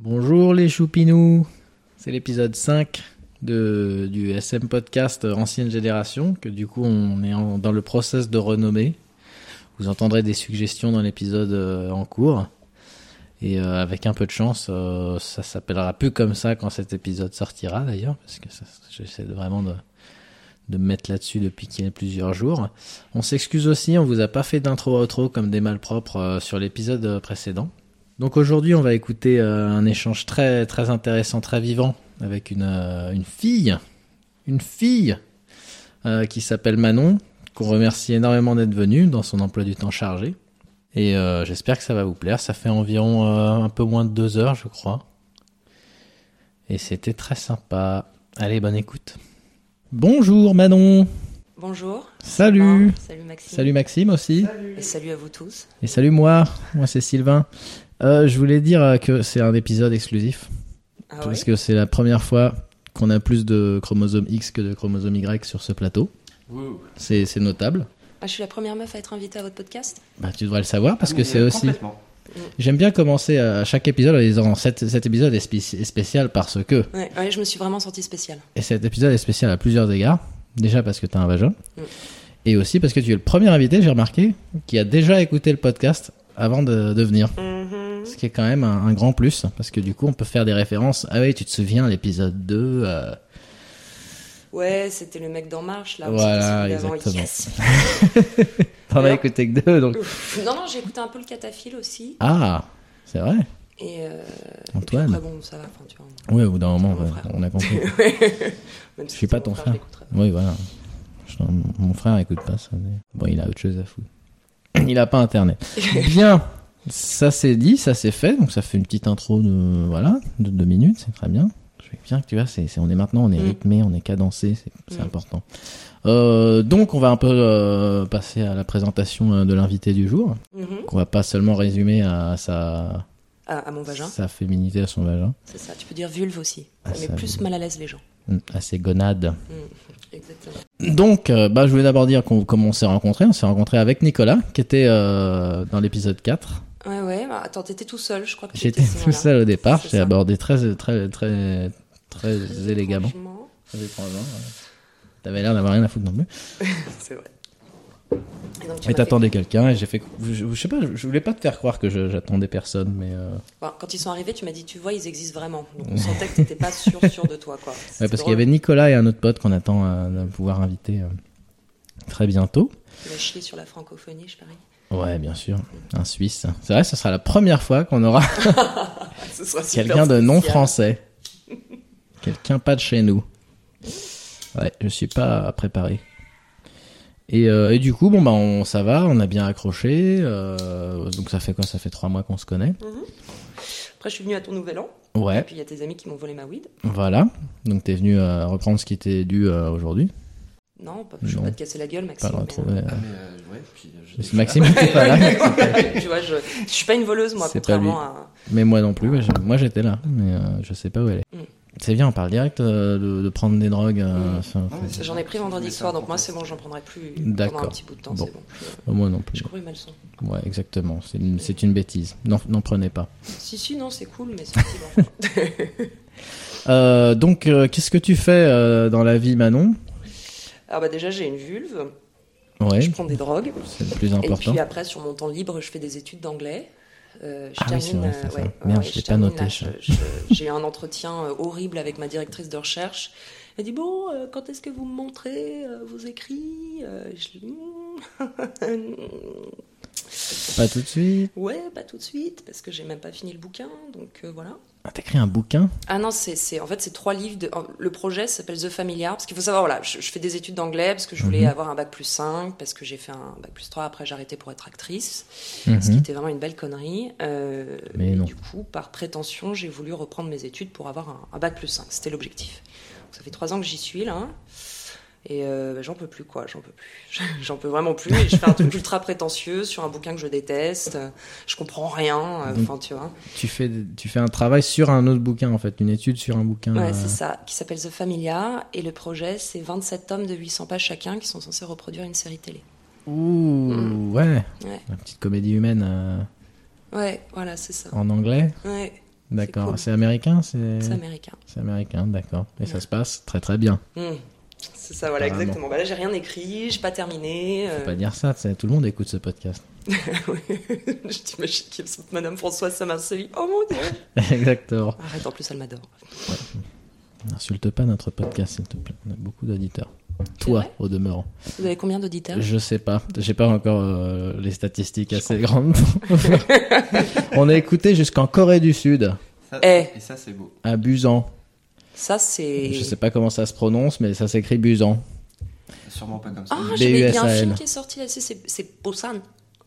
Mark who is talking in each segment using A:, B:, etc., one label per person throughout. A: Bonjour les choupinous, c'est l'épisode 5 de, du SM Podcast Ancienne Génération, que du coup on est en- dans le process de renommer. Vous entendrez des suggestions dans l'épisode euh, en cours. Et euh, avec un peu de chance, euh, ça s'appellera plus comme ça quand cet épisode sortira d'ailleurs, parce que ça- j'essaie de- vraiment de, de me mettre là-dessus depuis qu'il y a plusieurs jours. On s'excuse aussi, on vous a pas fait d'intro-outro comme des malpropres euh, sur l'épisode euh, précédent. Donc aujourd'hui, on va écouter euh, un échange très très intéressant, très vivant avec une, euh, une fille, une fille euh, qui s'appelle Manon, qu'on remercie énormément d'être venue dans son emploi du temps chargé. Et euh, j'espère que ça va vous plaire. Ça fait environ euh, un peu moins de deux heures, je crois. Et c'était très sympa. Allez, bonne écoute. Bonjour Manon.
B: Bonjour.
A: Salut.
B: Ah, salut Maxime.
A: Salut Maxime aussi.
B: Et salut à vous tous.
A: Et salut moi, moi c'est Sylvain. Euh, je voulais dire euh, que c'est un épisode exclusif
B: Ah
A: parce
B: ouais
A: que c'est la première fois qu'on a plus de chromosomes X que de chromosomes Y sur ce plateau. C'est c'est notable.
B: Ah, je suis la première meuf à être invitée à votre podcast
A: Bah, tu devrais le savoir parce
C: Ah,
A: que
C: mais,
A: c'est
C: euh,
A: aussi.
C: complètement.
A: J'aime bien commencer à à chaque épisode en disant cet, cet épisode est, spéci- est spécial parce que.
B: ouais, ouais, je me suis vraiment sentie spéciale.
A: Et cet épisode est spécial à plusieurs égards. Déjà parce que t'as un vagin.
B: Mm.
A: Et aussi parce que tu es le premier invité, j'ai remarqué, qui a déjà écouté le podcast avant de- de venir. Ce qui est quand même un, un grand plus, hein, parce que du coup, on peut faire des références. Ah oui, tu te souviens, l'épisode 2. euh,
B: Ouais, c'était le mec d'En Marche là.
A: Voilà,
B: c'était celui d'avant.
A: exactement.
B: Yes
A: T'en as
B: Alors
A: écouté que deux, donc.
B: Ouf. non, non, j'ai écouté un peu le cataphile aussi.
A: Ah, c'est vrai,
B: Et euh,
A: Antoine.
B: après, bon, ça va. Enfin, tu vois,
A: Oui, au bout d'un moment,
B: Mon
A: ouais,
B: frère.
A: on a compris.
B: même si
A: suis pas
B: c'était mon
A: ton frère.
B: je l'écouterai.
A: oui, voilà. Je- mon frère écoute pas ça. mais- Bon, il a autre chose à foutre. Il a pas internet. Bien, ça c'est dit, ça c'est fait, donc ça fait une petite intro de voilà de deux minutes, c'est très bien. Je vais bien que tu vois, c'est, c'est- on est maintenant, on est
B: Mm.
A: rythmé, on est cadencé, c'est, c'est
B: Mm.
A: important. Euh, donc on va un peu euh, passer à la présentation euh, de l'invité du jour.
B: Mhm.
A: qu'on va pas seulement résumer à sa,
B: Ah, à mon vagin,
A: sa féminité, à son vagin,
B: c'est ça. Tu peux dire vulve aussi.
A: Ah,
B: Ça met
A: ça,
B: plus
A: vulve.
B: mal à l'aise les gens.
A: Mm, à ses gonades.
B: Exactement.
A: Donc, euh, bah, je voulais d'abord dire qu'on, comment on s'est rencontrés. On s'est rencontrés avec Nicolas, qui était euh, dans l'épisode 4.
B: Ouais, ouais. bah, attends, t'étais tout seul, je crois que
A: J'étais
B: t'étais-
A: tout
B: voilà.
A: seul au départ.
B: C'est
A: J'ai
B: ça.
A: abordé très, très, très, très élégamment.
B: Franchement,
A: Très étrangement, ouais. T'avais l'air d'avoir rien à foutre non plus.
B: C'est vrai. Et donc, tu
A: Et
B: m'as fait
A: t'attendais quelqu'un et j'ai fait. Je, je sais pas, je, je voulais pas te faire croire que je- j'attendais personne, mais. euh,
B: Enfin, quand ils sont arrivés, tu m'as dit, tu vois, ils existent vraiment. Donc on sentait que t'étais pas sûr, sûr de toi, quoi.
A: Ouais,
B: C'est
A: parce qu'il y
B: drôle.
A: avait Nicolas et un autre pote qu'on attend euh, de pouvoir inviter euh, très bientôt.
B: Il a chié sur la francophonie, je parie.
A: Ouais, bien sûr, un Suisse. C'est vrai, ce sera la première fois qu'on aura
B: Ah, Ce sera super
A: quelqu'un de non
B: spécial.
A: français. quelqu'un pas de chez nous. Ouais, je suis pas préparé. Et, euh, et du coup, bon bah, on, ça va, on a bien accroché. euh, donc ça fait quoi Ça fait trois mois qu'on se connaît.
B: Après, je suis venue à ton nouvel an. Et
A: Ouais,
B: puis, il y a tes amis qui m'ont volé ma weed.
A: voilà. Donc t'es venu euh, reprendre ce qui t'est dû euh, aujourd'hui.
B: Non, pas- je
A: Non.
B: vais pas te casser la gueule, Maxime.
A: Pas le retrouver.
C: Ah,
A: euh,
C: mais, euh, ouais, puis, euh, je-
A: parce que Maxime n'était pas là,
B: mais- tu vois, je, je suis pas une voleuse, moi,
A: C'est pas
B: contrairement à.
A: mais moi non plus. ouais, je- moi j'étais là, mais euh, je sais pas où elle est.
B: Mm.
A: C'est bien, on parle direct euh, de, de prendre des drogues. euh,
B: Mm.
A: enfin,
C: Non, mais c'est-
B: J'en ai pris
C: c'est-
B: vendredi
C: c'est
B: soir, donc moi,
C: important.
B: c'est bon, j'en prendrai plus pendant
A: D'accord.
B: un petit bout de temps,
A: Bon.
B: c'est bon. Je-
A: moi non plus.
B: J'ai couru ma leçon.
A: Ouais, exactement. C'est une, c'est une bêtise. N'en n'en prenez pas.
B: Si, si, non, c'est cool, mais c'est aussi bon.
A: Euh, donc, euh, qu'est-ce que tu fais euh, dans la vie, Manon
B: Alors, bah, déjà, j'ai une vulve, je
A: Ouais,
B: prends des drogues.
A: c'est le plus
B: Et
A: important.
B: puis après, sur mon temps libre, je fais des études d'anglais. Euh, je
A: Ah oui, c'est
B: termine,
A: vrai, c'est
B: euh,
A: ça.
B: ouais,
A: Merde,
B: ouais,
A: je
B: je
A: l'ai pas
B: termine,
A: noté,
B: là,
A: ça.
B: je- je- J'ai eu un entretien euh, horrible avec ma directrice de recherche. Elle dit Bon, euh, quand est-ce que vous me montrez euh, vos écrits Euh, Je dis, Hmm.
A: Pas tout de suite.
B: Ouais, pas tout de suite, parce que j'ai même pas fini le bouquin. Donc euh, voilà.
A: Ah, t'as créé un bouquin
B: Ah non, c'est, c'est- en fait, c'est trois livres. De, en- le projet s'appelle The Familiar. Parce qu'il faut savoir, voilà, je, je fais des études d'anglais parce que je voulais
A: Mhm.
B: avoir un bac plus 5, parce que j'ai fait un bac plus 3. Après, j'ai arrêté pour être actrice.
A: Mhm.
B: ce qui était vraiment une belle connerie. Euh,
A: Mais
B: et
A: non.
B: Du coup, par prétention, j'ai voulu reprendre mes études pour avoir un, un bac plus 5. C'était l'objectif. Donc, Ça fait trois ans que j'y suis là. Et euh, bah, j'en peux plus, quoi. J'en peux plus. J'en peux vraiment plus. Et je fais un truc ultra prétentieux sur un bouquin que je déteste. Euh, Je comprends rien. euh,
A: Donc,
B: Enfin, tu vois.
A: tu, fais, tu fais un travail sur un autre bouquin, en fait. Une étude sur un bouquin.
B: Ouais,
A: euh,
B: c'est ça. Qui s'appelle The Familia. Et le projet, c'est 27 tomes de 800 pages chacun qui sont censés reproduire une série télé.
A: Ouh, ouais.
B: Ouais.
A: La petite comédie humaine euh,
B: Ouais, voilà, c'est ça.
A: en anglais.
B: Ouais.
A: D'accord.
B: cool.
A: C'est américain C'est
B: C'est américain.
A: c'est américain, d'accord. Et ça se passe très très bien.
B: Hmm. C'est ça, voilà,
A: Apparemment.
B: exactement. Bah là, j'ai rien écrit, j'ai pas terminé.
A: Faut
B: euh,
A: pas dire ça, c'est- tout le monde écoute ce podcast.
B: je t'imagine qu'il y a Madame Françoise Samarcelli. Oh mon dieu
A: Exactement.
B: Arrête, en plus, elle m'adore.
A: N'insulte pas notre podcast, s'il te plaît. On a beaucoup d'auditeurs. Toi,
B: vrai
A: au demeurant.
B: Vous avez combien d'auditeurs
A: Je sais pas. J'ai pas encore euh, les statistiques assez grandes. pour- On a écouté jusqu'en Corée du Sud,
C: Ça,
B: Eh.
C: Et ça, c'est beau.
A: à Busan.
B: Ça, c'est.
A: Je sais pas comment ça se prononce, mais ça s'écrit Busan.
C: Sûrement pas comme ça.
B: Ah, j'ai il y a un
A: BUSAL.
B: film qui est sorti là-dessus, c'est- c'est Busan.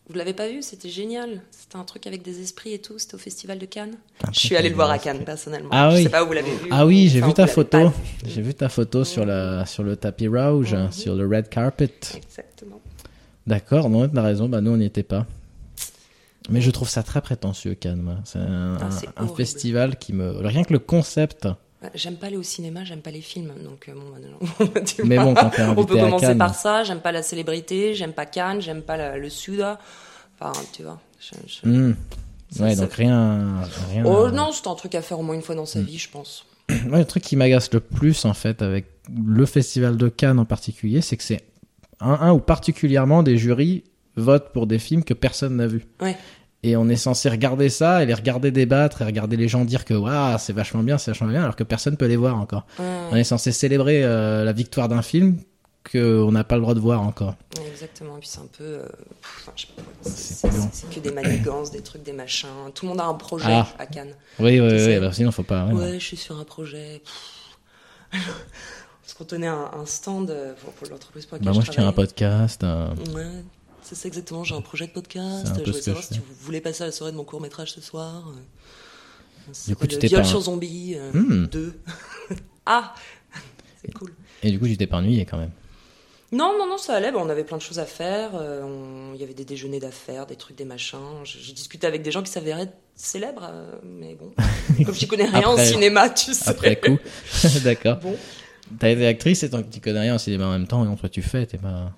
B: Vous l'avez pas vu C'était génial. C'était un truc avec des esprits et tout. C'était au festival de Cannes. Je suis allée le voir à Cannes personnellement.
A: Ah
B: Je
A: oui.
B: sais pas où vous l'avez vu.
A: Ah oui, j'ai
B: Enfin,
A: vu ta
B: vous l'avez pas
A: photo.
B: vu.
A: J'ai vu ta photo sur, la, sur le tapis rouge,
B: Mhm.
A: sur le red carpet.
B: Exactement.
A: D'accord, non, t'as raison, bah nous on n'y était pas. Mais je trouve ça très prétentieux, Cannes. moi. C'est un,
B: Ah, c'est
A: un
B: horrible.
A: festival qui me. Rien que le concept.
B: Ouais, J'aime pas aller au cinéma, j'aime pas les films, donc euh, bon, bah, non. Tu
A: Mais
B: vois,
A: bon, quand t'es
B: on peut
A: invité à
B: commencer
A: Cannes.
B: par ça. J'aime pas la célébrité, j'aime pas Cannes, j'aime pas la- le Sud. Enfin, tu vois. je- je-
A: Hmm.
B: Ça,
A: Ouais,
B: ça-
A: donc rien. rien
B: Oh non, c'est un truc à faire au moins une fois dans
A: Mm.
B: sa vie, je pense.
A: Moi, le truc qui m'agace le plus, en fait, avec le festival de Cannes en particulier, c'est que c'est un, un ou particulièrement des jurys votent pour des films que personne n'a vus.
B: Ouais.
A: Et on est censé regarder ça et les regarder débattre et regarder les gens dire que waouh, c'est vachement bien, c'est vachement bien, alors que personne peut les voir encore.
B: Ouais,
A: On est censé célébrer euh, la victoire d'un film qu'on n'a pas le droit de voir encore.
B: ouais, exactement. Et puis c'est un peu. euh, pff, enfin, je sais pas,
A: C'est
B: c'est- c'est
A: plus long.
B: c'est que des manigances, des trucs, des machins. Tout le monde a un projet
A: Ah.
B: à Cannes.
A: Oui, oui, oui,
B: C'est-
A: bah, sinon faut pas. ouais,
B: Ouais,
A: non.
B: je suis sur un projet. pff. Parce qu'on tenait un, un stand euh, pour, pour l'entreprise pour laquelle
A: Bah, moi, je tiens un
B: travaille.
A: podcast. euh,
B: Ouais, c'est ça exactement. J'ai un projet de
A: C'est
B: podcast.
A: un peu ce
B: Je voulais
A: que
B: savoir
A: je
B: si tu voulais passer à la soirée de mon court métrage ce soir. euh, C'est
A: coup,
B: quoi,
A: tu
B: le
A: t'es
B: Viol
A: pas-
B: sur zombie euh,
A: Hmm.
B: 2. ah C'est cool.
A: Et du coup, j'étais pas ennuyé quand même.
B: Non, non, non, ça allait. Bah, on avait plein de choses à faire. euh, on- Il y avait des déjeuners d'affaires, des trucs, des machins. J- J'ai discuté avec des gens qui s'avéraient célèbres, euh, mais bon. Comme j'y connais rien en
A: Après-
B: cinéma, tu sais.
A: Après coup. D'accord.
B: Bon.
A: T'as été actrice et tant que tu connais rien au cinéma en même temps, et donc toi tu fais, t'es pas.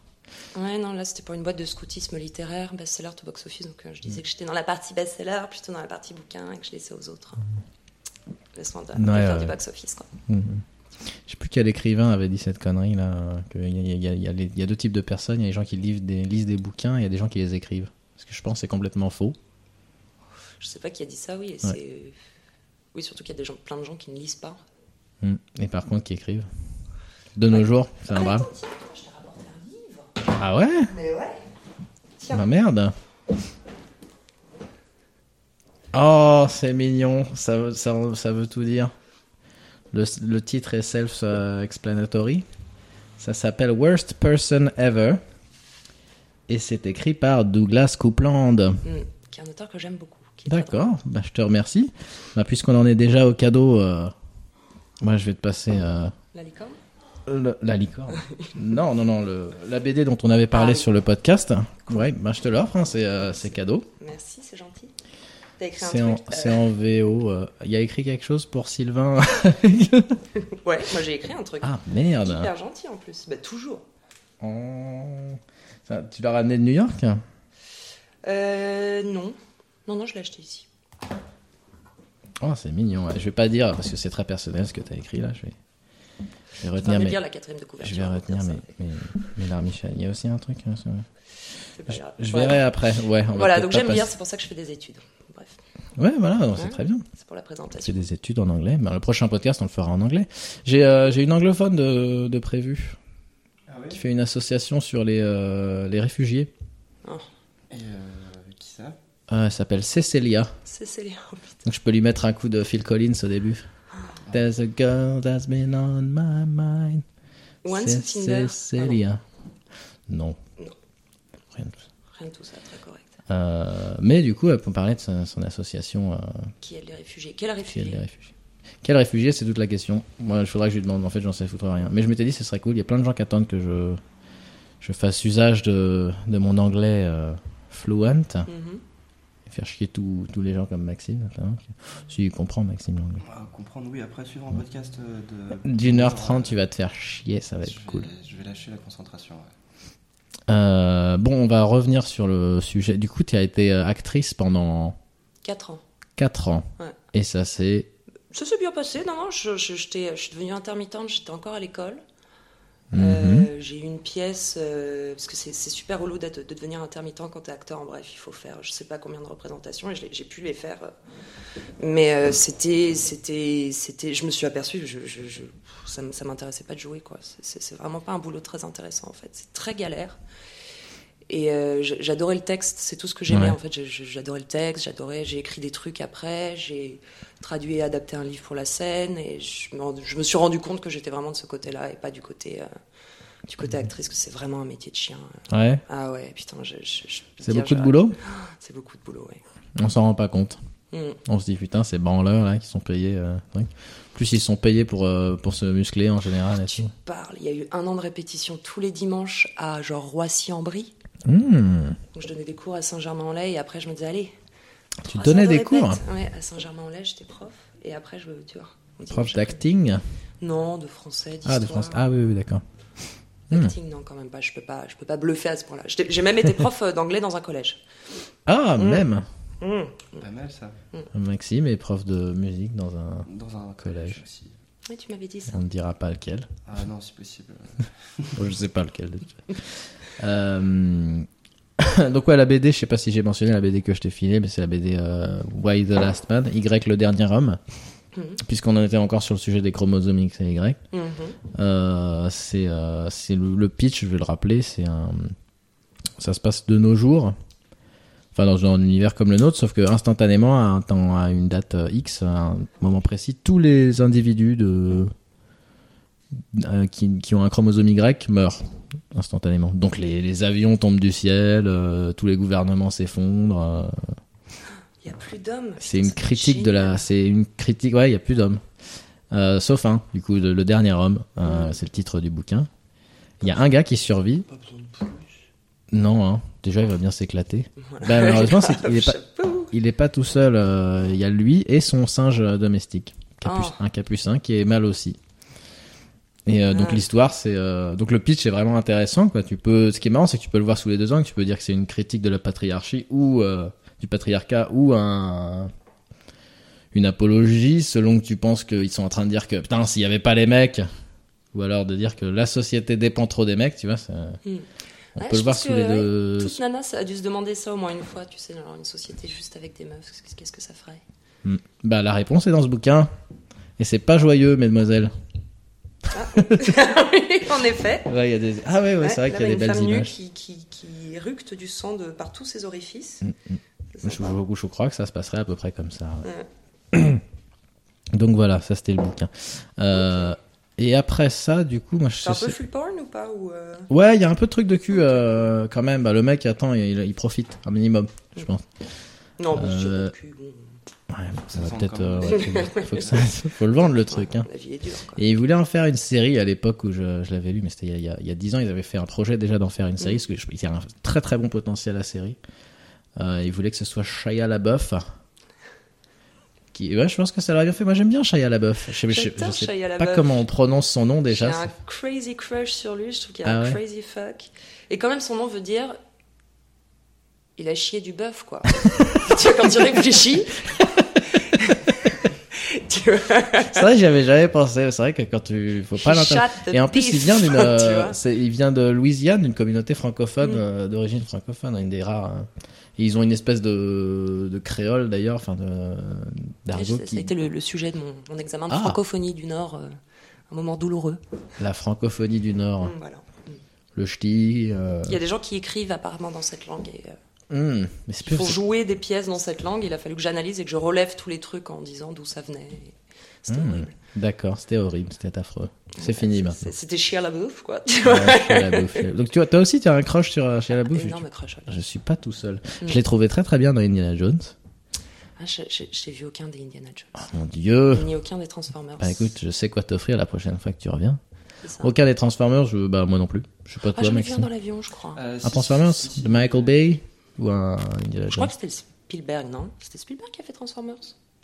B: Ouais, non, là c'était pour une boîte de scoutisme littéraire, best-seller to box-office, donc euh, je
A: Mm.
B: disais que j'étais dans la partie best-seller plutôt dans la partie bouquin et que je laissais aux autres euh, le soin de, de
A: Mm. Ouais,
B: faire
A: ouais.
B: du box-office. quoi.
A: Mhm. Je sais plus quel écrivain avait dit cette connerie là. euh, que Il y, a- il y a- il y a les- il y a deux types de personnes, il y a les gens qui lisent des, lisent des bouquins et il y a des gens qui les écrivent. Ce que je pense que c'est complètement faux.
B: Je sais pas qui a dit ça, oui, et
A: Ouais.
B: c'est. Oui, surtout qu'il y a des gens, plein de gens qui ne lisent pas.
A: Mm. Et par contre qui écrivent. De nos jours, c'est un brave.
B: Je t'ai rapporté un livre.
A: Ah ouais
B: Mais ouais Tiens.
A: Ma merde Oh, c'est mignon, ça, veut- ça, ça veut tout dire. Le, le titre est self-explanatory. Ça s'appelle Worst Person Ever. Et c'est écrit par Douglas Coupland.
B: Hmm, Qui est un auteur que j'aime beaucoup. qui est très drôle.
A: D'accord, bah, je te remercie. Bah, Puisqu'on en est déjà au cadeau, euh, moi je vais te passer euh,
B: La licorne
A: le- la licorne. non, non, non, le, la BD dont on avait parlé
B: Ah, oui.
A: sur le podcast. Ouais, bah, je te l'offre, hein, c'est euh, c'est cadeau.
B: Merci, c'est gentil. T'as écrit un
A: C'est
B: truc
A: en,
B: euh,
A: c'est en VO. euh, Il y a écrit quelque chose pour Sylvain.
B: euh, Ouais, moi j'ai écrit un truc.
A: ah merde.
B: Hyper gentil en plus. Bah, toujours.
A: Oh. Ça, tu l'as ramené de New York
B: Euh. Non. Non, non, je l'ai acheté ici.
A: Oh, c'est mignon. ouais. Je vais pas dire parce que c'est très personnel ce que tu as écrit là. Je vais, je vais
B: Je vais
A: retenir
B: me
A: mes.
B: lire la quatrième de couverture.
A: Je vais
B: on va
A: retenir
B: dire ça.
A: mes, mes, mes larmichailles. Il y a aussi un truc. hein, ça-
B: C'est pas
A: Je,
B: grave.
A: je
B: Ouais.
A: verrai après. Ouais, on va
B: Voilà,
A: peut-être
B: donc
A: pas
B: j'aime lire,
A: passer-
B: c'est pour ça que je fais des études. Bref,
A: Ouais, voilà, non, c'est
B: Hein
A: très bien.
B: c'est pour la
A: C'est
B: présentation.
A: des études en anglais. Ben, le prochain podcast, on le fera en anglais. J'ai euh, j'ai une anglophone de, de prévu
C: Ah
A: qui
C: ouais
A: fait une association sur les, euh, les réfugiés.
C: Et euh, qui ça
A: Euh, elle s'appelle Cecilia.
B: C'est Célia.
A: Donc je peux lui mettre un coup de Phil Collins au début.
B: Ah.
A: There's a girl that's been on my mind.
B: One
A: C'est
B: sous Tinder. Ah
A: Cecilia. Non.
B: Non.
A: Rien de tout ça.
B: Ah non, rien de tout ça, très correct.
A: Euh, mais du coup, elle peut parler de son, son association euh,
B: Qui aide les réfugiés Quel
A: qui aide
B: réfugié
A: les réfugiés. Quel réfugié, c'est toute la question. Moi, il faudra que je lui demande. En fait, j'en sais foutre rien. Mais je m'étais dit, ce serait cool. Il y a plein de gens qui attendent que je, je fasse usage de, de mon anglais euh, fluent.
B: Mhm.
A: Faire chier tous tous les gens comme Maxime. notamment. Si, il comprend Maxime l'anglais.
C: Ah, Comprendre, oui, après suivre un podcast euh, de.
A: D'une heure trente, tu vas te faire chier, ça va
C: Je
A: être
C: vais-
A: cool.
C: Je vais lâcher la concentration. ouais.
A: Euh, bon, on va revenir sur le sujet. Du coup, tu as été euh, actrice pendant
B: Quatre ans.
A: 4 ans.
B: Ouais.
A: Et ça, c'est.
B: Ça s'est bien passé, non, non, je, je, j'étais- je suis devenue intermittente, j'étais encore à l'école.
A: Mhm.
B: Euh, j'ai eu une pièce, euh, parce que c'est c'est super relou d'être- de devenir intermittent quand t'es acteur, en bref, il faut faire je sais pas combien de représentations, et je l'ai- j'ai pu les faire. euh. Mais euh, c'était, c'était, c'était, je me suis aperçue, je, je- je- ça, m- ça m'intéressait pas de jouer, quoi. C'est- C'est c'est vraiment pas un boulot très intéressant, en fait. C'est très galère. Et euh, j'- j'adorais le texte, c'est tout ce que j'aimais,
A: Ouais.
B: en fait. J'ai- j'ai- J'adorais le texte, j'adorais, j'ai écrit des trucs après, j'ai traduit et adapté un livre pour la scène, et je, me rend- je me suis rendu compte que j'étais vraiment de ce côté-là, et pas du côté... euh, du côté actrice, que c'est vraiment un métier de chien.
A: Ouais.
B: Ah ouais, putain, je, je- je peux
A: C'est
B: dire,
A: beaucoup de
B: je-
A: boulot
B: C'est beaucoup de boulot, ouais.
A: On s'en rend pas compte.
B: Mm.
A: On se dit, putain, ces branleurs là qui sont payés. euh, truc. En Plus ils sont payés pour, euh, pour se muscler en général et tout.
B: Parle, il y a eu un an de répétition tous les dimanches à genre Roissy-en-Brie.
A: Hmm.
B: Donc je donnais des cours à Saint-Germain-en-Laye et après je me disais, allez.
A: Tu
B: trois
A: donnais
B: heures de
A: des
B: Ah, répète.
A: cours hein.
B: Ouais, à Saint-Germain-en-Laye, j'étais prof. Et après, je, tu vois. on dit,
A: Prof
B: je-
A: d'acting
B: Non, de français, d'histoire.
A: Ah, de France. Ah oui, oui, d'accord. Hmm.
B: Acting, non, quand même pas. Je peux pas, je peux pas bluffer à ce point-là. J'étais- J'ai même été prof euh, d'anglais dans un collège.
A: Ah,
B: Mm.
A: même
B: Mm.
C: Pas mal ça.
A: Maxime est prof de musique dans un.
C: Dans un
A: Collège.
C: collège aussi.
B: Ouais, tu m'avais dit ça.
A: On ne dira pas lequel.
C: Ah non, si possible.
A: Bon, je sais pas lequel. de toute façon. Euh... Donc ouais, la BD, je sais pas si j'ai mentionné la BD que je t'ai filée, mais c'est la BD euh, Why the Last Man, Y le dernier homme,
B: Mhm.
A: puisqu'on en était encore sur le sujet des chromosomes X et Y.
B: Mhm.
A: Euh, c'est euh, c'est le, le pitch, je vais le rappeler, c'est un... Ça se passe de nos jours, enfin dans un univers comme le nôtre, sauf que instantanément, à, un temps- à une date euh, X, à un moment précis, tous les individus de... euh, qui, qui ont un chromosome Y meurent instantanément. Donc les, les avions tombent du ciel, euh, tous les gouvernements s'effondrent. euh,
B: Il y a plus d'hommes.
A: c'est
B: Putain,
A: une
B: ça doit être
A: critique de la.
B: génial.
A: C'est une critique. Ouais, il y a plus d'hommes. Euh, sauf un, du coup, de- le dernier homme. Euh, C'est le titre du bouquin. Il y a un gars qui survit.
C: Pas besoin de plus.
A: Non, hein. déjà, il va bien s'éclater.
B: Voilà.
A: Bah, malheureusement, c'est qu'il est pas-
B: Chapeau.
A: Il n'est pas tout seul. euh, Il y a lui et son singe euh, domestique. Capuc-
B: Oh.
A: Un capucin qui est mal aussi. Et euh, donc
B: Ah.
A: l'histoire, c'est euh, donc le pitch est vraiment intéressant. Quoi. Tu peux, ce qui est marrant, c'est que tu peux le voir sous les deux angles. Tu peux dire que c'est une critique de la patriarchie ou euh, du patriarcat ou un une apologie selon que tu penses qu'ils sont en train de dire que putain s'il n'y avait pas les mecs ou alors de dire que la société dépend trop des mecs. Tu vois, ça-
B: Hmm.
A: on peut
B: Ouais, je
A: le voir
B: pense
A: sous
B: que,
A: les
B: ouais,
A: deux.
B: Toute nana ça a dû se demander ça au moins une fois, tu sais, dans une société juste avec des meufs, qu'est-ce- qu'est-ce que ça ferait
A: Bah la réponse est dans ce bouquin et c'est pas joyeux, mesdemoiselles.
B: Oui, En effet.
A: Ouais, il y a des- Ah ouais, ouais,
B: Ouais,
A: c'est vrai
B: là,
A: qu'il y a des
B: une
A: belles
B: femme nue
A: images.
B: Qui, qui, qui ructe du sang de, par tous ses orifices.
A: Mm, mm.
B: C'est
A: Je,
B: sympa.
A: je- je crois que ça se passerait à peu près comme ça. ouais.
B: Ouais.
A: Donc voilà, ça c'était le bouquin. Euh, et après ça, du coup, moi je
B: C'est un peu
A: sais-
B: full porn ou pas ou euh,
A: Ouais, il y a un peu de truc de cul euh, quand même. Bah, le mec, attends, il, il profite un minimum, je pense.
B: Non, bon, je sais
A: Euh,
B: pas, cul, bon.
A: Ouais, ça
C: Ça
A: va
C: sent
A: peut-être.
C: quand même.
A: euh, ouais, faut- faut, que ça- faut le vendre le truc. Hein.
B: La vie est dure. Quoi.
A: Et ils voulaient en faire une série à l'époque où je, je l'avais lu, mais c'était il y a- il y a- il y a dix ans, ils avaient fait un projet déjà d'en faire une série, parce que je- il y a un très très bon potentiel à la série. Euh, ils voulaient que ce soit Shia LaBeouf. Qui, ouais, je pense que ça leur a bien fait. Moi j'aime bien Shia LaBeouf. Je, sais- je- je
B: J'adore
A: sais
B: Shia
A: pas
B: LaBeouf.
A: comment on prononce son nom
B: J'ai
A: déjà.
B: un
A: c'est-
B: crazy crush sur lui, je trouve qu'il y a
A: Ah
B: un
A: ouais
B: crazy fuck. Et quand même, son nom veut dire. Il a chié du bœuf, quoi. tu vois, quand tu réfléchis. tu vois.
A: C'est vrai, j'y avais jamais pensé. C'est vrai que quand tu. Faut pas
B: He
A: l'inter-
B: shot the
A: Et en plus, il
B: beef,
A: vient d'une.
B: tu
A: euh,
B: vois.
A: c'est- il vient de Louisiane, d'une communauté francophone,
B: Mm.
A: euh, d'origine francophone, une des rares. hein. Et ils ont une espèce de, de créole d'ailleurs, enfin de- d'argot
B: Ça,
A: qui.
B: ça a été le, le sujet de mon, mon examen de
A: Ah.
B: francophonie du Nord, euh, un moment douloureux.
A: La francophonie du Nord,
B: Mm, voilà.
A: le ch'ti. euh,
B: Il y a des gens qui écrivent apparemment dans cette langue. Et, euh,
A: mm, mais c'est plus.
B: pour
A: c'est-
B: jouer des pièces dans cette langue, il a fallu que j'analyse et que je relève tous les trucs en disant d'où ça venait. Et C'était
A: Mm.
B: horrible.
A: D'accord, c'était horrible, c'était affreux. C'est
B: Ouais,
A: fini
B: c'est-
A: maintenant.
B: c'est- C'était chier la bouffe, quoi. tu vois.
A: Ouais, Shia LaBeouf. Donc tu vois, toi aussi, tu as un crush sur euh, Shia LaBeouf. et tu-
B: Énorme crush.
A: Je suis pas tout seul.
B: Mm.
A: Je l'ai trouvé très très bien dans Indiana Jones. Oh,
B: Ah, je- je je n'ai vu aucun des Indiana Jones.
A: Mon Dieu.
B: Ni aucun des Transformers.
A: Ah. Euh. Bah écoute, je sais quoi t'offrir la prochaine fois que tu reviens.
B: C'est ça.
A: Aucun des Transformers, je... bah moi non plus. Je sais pas
B: Ah,
A: toi,
B: j'en ai vu un
A: Maxime.
B: dans l'avion, je crois.
C: Euh,
A: Un
C: si,
A: Transformers
C: si, si, si.
A: de Michael Bay ou un Indiana
B: Je crois
A: Jones
B: que c'était Spielberg, non C'était Spielberg qui a fait Transformers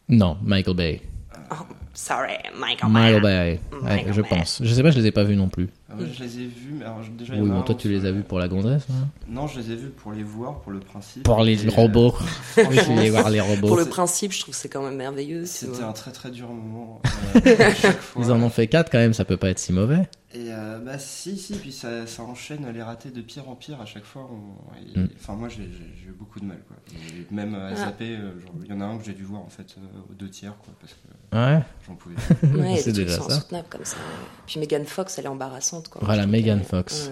A: Non, Michael Bay.
B: Oh, sorry, Michael.
A: Michael Bay. Ouais,
B: Michael
A: je
B: Bay.
A: pense. Je sais pas, je les ai pas vus non plus.
C: Ah, Ah ouais, je les ai vus, mais alors je- déjà. il y
A: Oui,
C: en a
A: bon,
C: un
A: toi,
C: où
A: tu
C: je-
A: les as vus pour la gondresse hein
C: Non, je les ai vus pour les voir, pour le principe.
A: Pour les
C: Et, euh,
A: robots. Tu
B: franchement,
A: voulais voir les
B: Pour
A: robots.
B: le principe, je trouve que c'est quand même merveilleux. tu
C: C'était
B: vois.
C: un très très dur moment. euh, à chaque fois.
A: Ils en ont fait 4 quand même, ça peut pas être si mauvais.
C: Et euh, bah si, si, puis ça, ça enchaîne les ratés de pire en pire à chaque fois. on- et-
A: Mm.
C: Enfin, moi j'ai j'ai- j'ai eu beaucoup de mal quoi. Et même à
B: Ah.
C: SAP, euh, genre, il y en a un que j'ai dû voir en fait euh, aux deux tiers quoi, parce que
A: Ouais,
C: j'en pouvais.
B: Ouais, il y a
A: Mmh. c'est
B: des trucs
A: déjà
B: qui sont
A: ça.
B: insoutenables comme ça. Puis Megan Fox, elle est embarrassante. Quoi.
A: Voilà,
B: Je trouve
A: Megan
B: qu'elle-
A: Fox.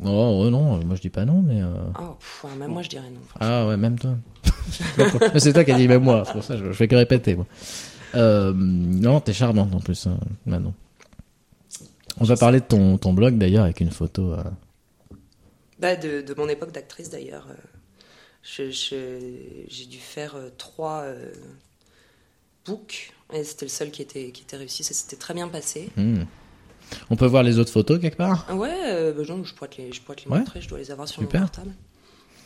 B: Ouais.
A: Oh, oh non, moi je dis pas non, mais. euh,
B: Ah, pff, ouais, même moi, je dirais non.
A: Ah ouais, même toi. Mais c'est toi qui as dit même moi, c'est pour ça que je, je fais que répéter. Moi. Euh, non, t'es charmante en plus, hein, Manon. On va parler de ton, ton blog d'ailleurs avec une photo. euh,
B: Bah, de, de mon époque d'actrice, d'ailleurs. euh, je- je- J'ai dû faire euh, trois euh, books. Et c'était le seul qui était, qui était réussi. Ça s'était très bien passé.
A: hmm. On peut voir les autres photos quelque part
B: Ah Ouais, euh, bah, non, je pourrais te les, je pourrais te les
A: Ouais.
B: montrer. Je dois les avoir sur
A: Super.
B: mon portable.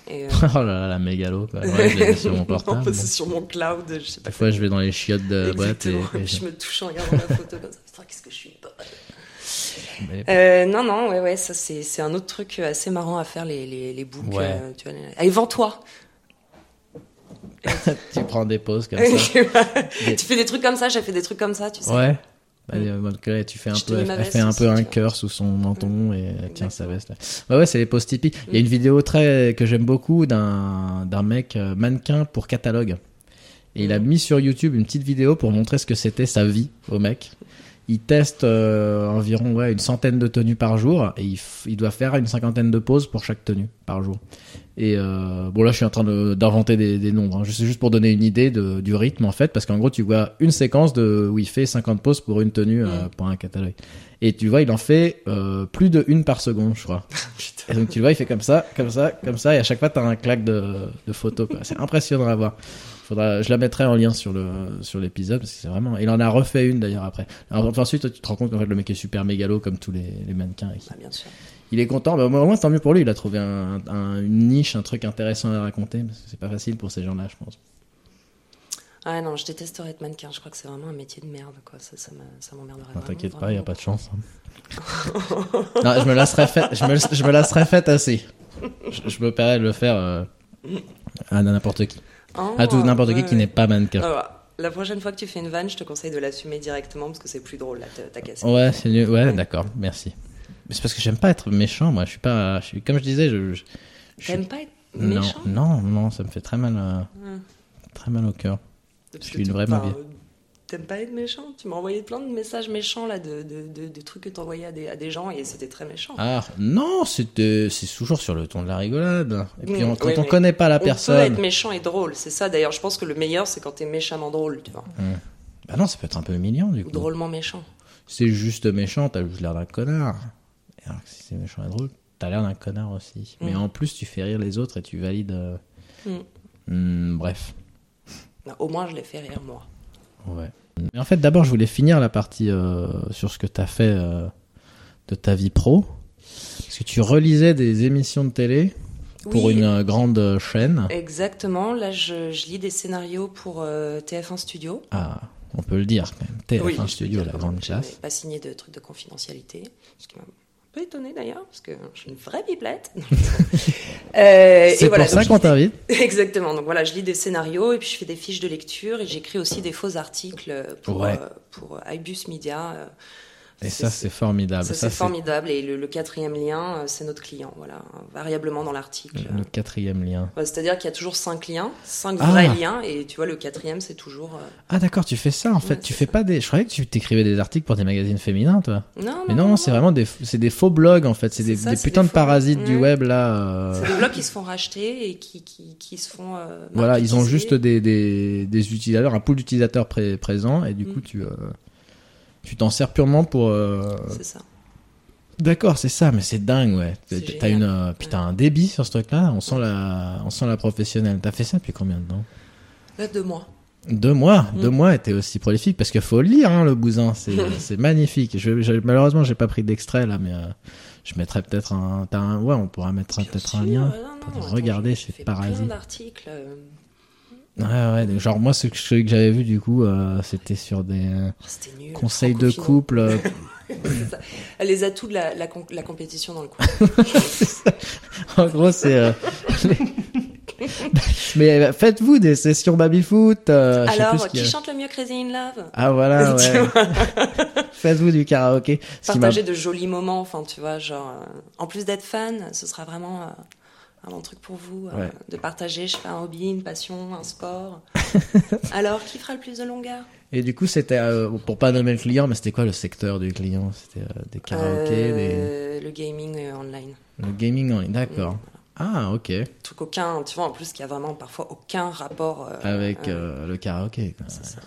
B: Et, euh,
A: Oh là là, la mégalo quoi. Ouais, je l'ai mis sur mon
B: non,
A: portable.
B: parce que c'est sur mon cloud. Je sais pas
A: Des fois, je vais dans les chiottes de boîte et,
B: Exactement.
A: et je-
B: je me touche en regardant la photo comme ça. Putain, qu'est-ce que je suis bonne.
A: mais-
B: Euh, non, non, ouais, ouais, ça c'est c'est un autre truc assez marrant à faire, les, les, les boucs.
A: Ouais.
B: euh, tu vois, les- Allez, vends-toi
A: tu prends des pauses comme ça.
B: Tu fais des trucs comme ça, j'ai fait des trucs comme ça, tu sais. Mm.
A: Ouais. Bah, euh, moi, le- tu fais un
B: Je te
A: peu,
B: mets
A: elle,
B: ma
A: elle
B: veste
A: fait un
B: aussi,
A: peu un
B: tu vois. Mm.
A: cœur sous son menton et elle tient sa veste. là. Bah ouais, c'est les poses typiques. Il y a une vidéo très que j'aime beaucoup d'un d'un mec euh, mannequin pour catalogue. Et il a
B: Mhm.
A: mis sur YouTube une petite vidéo pour montrer ce que c'était sa vie au mec. Il teste euh, environ ouais, une centaine de tenues par jour et il, f- il doit faire une cinquantaine de pauses pour chaque tenue par jour. Et euh, bon là je suis en train de- d'inventer des, des nombres, hein. Je sais juste pour donner une idée de- du rythme en fait, parce qu'en gros tu vois une séquence de, où il fait 50 pauses pour une tenue, euh, pour un catalogue. Et tu vois il en fait euh, plus de une par seconde je crois. et donc tu le vois il fait comme ça, comme ça, comme ça, et à chaque fois t'as un claque de, de photos. quoi. C'est impressionnant à voir. Faudra, je la mettrai en lien sur le sur l'épisode parce que c'est vraiment. Il en a refait une d'ailleurs après. Alors, enfin, ensuite toi, tu te rends compte qu'en fait le mec est super mégalo comme tous les, les mannequins. et qu'il-
B: Bah, bien sûr.
A: il est content, bah, au moins tant mieux pour lui, il a trouvé un- un- une niche, un truc intéressant à raconter, parce que c'est pas facile pour ces gens-là, je pense.
B: Ah non, je détesterais être mannequin, je crois que c'est vraiment un métier de merde, quoi. Ça, ça me- ça m'emmerderait
A: Enfin,
B: vraiment,
A: T'inquiète pas,
B: vraiment.
A: il a pas de chance. hein. non, je me lasserai faite, je me, je me lasserai faite assez. Je, je me permets de le faire euh, à n'importe qui.
B: Oh,
A: À Ah, tout n'importe qui
B: ouais,
A: qui n'est pas
B: ouais.
A: mannequin.
B: Ah, ouais. la prochaine fois que tu fais une vanne, je te conseille de l'assumer directement parce que c'est plus drôle, là, t'as t'as cassé.
A: Ouais, c'est mieux. Ouais, d'accord, merci. Mais c'est parce que j'aime pas être méchant, moi. Je suis pas. Je suis, comme je disais, je. je- je suis-
B: T'aimes pas être
A: non,
B: méchant Ah.
A: non, non, ça me fait très mal, euh,
B: Ouais.
A: très mal au cœur.
B: Parce
A: Je
B: que
A: suis une
B: tu-
A: vraie
B: enfin,
A: mobile.
B: euh, T'aimes pas être méchant Tu m'as envoyé plein de messages méchants, là, de, de, de- de trucs que t'envoyais à des, à des gens et c'était très méchant.
A: Ah non, c'était c'est toujours sur le ton de la rigolade. Et puis on-
B: Mm,
A: quand
B: oui,
A: on
B: mais
A: connaît pas la
B: On peut
A: personne,
B: être méchant et drôle, c'est ça. D'ailleurs, je pense que le meilleur, c'est quand t'es méchamment drôle, tu vois.
A: bah non, ça peut être un peu humiliant du
B: Ou
A: coup.
B: drôlement méchant.
A: C'est juste méchant, t'as juste l'air d'un connard. Et alors que si c'est méchant et drôle, t'as l'air d'un connard aussi. Mais
B: Mm.
A: en plus, tu fais rire les autres et tu valides. euh,
B: Mm.
A: hmm, bref,
B: Non, Bah, au moins, je l'ai fait rire, moi.
A: ouais. Mais en fait, d'abord, je voulais finir la partie euh, sur ce que t'as fait euh, de ta vie pro, parce que tu relisais des émissions de télé pour
B: Oui,
A: une euh, grande euh, chaîne.
B: Exactement. Là, je, je lis des scénarios pour euh, TF1 Studio.
A: Ah, on peut le dire quand même. TF1
B: Oui, je
A: Studio,
B: veux dire,
A: la grande
B: je n'ai
A: classe.
B: pas signé de trucs de confidentialité, ce qui m'a un peu étonnée d'ailleurs, parce que je suis une vraie biblette. Euh,
A: C'est pour ça qu'on t'invite.
B: Exactement. Donc voilà, je lis des scénarios et puis je fais des fiches de lecture et j'écris aussi des faux articles euh, pour,
A: Ouais.
B: euh, pour euh, Ibus Media. euh,
A: Et Ah, bah, ça, c'est formidable.
B: ça, c'est formidable. Et le, le quatrième lien, euh, c'est notre client, voilà, hein, variablement dans l'article.
A: Le quatrième lien.
B: Ouais, C'est-à-dire qu'il y a toujours cinq liens, cinq
A: Mm, Ah.
B: vrais liens, et tu vois, le quatrième, c'est toujours. euh,
A: Ah d'accord, tu fais ça en fait.
B: Ouais,
A: tu
B: c'est
A: fais
B: ça.
A: pas des. Je croyais que tu t'écrivais des articles pour des magazines féminins, toi.
B: Non,
A: Mais non, non, c'est vraiment des. C'est des faux blogs en fait. C'est
B: C'est
A: des,
B: ça,
A: des
B: c'est
A: putains
B: des
A: de
B: faux-
A: parasites du
B: Ouais.
A: web là. euh,
B: C'est des blogs qui se font racheter et qui, qui, qui se font. euh,
A: Voilà, ils ont
B: marketiser.
A: juste des, des, des utilisateurs, un pool d'utilisateurs pré- présent, et du coup
B: Mm.
A: tu euh, tu t'en sers purement pour. euh,
B: C'est ça.
A: D'accord, c'est ça, mais c'est dingue, ouais.
B: C'est
A: T'as
B: génial.
A: une euh, putain un débit sur ce truc-là. On sent la, on sent la professionnelle. T'as fait ça depuis combien de temps
B: Là, deux mois.
A: Deux mois,
B: Mm.
A: deux mois était aussi prolifique parce qu'il faut lire hein, le bousin, c'est c'est magnifique. Je, je- malheureusement, j'ai pas pris d'extrait là, mais euh, je mettrai peut-être un, t'as un- ouais, on pourra mettre un-
B: Bien
A: peut-être un
B: sûr,
A: lien.
B: euh, non, non,
A: pour
B: attends,
A: regarder
B: j'ai
A: ces
B: fait
A: parasites.
B: plein d'articles. euh,
A: Ouais, ouais, donc, genre moi, ce que, celui que j'avais vu du coup, euh, c'était sur des euh,
B: oh, C'était nul.
A: conseils de
B: Francophile.
A: couple. euh,
B: c'est ça. Les atouts de la, la, com- la compétition dans le coup.
A: En gros, c'est. euh, les- Mais euh, faites-vous des sessions baby-foot. euh, je sais plus
B: Alors,
A: ce qu'il
B: qui
A: y a.
B: chante le mieux Crazy in Love
A: Ah voilà,
B: Tu
A: ouais. faites-vous du karaoké. Ce qui m'a-
B: Partager de jolis moments, enfin, tu vois, genre, euh, en plus d'être fan, ce sera vraiment euh, un bon truc pour vous, euh,
A: Ouais.
B: de partager, je sais pas, un hobby, une passion, un sport. Alors, qui fera le plus de longueur
A: Et du coup, c'était euh, pour pas nommer le client, mais c'était quoi le secteur du client C'était euh, des karaokés, des...
B: Euh, Le gaming euh, online.
A: le gaming en ligne. D'accord. Ah ok.
B: truc aucun, tu vois, en plus qui a vraiment parfois aucun rapport euh,
A: Avec
B: euh,
A: euh, le karaoké. quoi.
B: c'est ça.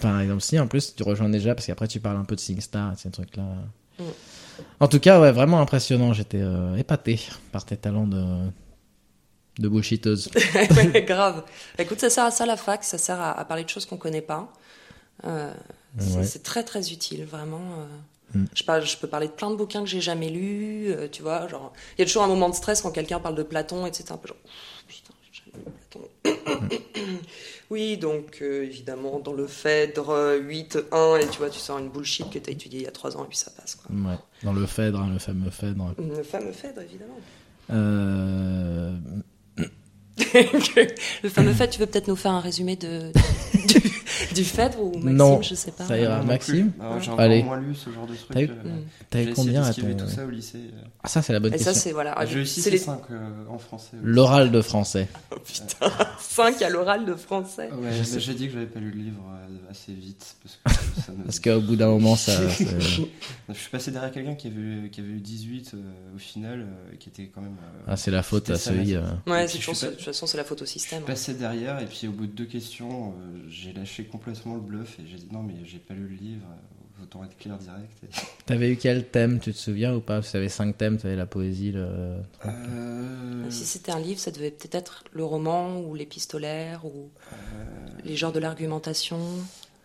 A: Par exemple, si en plus tu rejoins déjà, parce qu'après tu parles un peu de SingStar, et ces trucs-là.
B: Mm.
A: En tout cas, ouais, vraiment impressionnant. J'étais euh, épaté par tes talents de de bullshiteuse.
B: Ouais, grave. Écoute, ça sert à ça la fac, ça sert à, à parler de choses qu'on connaît pas. Euh, c'est-
A: Ouais.
B: C'est très très utile, vraiment. euh.
A: Mm.
B: Je, parle, je peux parler de plein de bouquins que j'ai jamais lus, euh, tu vois. Genre, il y a toujours un moment de stress quand quelqu'un parle de Platon, etc. Un peu genre, Ouf, putain, j'ai jamais lu Platon.
A: Mm.
B: oui, donc euh, évidemment, dans le Phèdre euh, 8, 1, et tu vois, tu sors une bullshit que t'as étudiée il y a 3 ans, et puis ça passe, quoi.
A: Ouais, dans le Phèdre, hein, le fameux Phèdre.
B: Le fameux Phèdre, évidemment.
A: Euh,
B: le fameux fait, tu veux peut-être nous faire un résumé de, du, du fait ou Maxime,
A: Non,
B: je sais pas.
A: ça ira.
C: non plus.
A: Maxime
C: Ah ouais, J'ai
A: Allez.
C: encore moins lu ce genre de truc.
A: T'as eu-
C: euh,
B: Mm.
A: T'avais
C: j'ai essayé
A: combien à
C: d'esquiver
A: ton-
C: tout ça au lycée. euh.
A: Ah, ça, c'est la bonne
B: Et ça,
A: question.
B: c'est voilà.
C: J'ai eu 6
B: Ah, c'est
C: et
B: les
C: 5 euh, en français. au
A: L'oral de français.
B: 5 à l'oral de français.
C: Ah Ouais,
A: Je
C: mais
A: sais.
C: j'ai dit que j'avais pas lu le livre euh, assez vite parce que ça me...
A: Parce qu'au bout d'un moment, ça. c'est- euh,
C: je suis passé derrière quelqu'un qui avait qui avait eu 18 euh, au final euh, qui était quand même euh,
A: Ah, c'est la faute à
C: C'était ça, la
A: celui. euh,
B: Ouais,
C: Et
B: c'est
C: puis,
B: toujours
C: je suis
B: ça.
C: pas-
B: de toute façon, c'est la photo
C: je suis
B: système. hein.
C: passé derrière et puis au bout de deux questions euh, j'ai lâché complètement le bluff et j'ai dit non mais j'ai pas lu le livre euh, autant être clair direct Et-
A: T'avais eu quel thème Tu te souviens ou pas Parce que t'avais cinq thèmes, t'avais la poésie, le.
B: Ah.
C: Euh,
B: Si c'était un livre, ça devait peut-être être le roman ou l'épistolaire ou
C: Euh.
B: les genres de l'argumentation.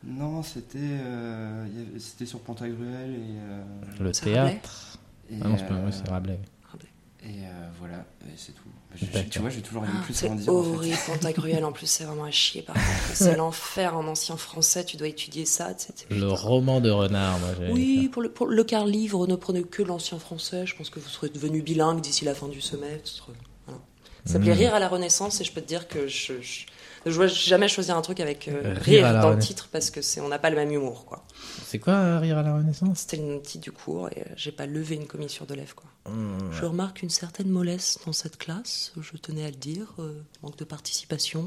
C: non c'était euh, il y avait- c'était sur Pantagruel et, euh,
A: Le
B: C'est
A: théâtre
C: et,
A: Ah non, c'est pas
C: euh,
A: oui, c'est Rabelais.
B: Ah, ben,
C: et euh, voilà et c'est tout J'ai-
A: D'accord.
C: tu vois j'ai toujours aimé
B: Ah,
C: plus
B: c'est
C: en dire en fait.
B: horrible, Pantagruel en plus, c'est vraiment à chier par contre. C'est l'enfer en ancien français, tu dois étudier ça. tu sais, t'es-
A: Le roman de renard, moi j'avais
B: Oui, pour le, pour le quart livre, ne prenez que l'ancien français. Je pense que vous serez devenu bilingue d'ici la fin du semestre. Voilà. Ça s'appelait
A: Mm.
B: Rire à la Renaissance et je peux te dire que je je- je dois jamais choisir un truc avec euh,
A: Euh, Rire
B: rire,
A: à la
B: dans le
A: Renaissance.
B: titre parce que c'est on n'a pas le même humour quoi.
A: fait. C'est quoi euh, Rire à la Renaissance
B: C'était le titre du cours et euh, j'ai pas levé une commis sur de lèvres quoi.
A: Hum,
C: Hmm.
B: Je remarque une certaine mollesse dans cette classe. Je tenais à le dire, euh, manque de participation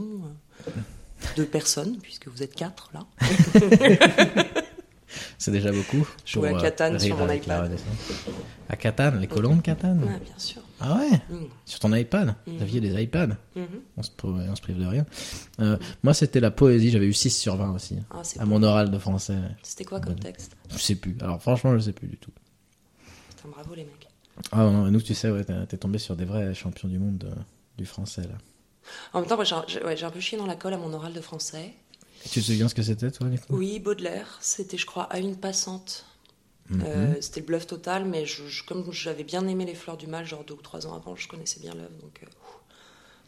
B: euh, de personnes puisque vous êtes quatre là.
A: C'est déjà beaucoup. pour,
B: Jouer à
A: euh,
B: Catane
A: Rire
B: sur mon
A: avec la
B: iPad.
A: Renaissance. À Catane, les colons de Catane
B: Ouais, bien sûr.
A: Ah ouais
B: Mm.
A: Sur ton iPad
B: Mhm.
A: Vous aviez des iPads
B: Mhm.
A: on se, prive, on se prive de rien. Euh, Moi, c'était la poésie, j'avais eu 6 sur 20 aussi. hein.
B: Ah, c'est
A: À
B: beau.
A: mon oral de français, ouais.
B: C'était quoi comme texte
A: je sais plus. Alors, franchement, je sais plus du tout.
B: Putain, bravo les mecs.
A: Ah non, nous, tu sais, ouais, t'es t'es tombé sur des vrais champions du monde euh, du français, là.
B: En même temps, moi, j'ai un- j'ai ouais, j'ai un peu chié dans la colle à mon oral de français.
A: Et tu te souviens ce que c'était, toi, du coup
B: Oui, Baudelaire, c'était, je crois, à une passante.
A: Mhm.
B: Euh,
A: Mmh.
B: c'était le bluff total, mais je, je- comme j'avais bien aimé Les Fleurs du Mal, genre deux ou trois ans avant, je connaissais bien l'œuvre, donc euh, ouh,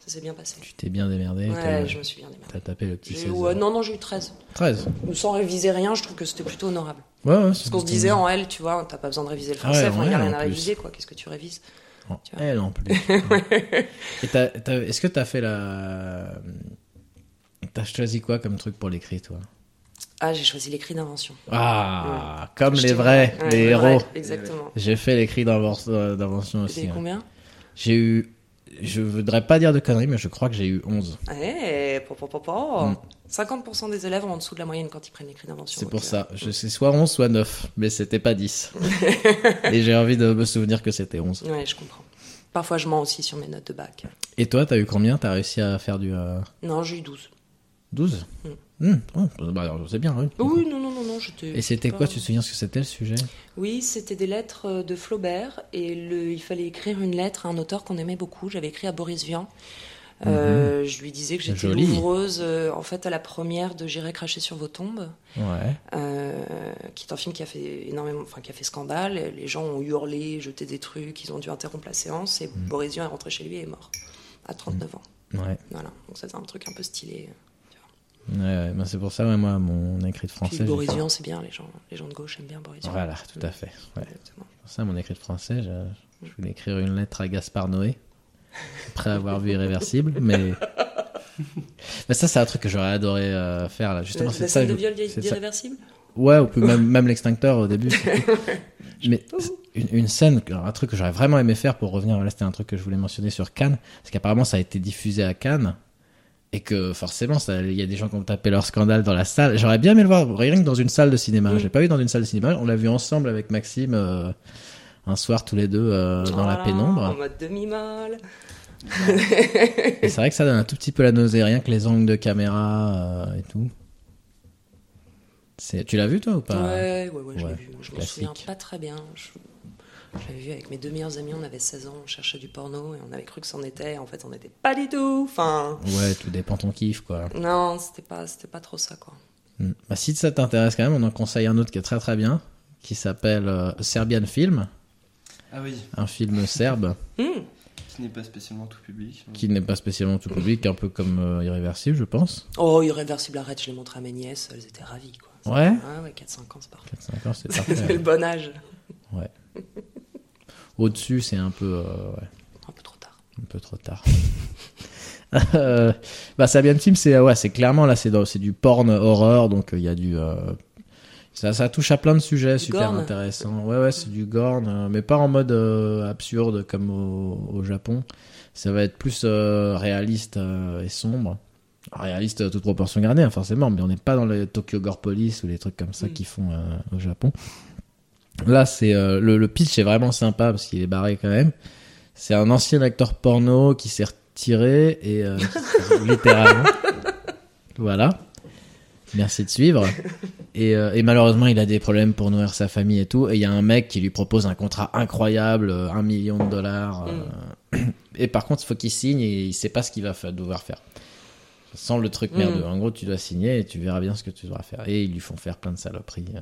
B: ça s'est bien passé.
A: Tu t'es bien démerdé,
B: Ouais,
A: t'as-
B: je me suis bien démarrée.
A: t'as tapé le petit
B: J'ai
A: 16.
B: eu, euh, non, non, j'ai eu 13.
A: 13
B: Sans réviser rien, je trouve que c'était plutôt honorable.
A: Ouais, ouais.
B: Parce qu'on se disait en L, tu vois, t'as pas besoin de réviser le
A: Ah ouais,
B: français,
A: en
B: enfin, il n'y a
A: L,
B: rien
A: en
B: à
A: plus.
B: réviser, quoi, qu'est-ce que tu révises
A: En
B: Tu vois.
A: elle en plus. Et t'as- t'as- est-ce que t'as fait la. T'as choisi quoi comme truc pour l'écrit, toi
B: Ah, j'ai choisi l'écrit d'invention.
A: Ah, comme
B: Je
A: les
B: t'ai-
A: vrais,
B: Ouais,
A: les héros.
B: vrais, exactement.
A: J'ai fait l'écrit d'invor- euh, d'invention
B: T'as eu
A: aussi. ouais.
B: combien
A: J'ai eu. Je voudrais pas dire de conneries, mais je crois que j'ai eu 11.
B: Eh, po, po, po, po.
A: Mm.
B: 50% des élèves ont en dessous de la moyenne quand ils prennent l'écrit d'invention.
A: C'est
B: donc,
A: pour
B: euh,
A: ça. Je sais soit 11, soit 9, mais c'était pas 10. Et j'ai envie de me souvenir que c'était 11.
B: Ouais, je comprends. Parfois, je mens aussi sur mes notes de bac.
A: Et toi, t'as eu combien T'as réussi à faire du euh,
B: Non, j'ai eu 12.
A: 12
B: Mm.
A: Hmm, ouais, bah, alors, C'est bien, oui.
B: Oui, non, non, non, non, j'étais.
A: Et c'était
B: pas-
A: quoi Tu te souviens ce que c'était le sujet
B: Oui, c'était des lettres euh, de Flaubert et le, il fallait écrire une lettre à un auteur qu'on aimait beaucoup. J'avais écrit à Boris Vian. Euh, Je lui disais que j'étais
A: Mm-hmm. Joli.
B: ouvreuse, en fait, à la première de J'irai cracher sur vos tombes.
A: Ouais.
B: euh, qui est un film qui a fait énormément, enfin qui a fait scandale. Les gens ont hurlé, jeté des trucs, ils ont dû interrompre la séance et
A: Mm.
B: Boris Vian est rentré chez lui et est mort à 39 ans.
A: Ouais.
B: Voilà, donc ça c'est un truc un peu stylé.
A: Ouais, ouais, ben c'est pour ça, ouais, moi, mon écrit de français.
B: Puis
A: j'ai-
B: Borisian, c'est bien, les gens, les gens de gauche aiment bien Borisian.
A: Voilà, tout à fait. Ouais.
B: Exactement.
A: Pour ça, mon écrit de français, je, je voulais écrire une lettre à Gaspard Noé, après avoir vu Irréversible, mais. mais ça, c'est un truc que j'aurais adoré euh, faire, là.
B: La,
A: Justement,
B: la
A: c'est
B: scène
A: ça.
B: de
A: je-
B: viol d'I-
A: c'est ça.
B: d'irréversible
A: Ouais, ou peut même, même l'extincteur au début. Mais c'est une, une scène, alors, un truc que j'aurais vraiment aimé faire pour revenir, là c'était un truc que je voulais mentionner sur Cannes, parce qu'apparemment ça a été diffusé à Cannes, et que forcément ça- il y a des gens qui ont tapé leur scandale dans la salle. J'aurais bien aimé le voir, rien que dans une salle de cinéma.
B: Mm.
A: Je l'ai pas vu dans une salle de cinéma, on l'a vu ensemble avec Maxime euh, un soir tous les deux euh, dans la
B: Voilà, Ah, En
A: pénombre.
B: mode demi-mal.
A: Et c'est vrai que ça donne un tout petit peu la nausée, rien que les angles de caméra euh, et tout. C'est- Tu l'as vu toi ou pas
B: Ouais, ouais, ouais, je
A: ouais,
B: l'ai vu. Je me
A: classique.
B: souviens pas très bien. Je, je l'avais vu avec mes deux meilleurs amis, on avait 16 ans, on cherchait du porno et on avait cru que c'en était. En fait, on n'était pas du tout. Enfin,
A: Ouais, tout dépend ton kiff, quoi.
B: non, c'était pas, c'était pas trop ça, quoi.
A: Mm. Bah, si ça t'intéresse quand même, on en conseille un autre qui est très très bien, qui s'appelle euh, Serbian Film,
C: Ah oui,
A: un film serbe
B: Hmm,
C: qui n'est pas spécialement tout public.
A: qui n'est pas spécialement tout public, un peu comme euh, Irréversible, je pense.
B: Oh, irréversible arrête, je l'ai montré à mes nièces, elles étaient ravies, quoi.
A: Ouais.
B: Ah ouais, 4-5 ans, c'est parfait.
A: 4-5 ans, c'est
B: C'était
A: parfait.
B: le bon âge.
A: Au-dessus, c'est un peu, euh, ouais,
B: Un peu trop tard.
A: un peu trop tard. Euh, bah, Serbian Film, c'est ouais, c'est clairement là, c'est dans- c'est du porn horreur, donc euh, il y a du. euh, ça, ça touche à plein de sujets
B: Du
A: super
B: gorn.
A: intéressants. Ouais, ouais, c'est du gorn, euh, mais pas en mode euh, absurde comme au, au Japon. Ça va être plus euh, réaliste euh, et sombre. Réaliste, euh, toute proportion gardée, hein, forcément, mais on n'est pas dans le Tokyo Gore Police ou les trucs comme ça
B: Mm.
A: qu'ils font euh, au Japon. Là, c'est euh, le, le pitch est vraiment sympa parce qu'il est barré quand même. C'est un ancien acteur porno qui s'est retiré et euh, qui- littéralement. Voilà. Merci de suivre. Et, euh, et malheureusement, il a des problèmes pour nourrir sa famille et tout. Et il y a un mec qui lui propose un contrat incroyable, euh, un million de dollars. euh,
B: Mm.
A: Et par contre, il faut qu'il signe et il sait pas ce qu'il va fa- devoir faire. Sans le truc
B: Mm.
A: merdeux. En gros, tu dois signer et tu verras bien ce que tu devras faire. Et ils lui font faire plein de saloperies. euh,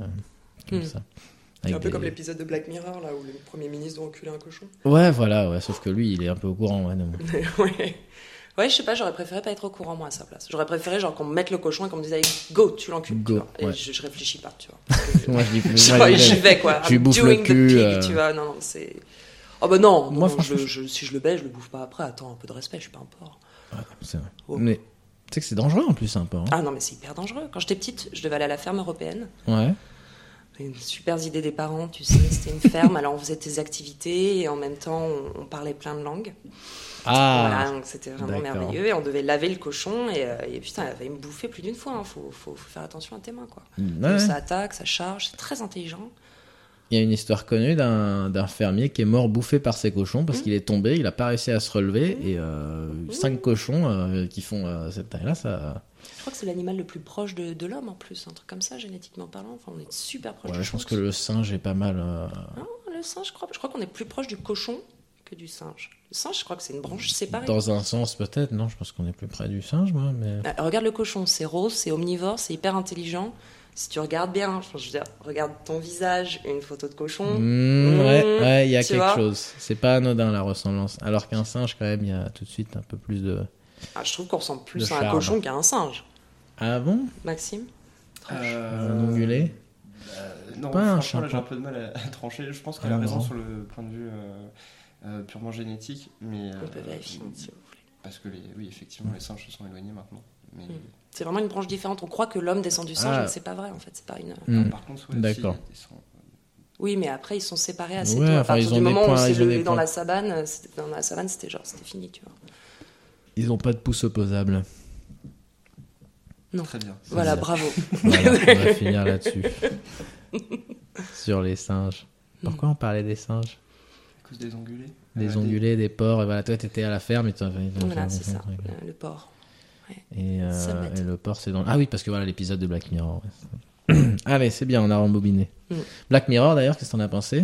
A: comme
B: Mm.
A: ça.
B: C'est
A: Avec
B: un peu
A: des-
B: comme l'épisode de Black Mirror, là, où le Premier ministre doit enculer un cochon.
A: Ouais, voilà, ouais, sauf que lui, il est un peu au courant. Ouais, non.
B: ouais. Ouais, je sais pas, j'aurais préféré pas être au courant, moi, à sa place. J'aurais préféré, genre, qu'on me mette le cochon et qu'on me dise, allez, go, tu l'encules.
A: Go,
B: tu vois. Et
A: ouais.
B: je, je réfléchis pas, tu vois.
A: Moi, je dis- moi,
B: Genre,
A: je
B: j'y
A: dis-
B: vais, quoi.
A: Je lui
B: I'm
A: bouffe le
B: doing the
A: cul,
B: pig,
A: euh.
B: tu vois. Non, non, c'est. Oh, bah non,
A: Moi,
B: moi,
A: franchement,
B: je, je- si je le baise, je le bouffe pas après. Attends, un peu de respect, je suis pas un porc.
A: C'est vrai.
B: Oh.
A: Mais tu sais que c'est dangereux en plus, un peu. hein.
B: Ah non, mais c'est hyper dangereux. Quand j'étais petite, je devais aller à la ferme européenne.
A: Ouais.
B: Une super idée des parents, tu sais, c'était une ferme, alors on faisait des activités et en même temps on, on parlait plein de langues. Voilà,
A: Ah,
B: donc c'était
A: d'accord.
B: vraiment merveilleux et on devait laver le cochon et, euh, et putain, elle avait me bouffer plus d'une fois, hein. faut, faut, faut faire attention à tes mains quoi.
A: Ouais.
B: Ça attaque, ça charge, c'est très intelligent.
A: Il y a une histoire connue d'un d'un fermier qui est mort bouffé par ses cochons
B: Mmh.
A: parce qu'il est tombé, il a pas réussi à se relever et euh, cinq cochons euh, qui font euh, cette taille-là, ça.
B: Je crois que c'est l'animal le plus proche de, de l'homme en plus, un truc comme ça génétiquement parlant. Enfin, on est super proche
A: Ouais,
B: du
A: je pense que
B: cochon.
A: le singe est pas mal. euh,
B: Non, le singe, je crois, je crois qu'on est plus proche du cochon que du singe. Le singe, je crois que c'est une branche séparée.
A: Dans un sens, peut-être, non, je pense qu'on est plus près du singe, moi, mais.
B: Ah, Regarde le cochon, c'est rose, c'est omnivore, c'est hyper intelligent. Si tu regardes bien, enfin, je veux dire, regarde ton visage, une photo de cochon.
A: Mm, ouais, ouais, il y a
B: Mmh. Tu
A: quelque
B: vois
A: chose. C'est pas anodin la ressemblance. Alors qu'un singe, quand même, il y a tout de suite un peu plus de.
B: Ah, je trouve qu'on ressemble plus
A: De
B: à un
A: charme.
B: cochon qu'à un singe.
A: Ah bon euh,
B: Maxime
A: Un ongulé
C: Euh, Non,
A: Pas un
C: franchement, là,
A: chimpanzé.
C: j'ai un peu de mal à, à trancher. Je pense qu'elle
A: Ah,
C: a raison
A: non.
C: sur le point de vue euh, euh, purement génétique, mais
B: On peut
C: euh,
B: vérifier, s'il vous plaît.
C: parce que les, oui, effectivement, les singes se sont éloignés maintenant. Mais
B: Mm. C'est vraiment une branche différente. On croit que l'homme descend du singe,
A: Ah.
B: mais c'est pas vrai en fait. C'est pas une.
A: Mm.
C: par contre, ouais,
A: D'accord.
C: si, ils sont-
B: Oui, mais après ils sont séparés assez
A: Ouais,
B: tôt. À
A: enfin, ils
B: partir
A: ont
B: du
A: des
B: moment où on
A: points,
B: s'est
A: ils ont des
B: levé dans
A: points.
B: la savane, euh, c'était- dans la savane c'était genre c'était fini, tu vois.
A: Ils ont pas de pouce opposable.
C: très bien.
B: Voilà,
A: ça.
B: bravo.
A: Voilà, on va finir là-dessus. Sur les singes. Pourquoi on parlait des singes
C: À cause des ongulés.
A: Des
C: Euh,
A: ongulés, des porcs. Et voilà, toi, t'étais à la ferme et t'as-
B: voilà, c'est ça. Le- Le porc.
A: Et, euh,
B: Ça m'étonne.
A: et le porc, c'est dans. Ah oui, parce que voilà l'épisode de Black Mirror. ouais. Allez, c'est bien, on a rembobiné.
B: Mm.
A: Black Mirror, d'ailleurs, qu'est-ce que t'en as pensé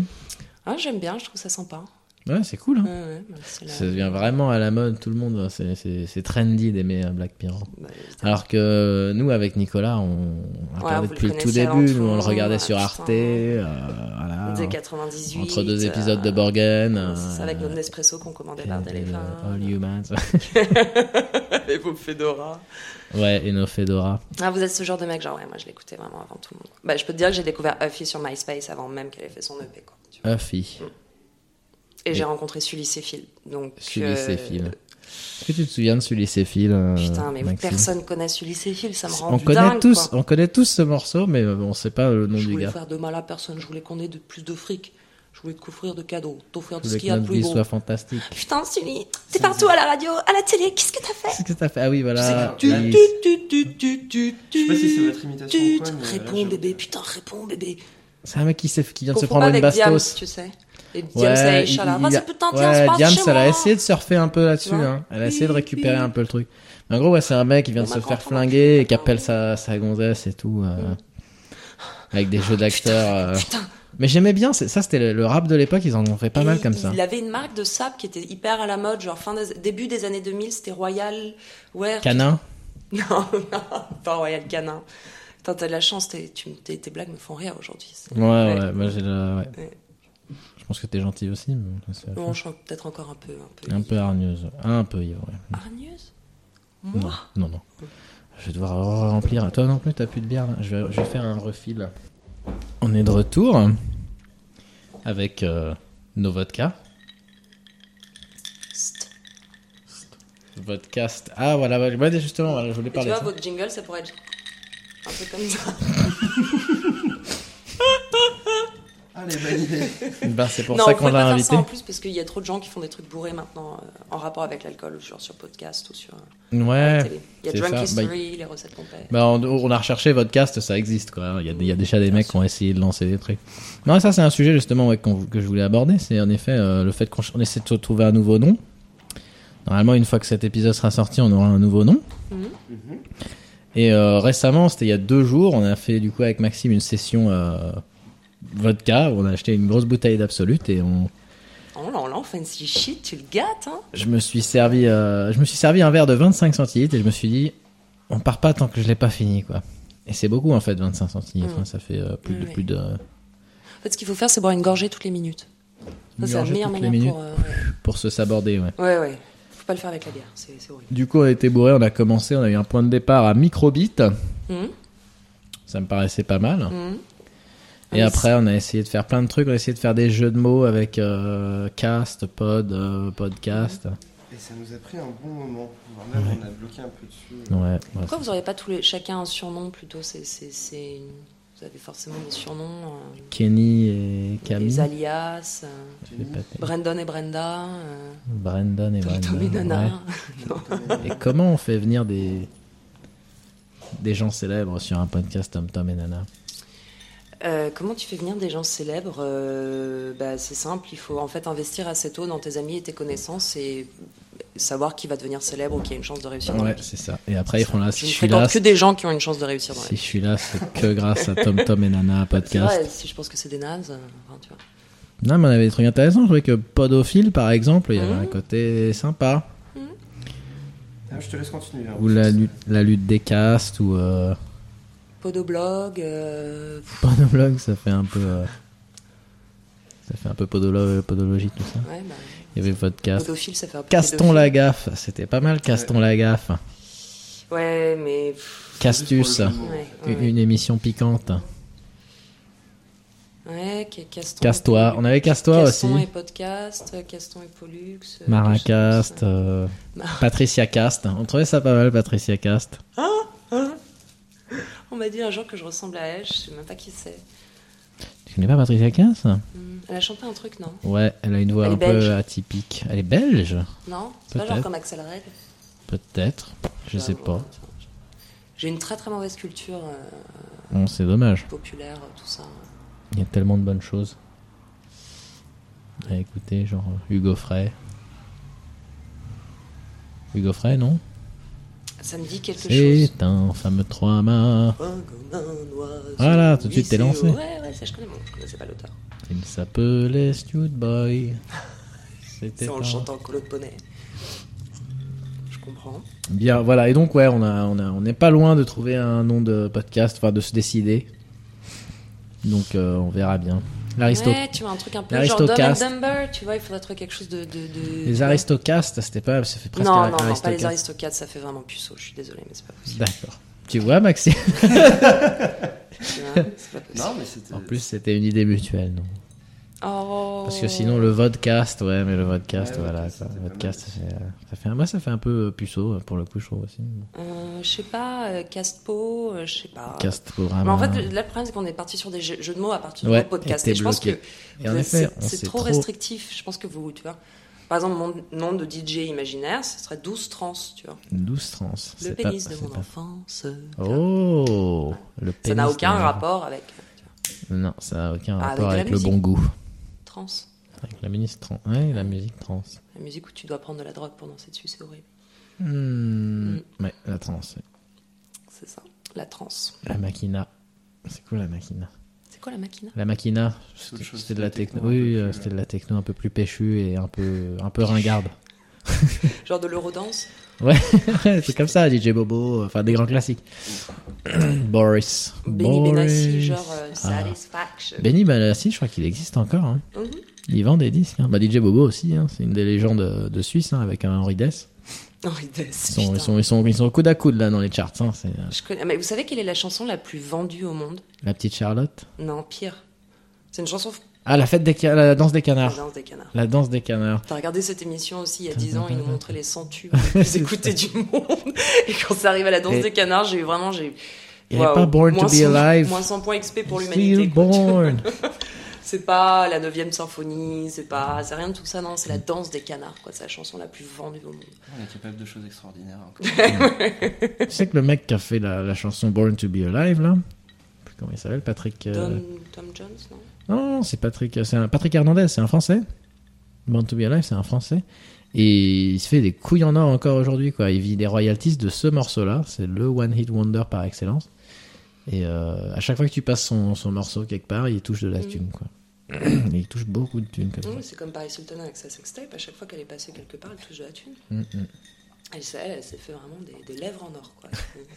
B: Ah, j'aime bien, je trouve ça sympa.
A: Ouais, c'est cool. Hein
B: Ouais, ouais, bah, c'est la-
A: ça devient vraiment à la mode, tout le monde. hein. c'est- C'est c'est trendy d'aimer euh, Black Mirror.
B: bah, évidemment.
A: Alors que nous, avec Nicolas, on on
B: Ouais,
A: regardait
B: vous le
A: depuis le tout
B: connaissez avant
A: début.
B: tout
A: Nous,
B: le
A: on le
B: monde,
A: regardait
B: ouais,
A: sur
B: putain.
A: Arte. euh, voilà.
B: Dès 98.
A: Entre deux
B: euh,
A: épisodes de Borgen.
B: C'est ça, avec
A: euh,
B: hein. notre Nespresso qu'on commandait
A: et
B: par téléphone.
A: All Humans.
B: et vos fedoras.
A: Ouais, et nos Fedora.
B: Ah, vous êtes ce genre de mec, genre, ouais, moi je l'écoutais vraiment avant tout le monde. Bah, je peux te dire que j'ai découvert Huffy sur MySpace avant même qu'elle ait fait son EP. Quoi, tu vois.
A: Huffy.
B: et j'ai
A: et-
B: rencontré Sully Seyfil. Donc,
A: Sully
B: euh,
A: Seyfil. Est-ce que tu te souviens de Sully Céphile euh,
B: Putain, mais
A: Maxime
B: personne connaît Sully Seyfil, ça me rend
A: on
B: du
A: connaît
B: dingue,
A: tous, oh,
B: quoi.
A: on connaît tous ce morceau, mais euh, on sait pas le nom
B: Je
A: du
B: voulais
A: gars.
B: faire de mal à personne, je voulais qu'on ait de plus de fric. Je voulais te couvrir de cadeaux, t'offrir de
A: Je
B: ce
A: voulais
B: qu'il
A: que
B: y a de
A: notre
B: plus
A: vie
B: beau.
A: soit fantastique.
B: Putain, Sully, c'est partout à la radio, à la télé, qu'est-ce que t'as fait
A: Qu'est-ce que t'as fait Ah oui, voilà.
C: Tu sais que-
A: il-
B: Tu, tu, tu, tu, tu, tu,
C: Je sais pas si c'est votre imitation
B: tu,
C: ou quoi, mais euh, là,
B: Réponds
C: je-
B: bébé, putain, réponds bébé.
A: C'est un mec qui, s'est- qui vient de se
B: Confonds
A: prendre
B: pas
A: une
B: avec Diams,
A: bastos.
B: tu sais. Et Diams,
A: Ouais,
B: elle
A: il-
B: échale.
A: il
B: Ah,
A: a-
B: c'est putain, Diams,
A: ouais,
B: passe
A: Diams,
B: chez
A: elle a
B: moi.
A: essayé de surfer un peu là-dessus.
B: Tu vois
A: hein. Elle a essayé de
B: Oui,
A: récupérer
B: oui.
A: un peu le truc. Mais en gros, ouais, c'est un mec qui vient de
B: On
A: se
B: a
A: faire
B: compris, on a
A: flinguer et
B: compris.
A: qui appelle sa, sa gonzesse et tout. euh,
B: Mm.
A: Avec des jeux d'acteurs. euh.
B: Putain,
A: Mais j'aimais bien, c'est- ça c'était le, le rap de l'époque, ils en ont fait pas
B: Et
A: mal comme ça.
B: Il avait une marque de sable qui était hyper à la mode, genre fin des- début des années 2000, c'était Royal Wear.
A: Canin
B: Non, non, pas Royal Canin. Putain, t'as de la chance, t'es- tu me- tes, tes blagues me font rire aujourd'hui. c'est-
A: Ouais, ouais,
B: Ouais.
A: moi j'ai le- ouais.
B: Ouais.
A: Je pense que t'es gentil aussi. mais c'est-
B: Non, je suis peut-être encore un peu. Un peu,
A: Un peu hargneuse. Un peu ivre, ouais.
B: hargneuse
A: Non,
B: Moi
A: non, non. Je vais devoir remplir. Toi non plus, t'as plus de bière. là. Je vais, je vais faire un refil. On est de retour avec euh, nos vodkas.
B: Psst.
A: Vodcast. Ah voilà, bah, bah, justement, voilà, je voulais
B: Et tu
A: parler. de
B: vois,
A: ça.
B: votre jingle, ça pourrait être un peu comme ça.
C: Allez, bonne idée.
A: Ben, c'est pour
B: non,
A: ça
B: on
A: qu'on
B: pourrait
A: l'a
B: pas faire
A: invité.
B: ça en plus parce qu'il y a trop de gens qui font des trucs bourrés maintenant euh, en rapport avec l'alcool, genre sur podcast ou sur euh, la
A: Ouais.
B: télé. Il y a
A: c'est
B: Drunk
A: ça.
B: History,
A: Bah,
B: les recettes pompées.
A: Bah, on, on a recherché Vodcast, ça existe quoi. hein. Il y a, il y a déjà des mecs qui ont essayé de lancer des trucs. Non, ça c'est un sujet justement ouais, qu'on- que je voulais aborder. C'est en effet euh, le fait qu'on ch- on essaie de se trouver un nouveau nom. Normalement, une fois que cet épisode sera sorti, on aura un nouveau nom.
C: Mhm.
A: Et euh, récemment, c'était il y a deux jours, on a fait du coup avec Maxime une session euh, vodka. où On a acheté une grosse bouteille d'absolute et on,
B: Oh là là, fancy shit, tu le gâtes, hein
A: je me suis servi, euh, je me suis servi un verre de 25 centilitres et je me suis dit, on part pas tant que je l'ai pas fini quoi. Et c'est beaucoup en fait 25 centilitres,
B: Mm.
A: hein, ça fait euh, plus de
B: Oui.
A: plus de
B: En fait, ce qu'il faut faire, c'est boire une gorgée toutes les minutes. Ça,
A: Une
B: c'est la
A: gorgée
B: meilleure
A: toutes les
B: manière pour.
A: pour se saborder. Ouais.
B: euh, ouais. ouais, ouais. Faut pas le faire avec la bière, c'est c'est horrible.
A: Du coup, on a été bourré, on a commencé, on a eu un point de départ à microbit,
B: Hum,
A: ça me paraissait pas mal. hein.
B: hum.
A: Et
B: Ah,
A: après, euh, on a essayé de faire plein de trucs, on a essayé de faire des jeux de mots avec euh, cast, pod, euh, podcast.
C: Et ça nous a pris un bon moment. Voire même, on a bloqué un peu dessus. euh,
A: Ouais, ouais.
B: Pourquoi vous auriez pas tous les, chacun un surnom plutôt C'est- c'est- c'est- Vous avez forcément des surnoms. euh,
A: Kenny et
B: Les
A: Camille.
B: alias, euh,
A: Je l'ai pas fait.
B: Brandon et Brenda, euh,
A: Brandon et
B: Tom et
A: Brandon.
B: Nana.
A: ouais. Et comment on fait venir des des gens célèbres sur un podcast Tom Tom et Nana
B: Euh, comment tu fais venir des gens célèbres Euh, bah, C'est simple, il faut en fait investir assez tôt dans tes amis et tes connaissances et savoir qui va devenir célèbre ou qui a une chance de réussir dans la
A: Ouais,
B: vie.
A: c'est ça. Et après ils font là si
B: Je
A: je
B: ne
A: suis là,
B: fréquente que
A: si
B: des gens qui ont une chance de réussir dans la
A: je
B: vie.
A: suis là, c'est que grâce à Tom Tom et Nana
B: C'est
A: podcast.
B: vrai, si je pense que c'est des nazes, euh, enfin, tu vois.
A: Non, mais on avait des trucs intéressants. Je trouvais que Podophile, par exemple, il y avait
B: Mhm.
A: un côté sympa.
C: Ah, je te laisse continuer. hein.
A: Ou la lutte, la lutte des castes, ou euh,
B: Podoblog, euh, pff,
A: Podologue, ça fait un peu. euh, ça fait un peu podolo- podologie, tout ça.
B: ouais, bah,
A: Il y avait podcast.
B: podophile, ça fait un peu
A: Caston
B: pédophile.
A: la gaffe, c'était pas mal Caston la gaffe.
B: Ouais, mais pff,
A: Castus,
C: Juste pour le jeu de mots.
B: ouais, ouais,
A: une une émission piquante.
B: ouais, ca- Caston.
A: Casse-toi, on avait Casse-toi aussi.
B: Caston et podcast, Caston et Pollux, euh,
A: Maracast,
B: quelque chose
A: euh,
B: Mar-
A: Patricia Cast. On trouvait ça pas mal, Patricia Cast.
B: comme ça. On m'a dit un jour que je ressemble à elle, je sais même pas qui c'est.
A: Tu connais pas Patricia Cast
B: Hmm, Elle a chanté un truc, non
A: Ouais, elle a une voix
B: Elle
A: un
B: est belge.
A: peu atypique. Elle est belge
B: Non C'est pas
A: Peut-être.
B: genre comme Axel Red
A: Peut-être, je
B: Bah
A: sais pas.
B: J'ai une très très mauvaise culture euh,
A: Bon, c'est dommage.
B: populaire, euh, tout ça.
A: Il y a tellement de bonnes choses à écouter, genre euh, Hugo Frey. Hugo Frey, non
B: Ça me dit quelque chose.
A: C'est un fameux trois mâts.
B: Point comme un oiseau,
A: Voilà, Ah tout de suite, t'es
B: oui, c'est-
A: lancé.
B: Ouais, ouais, ça je connais, bon, je connaissais pas l'auteur.
A: Il s'appelait Stud Boy. C'était
B: C'est en
A: un-
B: le chantant que l'autre poney. Je comprends.
A: Bien, voilà. Et donc, ouais, on a, on a, on n'est pas loin de trouver un nom de podcast, enfin, de se décider. Donc, euh, on verra bien. L'aristo-
B: Ouais, tu vois, un truc un peu genre Dumb and
A: L'aristocast.
B: Dumber, tu vois, il faudrait trouver quelque chose de. de, de-
A: Les aristocastes, c'était pas. Ça fait presque
B: Non,
A: ar-
B: non, non, pas les
A: aristocaste.
B: aristocates, ça fait vraiment puceau, je suis désolée, mais c'est pas possible.
A: D'accord. Tu vois, Maxime
B: tu vois, c'est pas possible.
C: Non, mais c'était.
A: En plus, c'était une idée mutuelle. non
B: Oh.
A: Parce que sinon, le vodcast, ouais, mais le vodcast,
C: Ouais,
A: voilà.
C: vodcast,
A: Quoi.
C: c'était pas
A: Vodcast, ça fait, euh, ça fait, un- moi, ça fait un peu euh, puceau, euh, pour le coup, je trouve aussi.
B: Euh, je sais pas, euh, casse-peau, euh, je sais pas.
A: Cast programme.
B: Mais en fait, le- là, le problème, c'est qu'on est parti sur des jeux jeux de mots à partir
A: Ah bah. Ouais,
B: du mot podcast.
A: et
B: Et,
A: t'es
B: je pense que
A: bloqué. Et en
B: vous-
A: effet,
B: c'est-
A: on
B: c'est
A: s'est
B: trop, restrictif. Je pense que vous, tu vois. Par exemple, mon nom de DJ imaginaire, ce serait 12 trans, tu vois.
A: 12 trans.
B: Le
A: c'est pas-
B: pénis de
A: c'est
B: mon
A: pas-
B: enfance. tu vois.
A: Oh le
B: Ça
A: pénis
B: n'a
A: de
B: aucun
A: mon-
B: rapport avec tu vois,
A: Non, ça n'a aucun
B: Ah,
A: rapport
B: avec la
A: avec, le
B: musique.
A: bon goût.
B: trans.
A: Avec la, ministre trans. Ouais, la musique trans.
B: La musique où tu dois prendre de la drogue pour danser dessus, c'est horrible.
A: Hmm,
B: Mm.
A: Ouais, la trans. ouais.
B: C'est ça, la transe.
A: La machina. C'est quoi la machina
B: C'est quoi la machina
A: La machina,
C: C'est autre chose,
A: c'était de la
C: c'est
A: techno.
C: un peu
A: Oui,
C: plus,
A: euh,
C: euh,
A: c'était de la techno un peu plus péchue et un peu, un peu ringarde.
B: Genre de l'eurodance
A: C'est comme ça, DJ Bobo, enfin des grands classiques. Boris.
B: Benny
A: Boris.
B: Benassi, genre euh,
A: Ah.
B: Satisfaction.
A: Benny Benassi, je crois qu'il existe encore. Hein.
B: Mhm.
A: Il vend des disques. hein. Bah, DJ Bobo aussi, hein. c'est une des légendes euh, de Suisse hein, avec un Henri Dess.
B: Henri Dess,
A: Ils sont,
B: putain.
A: ils, sont, ils, sont, ils sont coude à coude là dans les charts. hein. C'est euh,
B: Je connais- Mais vous savez quelle est la chanson la plus vendue au monde
A: la petite Charlotte.
B: Non, pire. C'est une chanson
A: Ah, la fête des ca- la danse des
B: la
A: canards.
B: danse des canards.
A: La danse des canards.
B: T'as regardé cette émission aussi il y a 10 ans, ils nous montraient les 100 tubes les plus écoutés du monde. Et quand ça arrive à la danse
A: Et-
B: des canards, j'ai eu vraiment. J'ai...
A: Il n'est
B: Waouh.
A: pas born
B: Moins
A: to be
B: 100
A: alive.
B: Moins 100 points XP pour
A: Still
B: l'humanité. quoi.
A: born.
B: C'est pas la 9 symphonie, c'est pas c'est rien de tout ça, non, c'est la danse des canards, quoi. C'est la chanson la plus vendue au monde.
C: On est capable de choses extraordinaires. hein,
A: tu sais que le mec qui a fait la, la chanson Born to be alive là Je sais plus Comment il s'appelle Patrick. euh,
B: Tom, Tom Jones, non
A: Non, c'est Patrick, c'est un Patrick Hernandez, c'est un Français. Born to be Alive, c'est un Français. Et il se fait des couilles en or encore aujourd'hui, quoi. Il vit des royalties de ce morceau-là. C'est le One Hit Wonder par excellence. Et euh, à chaque fois que tu passes son, son morceau quelque part, il touche de la
B: Mhm.
A: thune, quoi. Et il touche beaucoup de thunes, comme ça.
B: Oui, c'est comme Paris Sultan avec sa sextape, à chaque fois qu'elle est passée quelque part, elle touche de la thune.
A: Mhm.
B: Elle, s'est- elle, elle s'est fait vraiment des, des lèvres en or, quoi.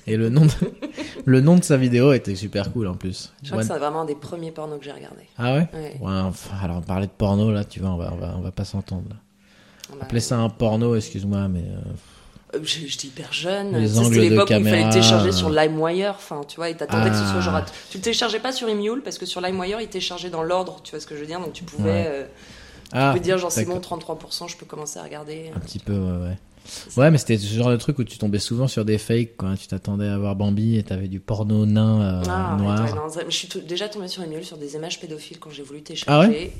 A: Et le nom, de, le nom de sa vidéo était super cool en plus.
B: Je crois
A: One-
B: que c'est vraiment un des premiers pornos que j'ai regardé.
A: Ah ouais
B: Ouais.
A: Ouais, enfin, alors parler de porno là, tu vois, on va, on va, on va pas s'entendre. là.
B: Ah bah,
A: Appeler ça un porno, excuse-moi, mais euh,
B: euh, j'ai- J'étais hyper jeune.
A: Les
B: Tu sais,
A: angles
B: C'était
A: de
B: l'époque où il
A: caméra,
B: fallait télécharger
A: euh.
B: sur LimeWire, enfin, tu vois, et t'attendais que ce
A: Ah.
B: soit genre. à- Tu le téléchargeais pas sur Emule parce que sur LimeWire, il téléchargeait dans l'ordre, tu vois ce que je veux dire, donc tu pouvais,
A: Ouais.
B: euh,
A: ah,
B: tu pouvais dire genre c'est bon,
A: d'accord.
B: 33%, je peux commencer à regarder.
A: Un petit peu, ouais, ouais. Ouais, mais c'était ce genre de truc où tu tombais souvent sur des fakes, quoi. Tu t'attendais à voir Bambi et t'avais du porno nain euh,
B: Ah, arrête,
A: noir.
B: ouais, non, ça- je suis tout- déjà tombée sur Emule sur des images pédophiles quand j'ai voulu
A: Ah
B: télécharger.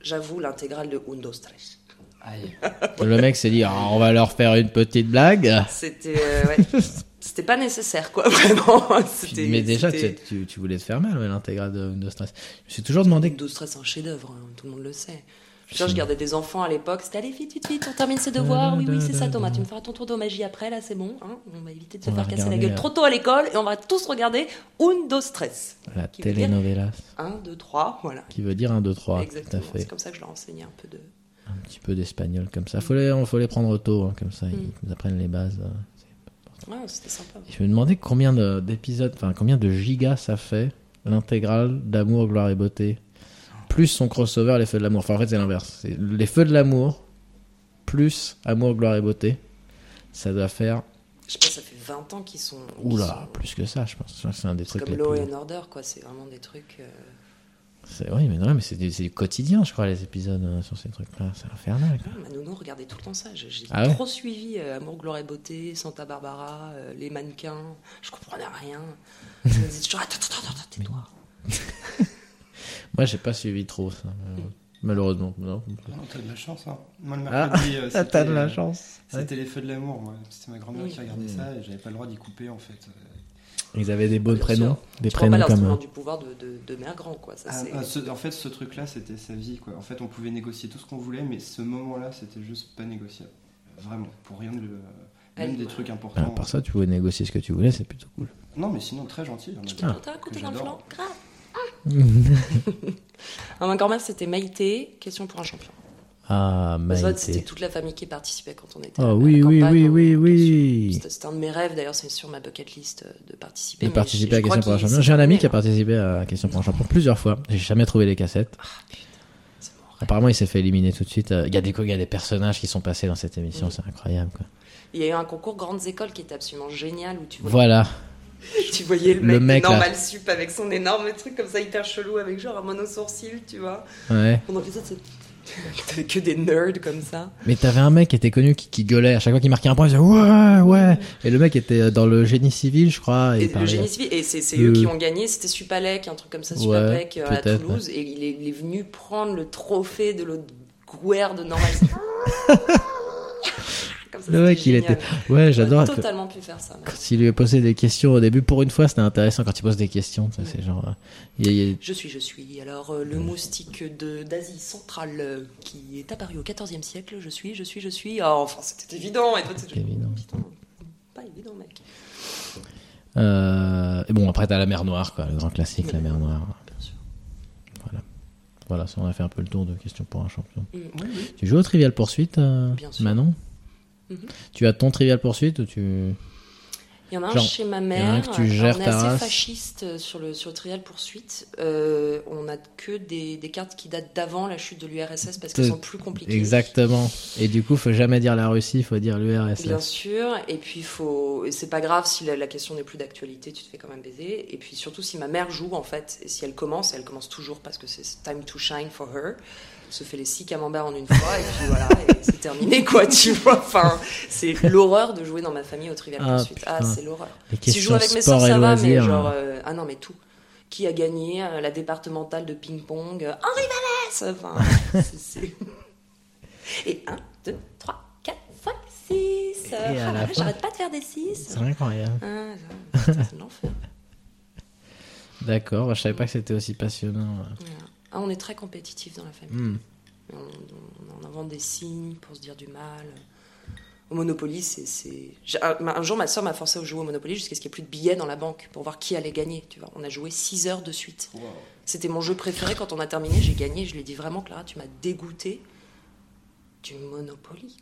B: J'avoue, l'intégrale de Undo Stress.
C: quoi. Aïe.
A: Le mec s'est dit, Ah, on va leur faire une petite blague.
B: C'était euh, ouais. C'était pas nécessaire, quoi, vraiment.
A: Puis-
B: C'était-
A: mais déjà, tu,
B: c'était-
A: tu, tu voulais te faire mal, ouais, l'intégrale de Windows Stress. Je me suis toujours demandé.
B: Undo Stress, c'est un chef-d'œuvre, hein, tout le monde le sait. Genre, je gardais des enfants à l'époque, c'était allez vite, vite, vite, on termine ses devoirs, oui, oui, c'est ça Thomas, tu me feras ton tour de magie après, là c'est bon, hein, on va éviter de se
A: On va
B: faire casser la
A: regarder,
B: gueule
A: euh,
B: trop tôt à l'école et on va tous regarder Undo Stress.
A: La
B: qui veut dire-
A: telenovela,
B: 1, 2, 3, voilà.
A: qui veut dire 1, 2, 3. Tout à
B: Exactement,
A: fait.
B: c'est comme ça que je leur enseignais un peu de...
A: Un petit peu d'espagnol comme ça. Faut les, faut les prendre tôt, hein, comme ça,
B: Hmm.
A: ils nous apprennent les bases. hein.
B: Ouais, c'était sympa.
A: Je me demandais combien de- d'épisodes, enfin combien de gigas ça fait l'intégrale d'amour, gloire et beauté, plus son crossover les feux de l'amour. Enfin en fait c'est l'inverse. C'est les feux de l'amour plus amour, gloire et beauté. Ça doit faire
B: Je pense que ça fait 20 ans qu'ils sont... qu'ils
A: oula
B: sont-
A: plus que ça je pense. Je crois que C'est un des
B: C'est
A: trucs.
B: comme
A: les
B: Law
A: plus-
B: and Order, quoi, c'est vraiment des trucs... euh,
A: C'est- Oui mais non mais c'est du, c'est du quotidien je crois les épisodes euh, sur ces trucs là c'est infernal. quoi.
B: Ah, ma nounou regardait tout le temps ça. J'ai j'ai
A: Ah ouais
B: trop suivi euh, Amour, Gloire et Beauté, Santa Barbara, euh, Les Mannequins. Je comprenais rien. Je me disais toujours Attends, attends, attends, attends, tais-toi.
A: Moi j'ai pas suivi trop ça euh, malheureusement non.
C: Non, t'as de la chance. Hein. Moi, le
A: Ah,
C: mercredi, euh,
A: Ah,
C: c'était, euh,
A: chance.
C: C'était les feux de l'amour. moi. C'était ma grand-mère
B: Oui.
C: qui regardait
A: Mm.
C: ça et j'avais pas le droit d'y couper en fait. Euh,
A: Ils avaient des beaux
B: Bien
A: prénoms
B: sûr.
A: des
B: Je prends pas
A: prénoms comme
B: l'instrument
A: euh,
B: du pouvoir de, de, de mère grand, quoi. Ça,
C: Ah,
B: c'est-
C: ah, ce- en fait, ce truc-là, c'était sa vie. Quoi. En fait, on pouvait négocier tout ce qu'on voulait, mais ce moment-là, c'était juste pas négociable. Vraiment, pour rien de. le- Même
B: Elle-
C: des trucs importants.
A: bah, par ça tu pouvais négocier ce que tu voulais c'est plutôt cool.
C: Non, mais sinon, très gentil. hein, on a
B: Je
C: dit.
A: ah,
B: t'ai monté un côté
C: que
B: dans le
C: j'adore.
B: flanc, grave. Ah. Ah, ma grand-mère, c'était Maïté. Question pour un champion.
A: Ah. Ah,
B: Oswald, c'était
A: Maïté.
B: toute la famille qui participait quand on était à
A: Ah
B: la
A: oui, oui,
B: campagne,
A: oui,
B: donc,
A: oui,
B: bien sûr.
A: oui.
B: C'était- C'était un de mes rêves, d'ailleurs, c'est sur ma bucket list euh, de participer.
A: De
B: mais
A: participer
B: je-
A: à
B: je crois
A: Question pour un
B: qu'il
A: champion.
B: s'est
A: J'ai un ami
B: annulé,
A: qui a
B: hein.
A: participé à Question pour un champion plusieurs fois. J'ai jamais trouvé les cassettes.
B: C'est bon.
A: Apparemment, il s'est fait éliminer tout de suite. Euh, Il y a des, il y a des personnages qui sont passés dans cette émission,
B: Mm.
A: c'est incroyable. quoi.
B: Il y a eu un concours Grandes Écoles qui était absolument génial où tu voyais,
A: Voilà.
B: tu voyais le
A: Le mec,
B: mec, de
A: là.
B: normal sup avec son énorme truc comme ça hyper chelou avec genre un monosourcil, tu vois.
A: Ouais.
B: Pendant que les autres, c'est- t'avais que des nerds comme ça.
A: Mais t'avais un mec qui était connu qui, qui gueulait à chaque fois qu'il marquait un point. Il disait ouais, ouais. Et le mec était euh, dans le génie civil, je crois. Et, Ah,
B: Et
A: il
B: le
A: parlait-
B: génie civil, et c'est c'est
A: Euh.
B: eux qui ont gagné, c'était Supalec, un truc comme ça, Supalec euh, à
A: peut-être,
B: Toulouse, et il est, il est venu prendre le trophée de l'autre gouère de normal. Sup. Comme ça,
A: Le
B: c'était
A: mec, il
B: génial.
A: était. Ouais, j'adore.
B: J'aurais totalement pu faire ça. moi.
A: Quand il lui a posé des questions au début, pour une fois, c'était intéressant quand il pose des questions. ça, C'est genre. euh, il y a- il y a-
B: Je suis, je suis. Alors, euh, le moustique de- d'Asie centrale euh, qui est apparu au XIVe siècle, je suis, je suis, je suis. Ah, enfin, c'était évident. Et toi, c'est
A: évident.
B: Putain, pas évident, mec.
A: Euh, et bon, après, t'as la mer Noire, quoi, le grand classique, la
B: Ouais.
A: mer Noire.
B: Bien sûr.
A: Voilà, ça, on a fait un peu le tour de questions pour un champion.
B: Mm.
A: Tu joues au Trivial Poursuite, euh,
B: Bien sûr.
A: Manon
B: Mhm.
A: Tu as ton Trivial Poursuite ou tu.
B: Il y en a un
A: Genre,
B: chez ma
A: y en a
B: mère.
A: un que tu gères
B: on est
A: ta
B: assez
A: race.
B: fasciste euh, sur le, sur le trial poursuite. Euh, on n'a que des, des cartes qui datent d'avant la chute de l'URSS parce qu'elles
A: Tout-
B: sont plus compliquées.
A: Exactement. Et du coup, faut jamais dire la Russie, faut dire l'URSS.
B: Bien sûr, et puis faut, et c'est pas grave si la, la question n'est plus d'actualité, tu te fais quand même baiser. Et puis surtout si ma mère joue en fait, et si elle commence, elle commence toujours parce que c'est time to shine for her. Elle se fait les six camemberts en une fois et puis voilà, et c'est terminé quoi, tu vois. Enfin, c'est l'horreur de jouer dans ma famille au trivial
A: Ah,
B: poursuite. Ah,
A: putain.
B: c'est l'horreur.
A: Les
B: Si je joue
A: questions
B: avec mes
A: sport
B: soeurs,
A: et
B: ça va, mais
A: loisirs. hein.
B: genre. euh, ah non, mais tout. Qui a gagné euh, la départementale de ping-pong euh, Henri Vallès Enfin, c'est- c'est- Et 1, 2, 3, 4, 5, 6.
A: Et à la fin-
B: Ah, J'arrête pas de faire des Ah, 6.
A: C'est incroyable.
B: C'est l'enfer.
A: D'accord, bah, je savais pas que c'était aussi passionnant. hein.
B: Voilà. Ah, on est très compétitif dans la famille.
A: Hmm.
B: On, on- on invente des signes pour se dire du mal. Au Monopoly, c'est. c'est- j'ai- Un, un jour, ma soeur m'a forcé à jouer au Monopoly jusqu'à ce qu'il n'y ait plus de billets dans la banque pour voir qui allait gagner. Tu vois. On a joué 6 heures de suite.
C: Wow.
B: C'était mon jeu préféré. Quand on a terminé, j'ai gagné. Je lui ai dit vraiment, Clara, tu m'as dégoûté du Monopoly.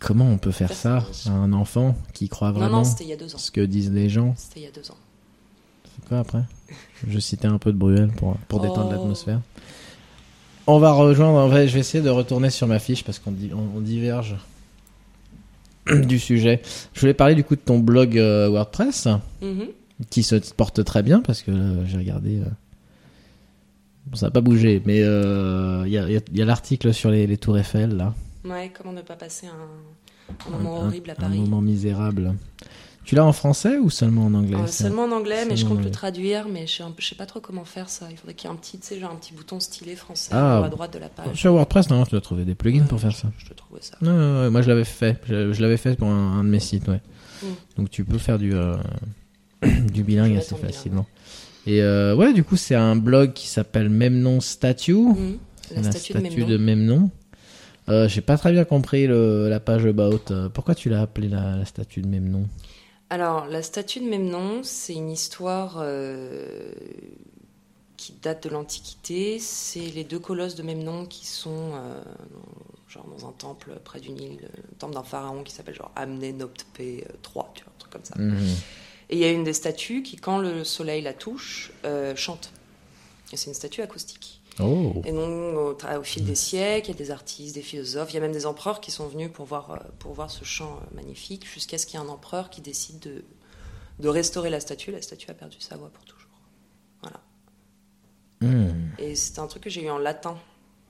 A: Comment on peut faire ça à un enfant qui croit
B: Non, non,
A: vraiment
B: c'était il y a deux ans.
A: ce que disent les gens
B: C'était il y a deux ans.
A: C'est quoi après Je citais un peu de Bruel pour, pour détendre
B: Oh.
A: l'atmosphère. On va rejoindre. en vrai, je vais essayer de retourner sur ma fiche parce qu'on di- on- on diverge du sujet. Je voulais parler du coup de ton blog euh, WordPress
B: Mhm.
A: qui se porte très bien parce que là, j'ai regardé. euh, bon, ça n'a pas bougé, mais euh, il y a, il y a- il y a l'article sur les, les tours Eiffel là.
B: Ouais, comment ne pas passer un, un
A: Un-
B: moment
A: un-
B: horrible à
A: un
B: Paris
A: moment misérable. Tu l'as en français ou seulement en anglais
B: Euh,
A: ça
B: Seulement en anglais, mais je
A: Seulement en
B: compte le
A: anglais.
B: traduire, mais je sais, un- je sais pas trop comment faire ça. Il faudrait qu'il y ait un petit, tu sais, genre un petit bouton stylet français
A: Ah.
B: en haut à droite de la page.
A: Sur WordPress, normalement, tu dois trouver des plugins pour faire ça.
B: Je te trouve ça.
A: Non, non, non, moi je l'avais fait. Je, je l'avais fait pour un, un de mes sites, ouais.
B: Mm.
A: Donc tu peux faire du, euh, du bilingue
B: Je vais
A: assez
B: mettre en bilingue.
A: facilement. Et euh, ouais, du coup, c'est un blog qui s'appelle Même Nom Statue.
B: Mhm. La, statue, de même nom.
A: de Même Nom. Euh, J'ai pas très bien compris le- la page About. Euh, pourquoi tu l'as appelée la, la statue de Même Nom
B: Alors, la statue de même nom, c'est une histoire euh, qui date de l'Antiquité. C'est les deux colosses de même nom qui sont euh, dans- genre dans un temple près d'une île, le temple d'un pharaon qui s'appelle genre Amnenoptep III, tu vois, un truc comme ça.
A: Mhm.
B: Et il y a une des statues qui, quand le soleil la touche, euh, chante. Et c'est une statue acoustique.
A: Oh
B: Et donc, au, tra- au fil des siècles, il y a des artistes, des philosophes, il y a même des empereurs qui sont venus pour voir, euh, pour voir ce chant euh, magnifique, jusqu'à ce qu'il y ait un empereur qui décide de, de restaurer la statue. La statue a perdu sa voix pour toujours.
A: Mhm.
B: Et c'est un truc que j'ai eu en latin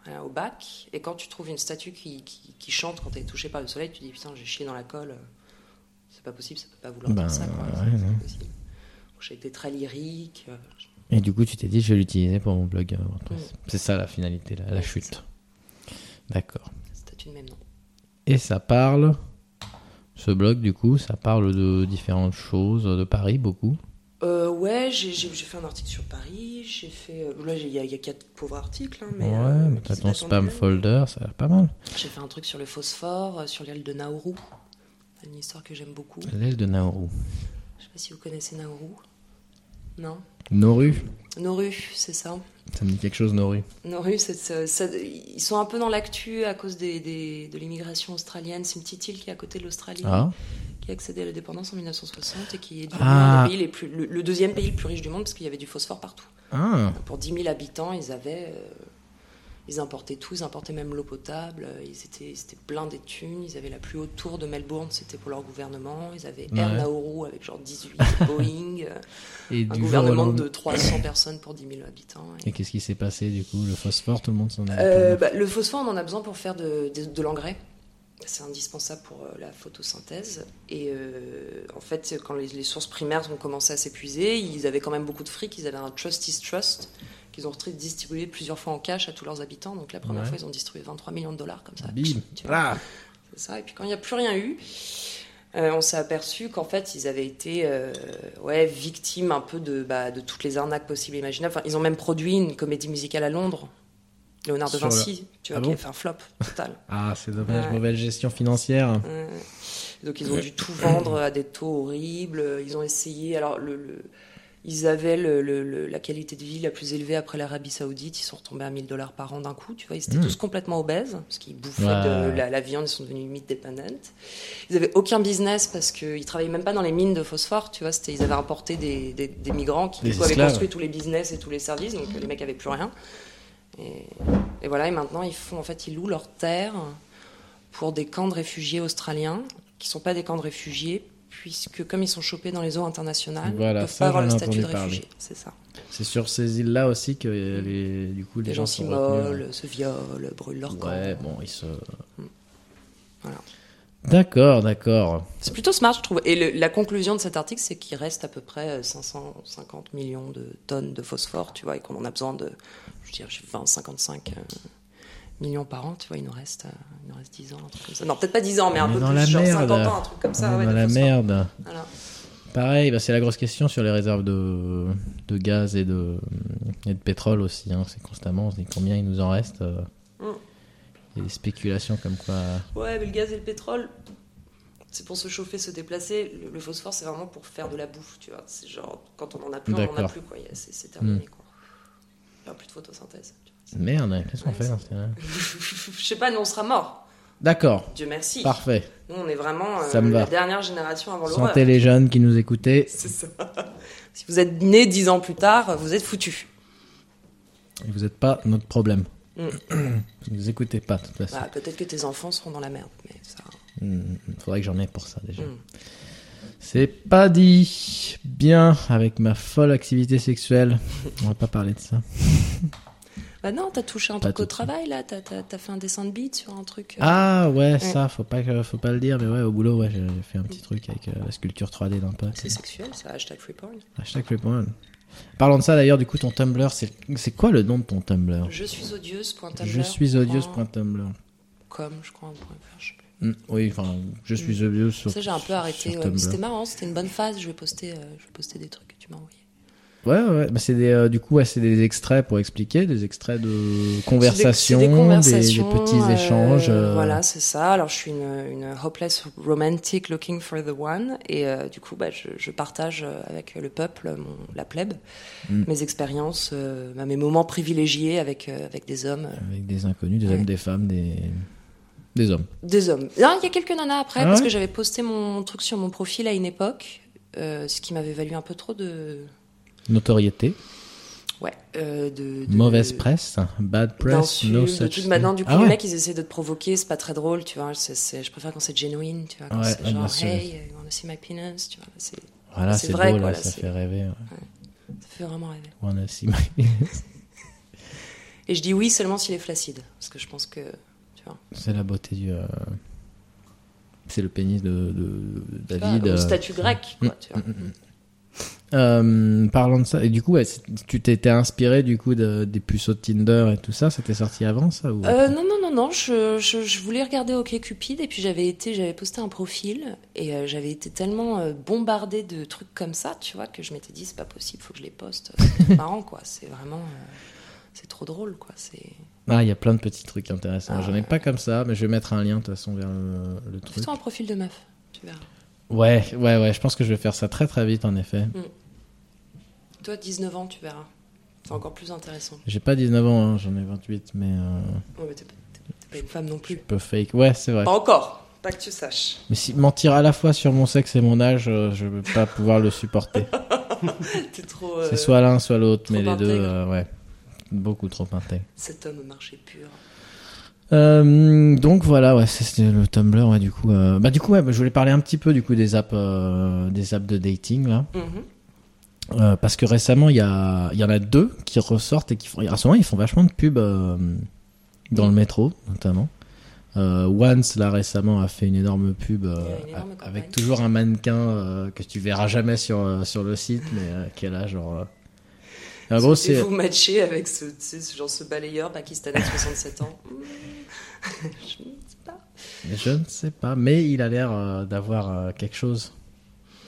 B: euh, au bac. Et quand tu trouves une statue qui, qui, qui chante quand elle est touchée par le soleil, tu dis putain, j'ai chié dans la colle. euh, C'est pas possible, ça peut pas vouloir
A: Ben,
B: dire ça. quoi.
A: ouais,
B: C'est pas
A: non.
B: possible. Donc, J'ai été très lyrique. euh,
A: Et du coup, tu t'es dit, je vais l'utiliser pour mon blog euh,
B: Mm.
A: WordPress. C'est ça la finalité, la, la
B: Ouais, c'est
A: chute. D'accord.
B: la statue de même nom.
A: Et ça parle, ce blog du coup, ça parle de différentes choses, de Paris beaucoup.
B: Euh, ouais, j'ai j'ai- j'ai fait un article sur Paris, j'ai fait. euh, Là, j'ai- il y, a- il y a quatre pauvres articles, hein, mais.
A: ouais,
B: euh,
A: mais
B: qui
A: t'as
B: se
A: ton
B: datent en
A: spam
B: anglais.
A: folder, ça a l'air pas mal.
B: J'ai fait un truc sur le phosphore, euh, sur l'île de Nauru. Une histoire que j'aime beaucoup.
A: L'aile de Nauru.
B: Je sais pas si vous connaissez Nauru. Non.
A: Noru
B: Noru, c'est ça.
A: Ça me dit quelque chose, Noru.
B: Nauru, c'est- c'est- ça- ils sont un peu dans l'actu à cause des, des- de l'immigration australienne. C'est une petite île qui est à côté de l'Australie,
A: Ah,
B: qui a accédé à la dépendance en 1960 et qui est devenue
A: Ah.
B: un des pays les plus- le, le deuxième pays le plus riche du monde parce qu'il y avait du phosphore partout.
A: ah.
B: Pour 10 000 habitants, ils avaient. euh, ils importaient tout, ils importaient même l'eau potable, euh, ils étaient, ils étaient pleins des thunes, ils avaient la plus haute tour de Melbourne, c'était pour leur gouvernement, ils avaient Air
A: Ouais.
B: Nauru avec genre 18 Boeing, euh,
A: Et du
B: un
A: jour au
B: gouvernement
A: lendemain.
B: de 300 personnes pour 10 000 habitants. et-
A: Et qu'est-ce qui s'est passé du coup Le phosphore, tout le monde s'en est.
B: Euh, bah, le phosphore, on en a besoin pour faire de, de- de l'engrais. C'est indispensable pour euh, la photosynthèse. Et euh, en fait, quand les, les sources primaires ont commencé à s'épuiser, ils avaient quand même beaucoup de fric. Ils avaient un Trustees Trust qu'ils ont retri- distribué plusieurs fois en cash à tous leurs habitants. Donc la première
A: Ouais.
B: fois, ils ont distribué 23 millions de dollars comme ça.
A: Bim.
B: Tu vois, c'est ça. Et puis quand il n'y a plus rien eu, euh, on s'est aperçu qu'en fait, ils avaient été euh, ouais, victimes un peu de, bah, de toutes les arnaques possibles et imaginables. Enfin, ils ont même produit une comédie musicale à Londres, Léonard de
A: Sur le-
B: Vinci, tu vois,
A: Ah
B: qui
A: bon
B: a fait un flop total.
A: Ah, c'est dommage,
B: Ouais.
A: mauvaise gestion financière.
B: Euh, donc ils ont dû tout vendre à des taux horribles. Ils ont essayé. Alors le, le- ils avaient le- le- le- la qualité de vie la plus élevée après l'Arabie Saoudite. Ils sont retombés à 1000 dollars par an d'un coup. Tu vois, ils étaient
A: Mm.
B: tous complètement obèses parce qu'ils bouffaient
A: Ouais.
B: de la, la viande. Ils sont devenus limite dépendantes. Ils avaient aucun business parce qu'ils travaillaient même pas dans les mines de phosphore. Tu vois, c'était ils avaient importé des, des- des migrants qui
A: Des
B: du coup, avaient
A: esclaves.
B: construit tous les business et tous les services. Donc les mecs avaient plus rien. Et, et voilà, et maintenant ils font, en fait, ils louent leurs terres pour des camps de réfugiés australiens, qui sont pas des camps de réfugiés, puisque comme ils sont chopés dans les eaux internationales,
A: Voilà,
B: ils peuvent
A: ça,
B: pas avoir
A: j'en
B: le
A: ai
B: statut de
A: entendu parler.
B: réfugié. C'est ça.
A: C'est sur ces îles-là aussi que euh, les, du coup, les,
B: Les gens
A: sont retenus. hein.
B: s'immolent, se violent, brûlent leur
A: Ouais,
B: camp.
A: bon, ils se.
B: Voilà.
A: D'accord, d'accord.
B: C'est plutôt smart, je trouve. Et le- la conclusion de cet article, c'est qu'il reste à peu près euh, 550 millions de tonnes de phosphore, tu vois, et qu'on en a besoin de, je veux dire, 20, 55 euh, millions par an, tu vois, il nous reste, euh, il nous reste 10 ans, un truc comme ça. Non, peut-être pas 10 ans, mais
A: On
B: un
A: est
B: peu
A: dans
B: plus,
A: la
B: genre
A: merde.
B: 50 ans, un truc comme ça.
A: On est
B: ouais,
A: dans
B: de
A: la
B: phosphore.
A: merde.
B: Voilà.
A: Pareil, bah, c'est la grosse question sur les réserves de, de gaz et de, et de pétrole aussi. hein. C'est constamment, on se dit combien il nous en reste. euh.
B: Mm.
A: Il y a des spéculations comme quoi.
B: Ouais, mais le gaz et le pétrole, c'est pour se chauffer, se déplacer. Le, le phosphore, c'est vraiment pour faire de la bouffe, tu vois. C'est genre, quand on en a plus, on en a
A: D'accord. Mm.
B: plus, quoi. Il y a- C'est c'est terminé, quoi. Enfin, plus de photosynthèse. tu vois.
A: Merde, qu'est-ce qu'on
B: Ouais,
A: fait
B: c'est-
A: dans ce cas-là
B: Je sais pas, nous, on sera morts.
A: D'accord,
B: Dieu merci.
A: parfait.
B: Nous, on est vraiment euh,
A: Ça me va.
B: la dernière génération avant l'horreur.
A: Sentez les jeunes qui nous écoutaient.
B: C'est ça. si vous êtes né dix ans plus tard, vous êtes foutus.
A: Vous n'êtes pas notre problème.
B: Mm.
A: Vous nous écoutez pas, de toute façon.
B: Bah, Peut-être que tes enfants seront dans la merde, mais ça.
A: Mm, Faudrait que j'en aie pour ça déjà.
B: Ah. Mm.
A: C'est pas dit. Bien, avec ma folle activité sexuelle. On va pas parler de ça.
B: Bah non, t'as touché un
A: Pas
B: truc
A: tout
B: au
A: de suite.
B: travail, là. T'as t'as- t'as fait un dessin de bite sur un truc. euh,
A: Ah ouais, ça, faut pas, que- faut pas le dire, mais ouais, au boulot, ouais, j'ai j'ai fait un petit truc avec euh, la sculpture 3D d'un pote.
B: C'est sexuel, ça, hashtag free porn.
A: Hashtag free porn. Parlant de ça d'ailleurs, du coup, ton Tumblr, c'est c'est quoi le nom de ton Tumblr
B: Je suis odieuse.tumblr.
A: Je suis
B: Ah.
A: odieuse.tumblr.
B: Comme, je crois. .fr, je sais plus.
A: Mm, Oui, enfin, je suis odieuse sur.
B: Hmm. Ça, j'ai un peu
A: sur-
B: arrêté.
A: sur
B: ouais. Mais
A: Tumblr.
B: C'était marrant, c'était une bonne phase. Je vais poster, euh, je vais poster des trucs que tu m'as envoyés.
A: Ouais, ouais, bah, c'est des, euh, du coup, ouais, c'est des extraits pour expliquer, des extraits de conversations,
B: C'est
A: des,
B: des conversations,
A: des petits
B: euh,
A: échanges. euh,
B: Voilà, c'est ça. Alors, je suis une, une hopeless romantic looking for the one. Et euh, du coup, bah, je, je partage euh, avec le peuple, mon- la plèbe,
A: Mm.
B: mes expériences, euh, bah, mes moments privilégiés avec, euh, avec des hommes. euh,
A: Avec des inconnus, des hommes,
B: Ouais.
A: des femmes, des, des hommes.
B: Des hommes. Non, il y a quelques nanas après,
A: Ah
B: parce
A: ouais
B: que j'avais posté mon truc sur mon profil à une époque, euh, ce qui m'avait valu un peu trop de.
A: Notoriété,
B: Ouais, euh, de, de-
A: mauvaise presse, bad press,
B: d'insultes,
A: no
B: de
A: such
B: trucs.
A: thing.
B: Maintenant, du coup,
A: Ah
B: les
A: ouais.
B: mecs, ils essaient de te provoquer, c'est pas très drôle, tu vois. c'est- c'est- je préfère quand c'est genuine, tu vois. Quand
A: Ouais,
B: c'est
A: ouais, bien
B: genre,
A: sûr.
B: hey, you wanna see my penis, tu vois. c'est-
A: Voilà,
B: c'est
A: c'est
B: vrai,
A: beau,
B: quoi,
A: là,
B: là,
A: ça
B: c'est-
A: fait rêver. ouais.
B: Ça fait vraiment rêver.
A: Wanna see my-
B: Et je dis oui seulement s'il est flaccide, parce que je pense que. Tu vois,
A: c'est la beauté du. euh, C'est le pénis de, de- de
B: tu vois,
A: David.
B: Ah, au
A: euh,
B: statut grec, quoi, tu vois.
A: Euh, parlant de ça, et du coup, ouais, c'est- tu t'étais inspiré du coup de- des puceaux de Tinder et tout ça, c'était sorti avant ça ou...
B: Euh, non, non, non, non, je, je, je voulais regarder OK Cupid et puis j'avais été, j'avais posté un profil et euh, j'avais été tellement euh, bombardée de trucs comme ça, tu vois, que je m'étais dit c'est pas possible, faut que je les poste. C'est trop marrant, quoi. C'est vraiment, euh, c'est trop drôle, quoi. C'est
A: Ah, il y a plein de petits trucs intéressants.
B: Ah,
A: J'en ai pas comme ça, mais je vais mettre un lien de toute façon vers le, le truc.
B: plutôt un profil de meuf, tu verras.
A: Ouais, ouais, ouais, je pense que je vais faire ça très très vite en effet.
B: Toi, 19 ans, tu verras. C'est encore plus intéressant.
A: J'ai pas 19 ans, hein, j'en ai 28, mais euh,
B: Ouais, mais t'es pas- t'es- t'es pas une femme non
A: je
B: plus.
A: peux fake. Ouais, c'est vrai.
B: Pas encore, pas que tu saches.
A: Mais si mentir à la fois sur mon sexe et mon âge, euh, je vais pas pouvoir le supporter.
B: T'es trop. euh,
A: C'est soit l'un, soit l'autre,
B: trop
A: mais les deux,
B: intègre.
A: euh, ouais, beaucoup trop intègre.
B: Cet homme au marché pur.
A: Euh, donc voilà, ouais, c'est- c'était le Tumblr, ouais, du coup. euh, Bah, du coup, ouais, bah, je voulais parler un petit peu du coup des apps, euh, des apps de dating là,
B: Mhm.
A: Euh, parce que récemment, il y a, il y en a deux qui ressortent et qui font. En ce moment, ils font vachement de pubs euh, dans le métro, notamment. Euh, Once là récemment a fait une énorme pub euh,
B: Il y a une énorme
A: a- avec
B: campagne.
A: toujours un mannequin euh, que tu verras jamais sur euh, sur le site, mais euh, qui est là genre. euh. En gros,
B: Souhaitez-vous
A: c'est
B: matcher avec ce, tu sais, ce genre ce balayeur pakistanais de 67 ans. Hmm. Je ne sais pas.
A: Je ne sais pas, mais il a l'air euh, d'avoir euh, quelque chose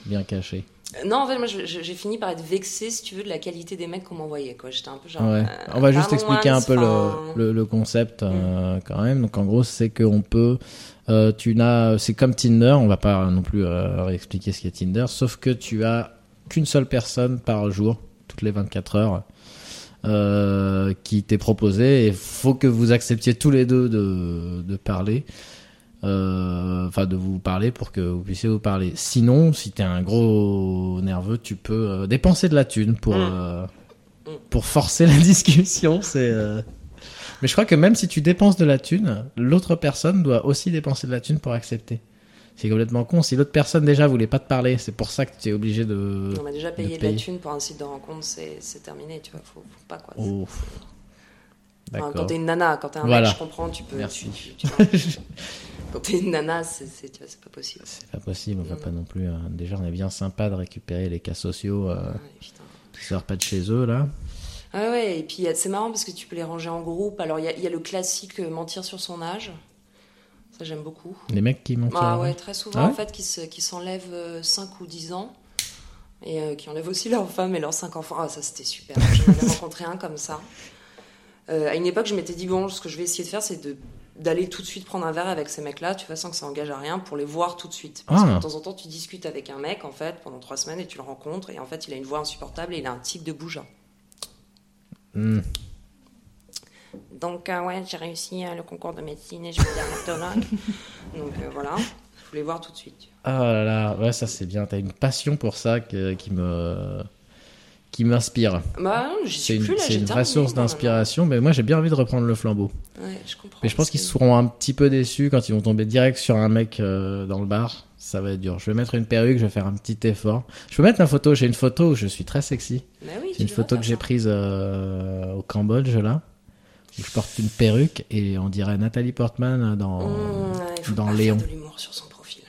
A: bien caché.
B: Euh, Non, en fait, moi, je- je- j'ai fini par être vexée, si tu veux, de la qualité des mecs qu'on m'envoyait. quoi. J'étais un peu genre.
A: Ouais.
B: euh,
A: On va juste
B: pardon,
A: expliquer un
B: Hans,
A: peu le,
B: enfin,
A: le, le concept
B: Mm.
A: euh, quand même. Donc en gros, c'est qu'on peut, euh, tu n'as, c'est comme Tinder. On va pas non plus euh, réexpliquer ce qu'est Tinder, sauf que tu as qu'une seule personne par jour, toutes les 24 heures, euh, qui t'est proposée. Et faut que vous acceptiez tous les deux de, de parler. euh, Enfin, de vous parler pour que vous puissiez vous parler. Sinon, si t'es un gros nerveux, tu peux euh, dépenser de la thune pour
B: Mm.
A: euh,
B: Mm.
A: pour forcer la discussion. C'est euh, mais je crois que même si tu dépenses de la thune, l'autre personne doit aussi dépenser de la thune pour accepter. C'est complètement con. Si l'autre personne déjà voulait pas te parler, c'est pour ça que tu es obligé de.
B: On m'a déjà payé de la
A: payer.
B: thune pour un site de rencontre, c'est c'est terminé, tu vois. Faut, faut pas quoi.
A: Oh.
B: Enfin,
A: D'accord.
B: quand t'es une nana, quand t'es un
A: Voilà.
B: mec, je comprends, tu peux.
A: Merci.
B: tu- tu- tu vois. quand t'es une nana, c'est c'est- tu vois, c'est pas possible.
A: C'est pas possible. On va
B: Non,
A: pas non plus. hein. Déjà, on est bien sympa de récupérer les cas sociaux euh,
B: Ouais, putain.
A: qui sortent pas de chez eux là.
B: Ah ouais, et puis y a- c'est marrant parce que tu peux les ranger en groupe. Alors il y, a- il y a le classique euh, mentir sur son âge. Ça j'aime beaucoup.
A: Les mecs qui mentent.
B: Ah
A: sur-
B: ouais, très souvent
A: Ah ouais
B: en fait qui se- qui s'enlèvent 5 ou 10 ans et euh, qui enlèvent aussi leurs femmes et leurs 5 enfants. Ah ça c'était super, j'en avais rencontré un comme ça. Euh, à une époque je m'étais dit bon ce que je vais essayer de faire c'est de d'aller tout de suite prendre un verre avec ces mecs-là, tu vois, sans que ça engage à rien, pour les voir tout de suite. Parce
A: Ah.
B: que de temps en temps, tu discutes avec un mec, en fait, pendant trois semaines, et tu le rencontres, et en fait, il a une voix insupportable, et il a un type de bougeat.
A: Hmm.
B: Donc, euh, ouais, j'ai réussi à le concours de médecine et je vais devenir ornithologue. Donc, euh, voilà, je voulais voir tout de suite.
A: Ah là là, ouais, ça c'est bien. T'as une passion pour ça que- qui me qui m'inspire.
B: Bah, non, j'y
A: C'est
B: suis
A: une,
B: plus là,
A: c'est
B: j'ai
A: une vraie
B: terminé,
A: source
B: moi,
A: d'inspiration, mais moi j'ai bien envie de reprendre le flambeau.
B: maintenant. Ouais, je comprends.
A: Mais je pense
B: parce
A: qu'ils
B: que-
A: seront un petit peu déçus quand ils vont tomber direct sur un mec euh, dans le bar. Ça va être dur. Je vais mettre une perruque, je vais faire un petit effort. Je peux mettre la photo. J'ai une photo où je suis très sexy.
B: Bah oui,
A: C'est une
B: tu
A: photo
B: devrais
A: que j'ai
B: faire
A: prise euh, au Cambodge là, où je porte une perruque et on dirait Nathalie Portman
B: ça.
A: dans.
B: Mmh, ouais, il faut
A: dans
B: pas
A: Léon.
B: faire de l'humour sur son profil.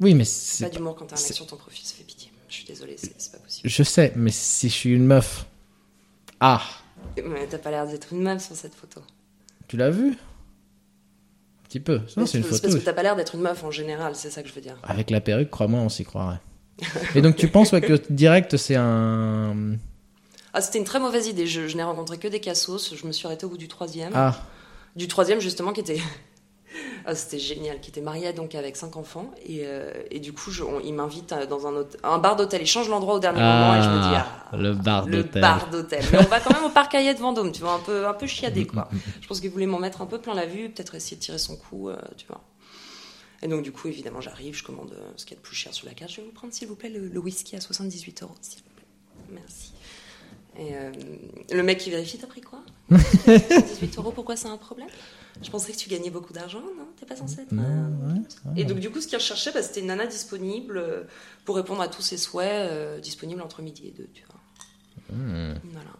A: Oui, mais
B: C'est pas
A: c'est.
B: d'humour quand t'as un
A: c'est-
B: mec sur ton profil, ça fait pitié. Je suis désolée, c'est c'est pas possible.
A: Je sais, mais si je suis une meuf. Ah,
B: Mais t'as pas l'air d'être une meuf sur cette photo.
A: tu l'as vu Un petit peu. Non,
B: Mais
A: c'est une
B: parce
A: photo.
B: que t'as pas l'air d'être une meuf en général, c'est ça que je veux dire.
A: Avec la perruque, crois-moi, on s'y croirait. Et donc tu penses ouais, que direct c'est un
B: Ah, c'était une très mauvaise idée. Je, je n'ai rencontré que des cassos. Je me suis arrêtée au bout du troisième.
A: ah
B: du troisième justement qui était Ah, c'était génial qui était marié donc avec cinq enfants et, euh, et du coup je- on- il m'invite euh, dans un, hôte- un bar d'hôtel il change l'endroit au dernier moment et je me dis ah
A: le bar
B: le
A: d'hôtel.
B: bar d'hôtel mais on va quand même au parc Hayet Vendôme tu vois un peu un peu chiadé quoi je pense qu'il voulait m'en mettre un peu plein la vue peut-être essayer de tirer son coup euh, tu vois et donc du coup évidemment j'arrive je commande euh, ce qu'il y a de plus cher sur la carte je vais vous prendre s'il vous plaît le, le whisky à 78 euros s'il vous plaît merci et euh, le mec qui vérifie t'as pris quoi 18 euros, pourquoi c'est un problème Je pensais que tu gagnais beaucoup d'argent, non T'es pas censé être. euh.
A: Non, ouais, ouais.
B: Et donc, du coup, ce qu'il recherchait, bah, c'était une nana disponible euh, pour répondre à tous ses souhaits, euh, disponible entre midi et deux, tu vois.
A: Hmm.
B: Voilà.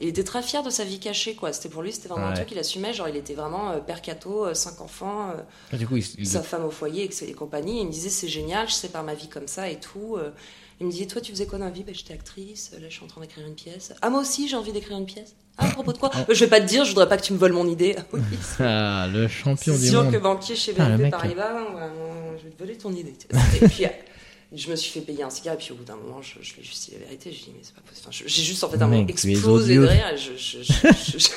B: Il était très fier de sa vie cachée, quoi. C'était pour lui, c'était vraiment un
A: Ouais.
B: truc qu'il assumait. Genre, il était vraiment euh, père cato, euh, cinq enfants, euh,
A: Et Ah, Du coup, il- il-
B: sa femme au foyer et, et compagnie. Il me disait, c'est génial, je sépare ma vie comme ça et tout. Euh, Il me disait, toi, tu faisais quoi dans la vie ben, J'étais actrice, là, je suis en train d'écrire une pièce. Ah, moi aussi, j'ai envie d'écrire une pièce. Ah, à propos de quoi Ben, Je vais pas te dire, je voudrais pas que tu me voles mon idée. Ah oui,
A: Ah, le champion
B: c'est
A: du
B: sûr
A: monde.
B: que banquier chez
A: Ah, le
B: BNP
A: mec.
B: Paribas, ouais, ouais, je vais te voler ton idée. Et puis, euh, je me suis fait payer un cigare, et puis au bout d'un moment, je, je lui ai juste dit la vérité. J'ai dit, mais c'est pas possible. Enfin, je- J'ai juste, en fait, un moment
A: Mec, tu es
B: explosé de
A: odieux.
B: rire. et je- je- je- je- je-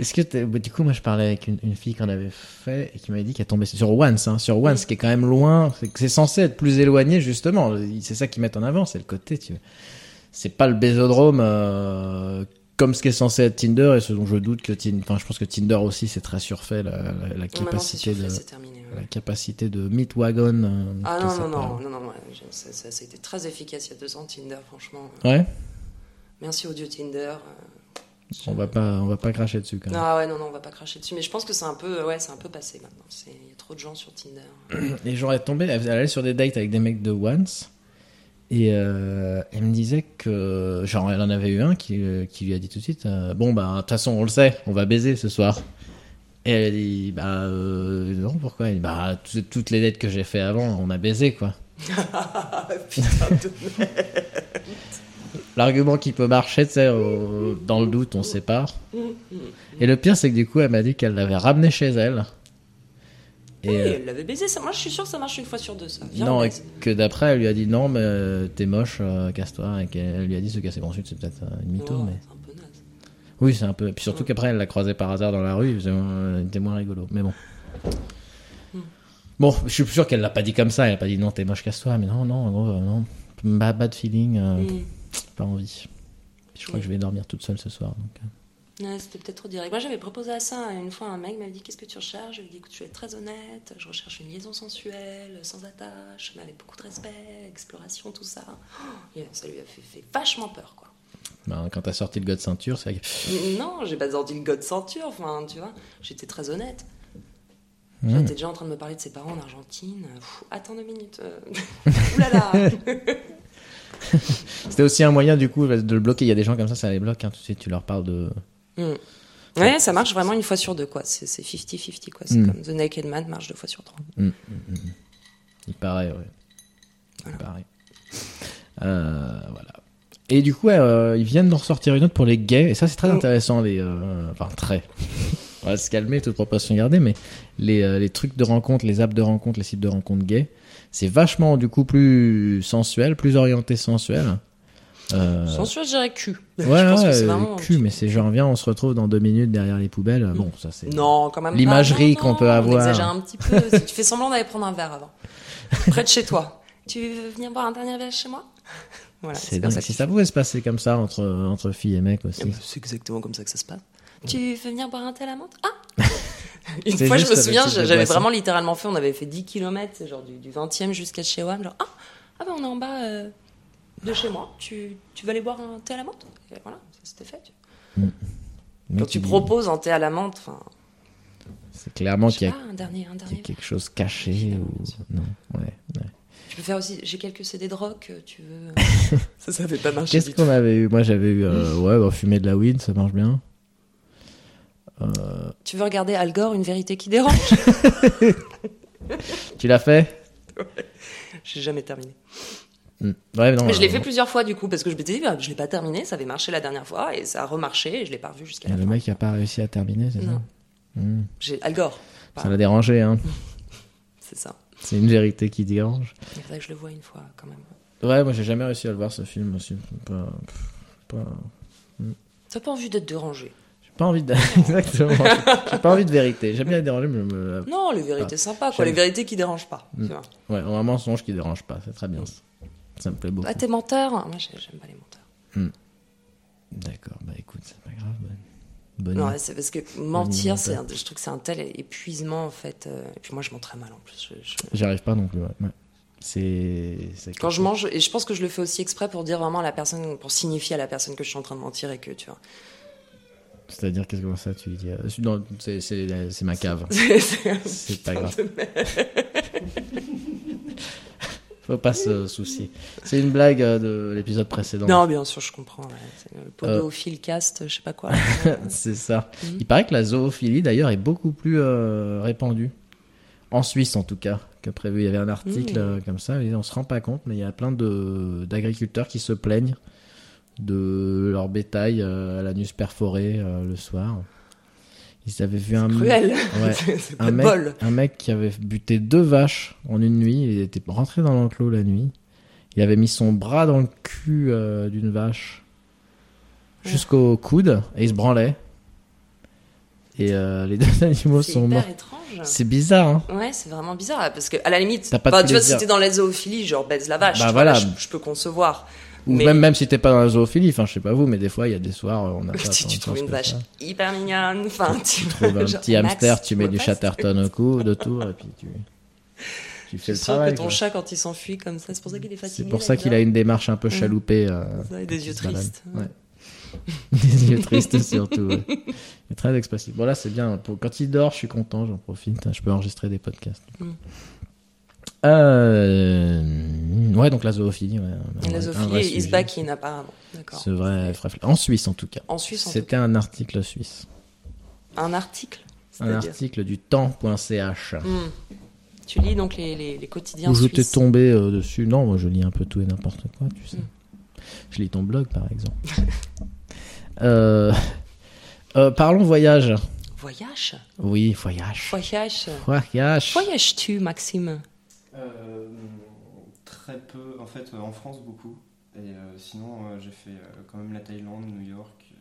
A: Est-ce que t'es- bah, du coup, moi, je parlais avec une, une fille qu'on avait fait et qui m'avait dit qu'elle tombait sur Once, hein, sur Once, qui est quand même loin, c'est que c'est censé être plus éloigné justement. C'est ça qu'ils mettent en avant, c'est le côté. Tu... C'est pas le bésodrome euh, comme ce qui est censé être Tinder et ce dont je doute que Tinder. Enfin, je pense que Tinder aussi, c'est très surfait la, la- la
B: Ah, Maintenant, c'est
A: capacité
B: surfait,
A: de
B: c'est terminé. ouais.
A: la capacité de Meatwagon. euh,
B: Ah
A: que
B: non,
A: ça
B: non, non,
A: s'appelle.
B: non, non, ouais, je- ça, ça, ça a été très efficace il y a deux ans, Tinder, franchement.
A: Ouais.
B: Merci au dieu Tinder. euh.
A: On va pas, on va pas cracher dessus quand même.
B: Ah ouais, non, non, on va pas cracher dessus, mais je pense que c'est un peu, ouais, c'est un peu passé maintenant. C'est- Il y a trop de gens sur Tinder.
A: Et j'aurais tombé, elle elle allait sur des dates avec des mecs de Once. Et euh, elle me disait que, genre, elle en avait eu un qui, euh, qui lui a dit tout de suite euh, Bon, bah, de toute façon, on le sait, on va baiser ce soir. Et elle a dit Bah, euh, non, pourquoi Elle dit Bah, tout- toutes les dates que j'ai fait avant, on a baisé, quoi.
B: Putain de
A: L'argument qui peut marcher, tu sais, au- dans le doute, on sépare. Et le pire, c'est que du coup, elle m'a dit qu'elle l'avait ramené chez elle. Et,
B: Et
A: euh,
B: elle l'avait baisé, ça, moi je suis sûr que ça marche une fois sur deux, ça. Viens, on
A: Non, et
B: baise.
A: que d'après, elle lui a dit non, mais euh, t'es moche, euh, casse-toi. Et qu'elle lui a dit se casser. Bon, ensuite, c'est peut-être euh, une mytho,
B: Ouais,
A: mais.
B: Oh, C'est un peu naze.
A: Oui, c'est un peu. Puis surtout qu'après, elle l'a croisé par hasard dans la rue, il faisait, euh, il était moins rigolo. Mais bon.
B: Hmm.
A: Bon, je suis sûr qu'elle l'a pas dit comme ça, elle a pas dit non, t'es moche, casse-toi. Mais non, non, en gros, euh, non. Bad, bad feeling, euh,
B: Mm.
A: pas envie. Je crois que je vais dormir toute seule ce soir. Donc, euh.
B: Ouais, c'était peut-être trop direct. Moi, j'avais proposé à ça une fois. Un mec m'avait dit Qu'est-ce que tu recherches Je lui ai dit Écoute, je vais être très honnête. Je recherche une liaison sensuelle, sans attache, mais avec beaucoup de respect, exploration, tout ça. Oh, et ça lui a fait, fait vachement peur, quoi.
A: Ben, quand t'as sorti le god ceinture, c'est vrai que-
B: non, j'ai pas sorti une god ceinture, enfin, tu vois. J'étais très honnête.
A: Mm.
B: J'étais déjà en train de me parler de ses parents en Argentine. Pfff, attends deux minutes. euh. Ouh là là
A: C'était aussi un moyen, du coup, de le bloquer. Il y a des gens comme ça, ça les bloque. hein, tout de suite, tu leur parles de.
B: Mm. Ouais, ça marche vraiment une fois sur deux, quoi. C'est c'est 50-50, quoi. C'est
A: Mm.
B: comme The Naked Man marche deux fois sur trois.
A: Il paraît, ouais. Il paraît. Euh, voilà. Et du coup, euh, ils viennent d'en ressortir une autre pour les gays. Et ça, c'est très
B: Mm.
A: intéressant. Les, euh, enfin, très. On va se calmer, toute proportion gardée. Mais les, euh, les trucs de rencontre, les apps de rencontre, les sites de rencontre gays, c'est vachement, du coup, plus sensuel, plus orienté sensuel. Euh,
B: Sensuel, je dirais cul.
A: ouais,
B: Je pense que
A: ouais,
B: c'est
A: euh,
B: vraiment-
A: cul, mais c'est genre, viens, on se retrouve dans deux minutes derrière les poubelles. Bon, ça, c'est.
B: Non, quand même. pas.
A: L'imagerie
B: Non,
A: qu'on
B: non,
A: peut
B: on
A: avoir.
B: exagère un petit peu. Si tu fais semblant d'aller prendre un verre avant. Près de chez toi. Tu veux venir boire un dernier verre chez moi Voilà.
A: C'est
B: comme
A: dingue.
B: ça
A: Si
B: que-
A: ça pouvait se passer comme ça entre, entre filles et mecs aussi.
B: Eh ben, C'est exactement comme ça que ça se passe. Tu veux venir boire un thé à la menthe Ah Une
A: C'est
B: fois, je
A: juste
B: me
A: avec
B: souviens,
A: ce type de
B: j'avais
A: boisson.
B: vraiment littéralement fait, on avait fait 10 km, genre du, du 20e jusqu'à chez WAM. Genre, ah, ah ben on est en bas euh, de chez moi, tu, tu vas aller boire un thé à la menthe Et voilà, ça c'était fait. tu vois.
A: Mais
B: Quand tu
A: dis-
B: proposes un thé à la menthe, enfin,
A: C'est clairement
B: je sais
A: qu'il y a
B: pas, un dernier, un
A: Il y a
B: dernier.
A: quelque chose caché
B: Évidemment,
A: ou
B: bien sûr.
A: non ouais, ouais.
B: Je peux faire aussi, j'ai quelques CD de rock, euh, tu veux. euh. ça, ça fait pas marcher
A: Qu'est-ce
B: du tout.
A: qu'on avait eu Moi j'avais eu euh, ouais bah, fumer de la weed, ça marche bien.
B: Tu veux regarder Al Gore, une vérité qui dérange
A: Tu l'as fait
B: J'ai jamais terminé.
A: Mm. Ouais, non.
B: Mais je l'ai
A: euh,
B: fait plusieurs fois du coup parce que je me disais, ah, je l'ai pas terminé, ça avait marché la dernière fois et ça a remarché et je l'ai pas revu jusqu'à
A: et
B: la
A: Le
B: fin.
A: mec qui a pas réussi à terminer, c'est ça
B: Non.
A: Mm.
B: J'ai Al Gore,
A: Ça l'a dérangé hein.
B: c'est ça.
A: C'est une vérité qui dérange.
B: Il faudrait que je le vois une fois quand même.
A: Ouais, moi j'ai jamais réussi à le voir ce film aussi. Pas- pff, pas-
B: T'as pas envie d'être dérangé
A: J'ai pas envie de exactement. J'ai pas envie de vérité. J'aime bien être dérangé mais je me-
B: Non, les vérités sympas quoi,
A: Ah. j'aime.
B: les vérités qui dérangent pas. tu
A: Mm.
B: vois.
A: ouais, un mensonge qui dérange pas, c'est très bien. ça. Ça me plaît beaucoup.
B: Ah t'es menteur Moi j'ai- j'aime pas les menteurs.
A: D'accord, bah écoute, c'est pas grave. Bonne. bonne
B: Non,
A: nuit.
B: ouais, c'est parce que mentir,
A: menteur.
B: c'est un- je trouve que c'est un tel épuisement en fait. euh, Et puis moi je mens très mal en plus. Je- je-
A: J'y arrive pas non plus, ouais. ouais. C'est. c'est-
B: Quand je mange, et je pense que je le fais aussi exprès pour dire vraiment à la personne, pour signifier à la personne que je suis en train de mentir et que tu vois.
A: C'est-à-dire, qu'est-ce que ça tu dis euh, c'est- non, c'est- C'est c'est ma cave.
B: C'est- c'est-
A: C'est pas grave. Faut pas se soucier. C'est une blague euh, de l'épisode précédent.
B: Non, bien sûr, je comprends. ouais. C'est
A: Euh.
B: Le podophile cast, je sais pas quoi.
A: C'est ça. Il paraît que la zoophilie, d'ailleurs, est beaucoup plus euh, répandue. En Suisse, en tout cas, que prévu. Il y avait un article
B: Mmh.
A: euh, comme ça, et on se rend pas compte, mais il y a plein de- d'agriculteurs qui se plaignent de leur bétail euh, à l'anus perforé euh, le soir. Ils avaient vu un,
B: Cruel.
A: Ouais.
B: C'est- c'est pas
A: un,
B: de
A: mec,
B: bol.
A: un mec qui avait buté deux vaches en une nuit. Il était rentré dans l'enclos la nuit. Il avait mis son bras dans le cul euh, d'une vache jusqu'au coude et il se branlait. Et euh, les deux animaux
B: C'est
A: sont morts.
B: hyper étrange.
A: C'est bizarre, hein
B: Ouais, c'est vraiment bizarre parce que à la limite,
A: T'as pas de
B: enfin, tu vois, si
A: plaisir.
B: t'es dans la zoophilie, genre baise la vache,
A: Bah
B: tu vois, là,
A: voilà.
B: je, je peux concevoir.
A: Ou
B: Mais-
A: même, même si t'es pas dans la zoophilie, enfin je sais pas vous, mais des fois il y a des soirs euh, on n'a pas.
B: si
A: tendance
B: tu trouves
A: à
B: une
A: faire
B: vache
A: ça.
B: hyper mignonne, enfin, tu
A: Tu trouves un
B: genre,
A: petit hamster,
B: Max,
A: tu mets du
B: me passes
A: chatterton au coude autour et puis tu, tu
B: Je
A: fais
B: suis
A: le
B: sûre
A: travail.
B: que ton
A: quoi.
B: chat, quand il s'enfuit comme ça, c'est pour ça qu'il est fatigué. Mm.
A: C'est pour ça qu'il a
B: là-dedans.
A: une démarche un peu chaloupée. euh,
B: Ça, et des
A: quand il
B: yeux
A: se balade.
B: tristes.
A: Ouais. Des yeux tristes surtout. ouais. Il est très expressif. Bon là c'est bien. Pour- Quand il dort, je suis content, j'en profite. Je peux enregistrer des podcasts. du coup.
B: Mm.
A: Euh, Ouais, donc la zoophilie. ouais, un
B: Et
A: vrai-
B: La
A: un
B: zoophilie
A: vrai
B: is
A: sujet.
B: back in, apparemment. D'accord.
A: Ce vrai reflet- En Suisse en tout cas.
B: En Suisse, en tout
A: C'était un article suisse.
B: cas, un article.
A: Un
B: c'est-à-dire.
A: article du temps.ch.
B: Hmm. Tu lis donc les, les, les quotidiens
A: Où je t'ai
B: suisses.
A: tombé euh, dessus. Non, moi je lis un peu tout et n'importe quoi, tu sais.
B: Mm.
A: Je lis ton blog par exemple. Euh, euh, parlons voyage.
B: Voyage
A: Oui, voyage.
B: Voyage
A: Voyage.
B: Voyages-tu, Maxime
C: Euh, très peu, en fait, euh, en France beaucoup. Et euh, sinon, euh, j'ai fait euh, quand même la Thaïlande, New York, euh,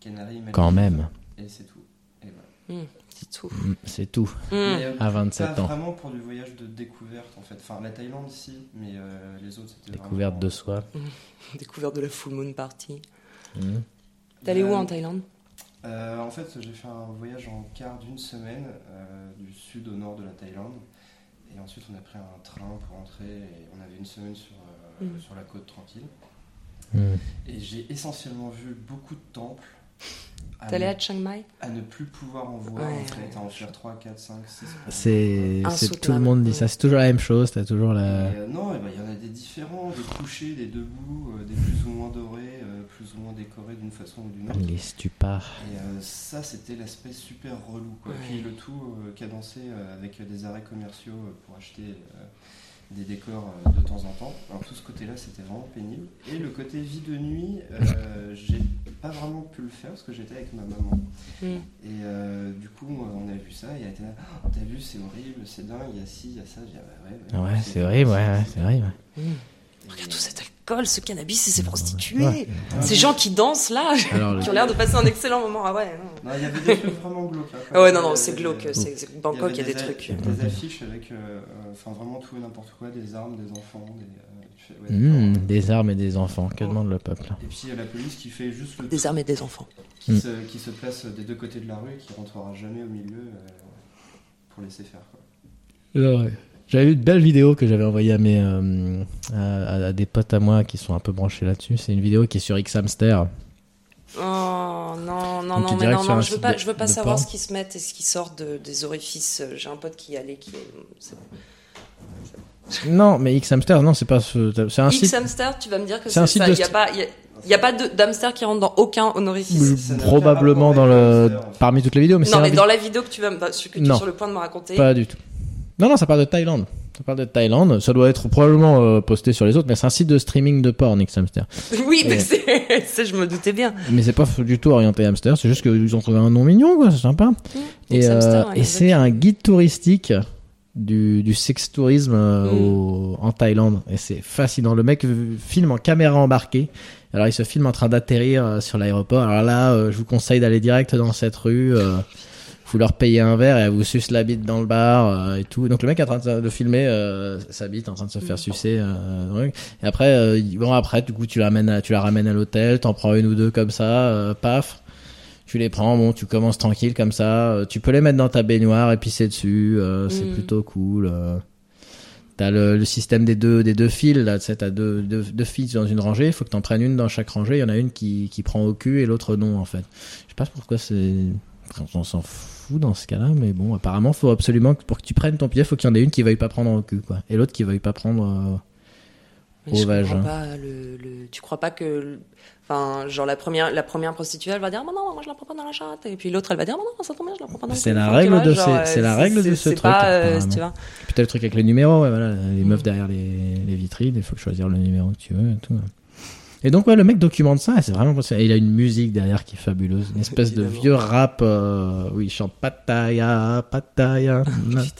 C: Canaries, Maldives.
A: Quand même,
C: Et c'est tout. Et voilà.
B: C'est tout.
A: Mm, c'est tout
B: Hmm.
C: Mais, euh,
A: à
C: pas
A: 27 ans.
C: vraiment pour du voyage de découverte en fait. Enfin, la Thaïlande, si, mais euh, les autres, c'était
A: Découverte
C: vraiment-
A: de soi.
B: Découverte de la Full Moon Party.
A: Mm.
B: T'es allé
C: Euh,
B: où en Thaïlande
C: Euh, en fait, j'ai fait un voyage en quart d'une semaine euh, du sud au nord de la Thaïlande. Et ensuite, on a pris un train pour rentrer et on avait une semaine sur, euh,
B: Mm.
C: sur la côte tranquille.
A: Mm.
C: Et j'ai essentiellement vu beaucoup de temples. À,
B: T'es allé
C: ne,
B: à Chiang Mai
C: à ne plus pouvoir en voir
B: Ouais.
C: en fait, à en faire 3, 4, 5, 6.
A: C'est c'est- tout le
B: Insoutenable.
A: monde dit ça. C'est toujours la même chose. T'as toujours la.
C: non, eh ben, il y en a des différents, des couchés, des debout, euh, des plus ou moins dorés, euh, plus ou moins décorés d'une façon ou d'une autre.
A: Les stupards.
C: Et euh, ça, c'était l'aspect super relou. Quoi.
B: Ouais.
C: Puis le tout euh, cadencé euh, avec des arrêts commerciaux euh, pour acheter euh, des décors euh, de temps en temps. Alors tout ce côté-là, c'était vraiment pénible. Et le côté vie de nuit, euh, j'ai pas vraiment pu le faire parce que j'étais avec ma maman.
B: Hmm.
C: Et euh, du coup, on a vu ça et elle était là, Oh, t'as vu, c'est horrible, c'est dingue, il y a ci, il y a ça. Je dis, Ah bah ouais,
A: Ouais, c'est horrible. Ouais, ouais, c'est horrible.
C: Et-
B: Regarde tout cet alcool, ce cannabis et ces prostituées.
A: Ouais.
B: Ces gens qui dansent là,
A: Alors,
B: qui ont l'air de passer un excellent moment. Ah ouais, non.
C: Non, il y avait des trucs vraiment glauques. hein.
B: Ah ouais, non, non, c'est glauque.
A: euh,
C: Il y
A: oh.
B: c'est- c'est- Bangkok, il y a des
C: a-
B: trucs.
C: Des affiches avec euh, euh, enfin, vraiment tout et n'importe quoi, des armes, des enfants, des. euh, tu fais- ouais,
A: Mm,
C: d'accord.
A: des armes et des enfants. Que demande le peuple
C: Et puis il y a la police qui fait juste le
B: Des armes et des enfants.
C: qui,
A: Mm.
C: se, qui se place des deux côtés de la rue et qui rentrera jamais au milieu euh, pour laisser faire. quoi.
A: Ouais, ouais. J'avais vu une belle vidéo que j'avais envoyée à mes euh, à, à des potes à moi qui sont un peu branchés là-dessus. C'est une vidéo qui est sur X Hamster.
B: Oh non, non,
A: Donc,
B: non,
A: t'es
B: mais
A: direct
B: non,
A: sur
B: non,
A: un
B: je veux
A: site
B: pas,
A: de-
B: je veux pas
A: de
B: savoir
A: porn.
B: ce qui se met et ce qui sort de- des orifices. J'ai un pote qui y allait qui est. c'est-
A: Non, mais X Hamster, non, c'est pas ce- c'est un
B: X
A: site.
B: hamster, tu vas me dire que
A: C'est un
B: c'est
A: site
B: ça.
A: de
B: Il n'y a
A: st-
B: pas, y a, y a pas de- d'hamster qui rentre dans aucun orifice.
A: euh,
C: Ça n'a
A: Probablement
C: pas
A: dans le
C: rapport avec X Hamster, en
A: parmi toutes les vidéos, mais c'est
B: non,
A: un
B: mais
A: vi-
B: dans la vidéo que tu vas me- ce que tu
A: Non.
B: es sur le point de me raconter.
A: pas du tout. Non, non, ça parle de Thaïlande. Ça parle de Thaïlande. Ça doit être probablement euh, posté sur les autres, mais c'est un site de streaming de porn, X Hamster.
B: Oui, mais
A: Ouais.
B: c'est, c'est- je me doutais bien.
A: Mais c'est pas du tout orienté hamster. C'est juste qu'ils ont trouvé un nom mignon, quoi. C'est sympa. Et,
B: X Hamster,
A: euh,
B: ouais,
A: et c'est un guide touristique du, du sex tourisme euh,
B: Mm.
A: au- en Thaïlande. Et c'est fascinant. Le mec v- filme en caméra embarquée. Alors il se filme en train d'atterrir euh, sur l'aéroport. Alors là, euh, je vous conseille d'aller direct dans cette rue. euh, vous leur payez un verre et elle vous suce la bite dans le bar euh, et tout. Donc le mec est en train de, de filmer euh, sa bite en train de se
B: Mm.
A: faire sucer. euh, dans le truc. et après, euh, il- bon après, du coup, tu la ramènes, à, tu la ramènes à l'hôtel, t'en prends une ou deux comme ça, euh, paf. Tu les prends, bon, tu commences tranquille comme ça. euh, tu peux les mettre dans ta baignoire et pisser dessus. euh, c'est
B: Mm.
A: plutôt cool. euh. T'as le, le système des deux, des deux fils, là, tu sais, t'as deux, deux, deux fils dans une rangée, il faut que t'en prennes une dans chaque rangée, il y en a une qui, qui prend au cul et l'autre non, en fait. Je sais pas pourquoi c'est... enfin, on s'en fout dans ce cas-là, mais bon, apparemment, faut absolument que pour que tu prennes ton pied, faut qu'il y en ait une qui veuille pas prendre au cul, quoi. Et l'autre qui veuille pas prendre... euh,
B: Mais je
A: au vagin.
B: comprends pas le, le- Tu crois pas que. le- Enfin, genre la première, la première prostituée, elle va dire, mais non, moi je la prends pas dans la chatte. Et puis l'autre, elle va dire, mais non, ça tombe bien, je la prends pas dans la
A: C'est
B: chatte.
A: la
B: Enfin, tu
A: règle
B: vois,
A: de
B: genre,
A: ces-
B: euh,
A: c'est la règle de ce
B: c'est
A: truc,
B: Pas, euh,
A: apparemment.
B: tu vois.
A: Puis t'as le truc avec les numéros, ouais, voilà, les
B: Mm.
A: meufs derrière les, les vitrines, il faut choisir le numéro que tu veux et tout. Et donc, ouais, le mec documente ça, et c'est vraiment. Et il a une musique derrière qui est fabuleuse, une espèce de
B: Évidemment.
A: vieux rap euh, où il chante Pattaya, Pattaya,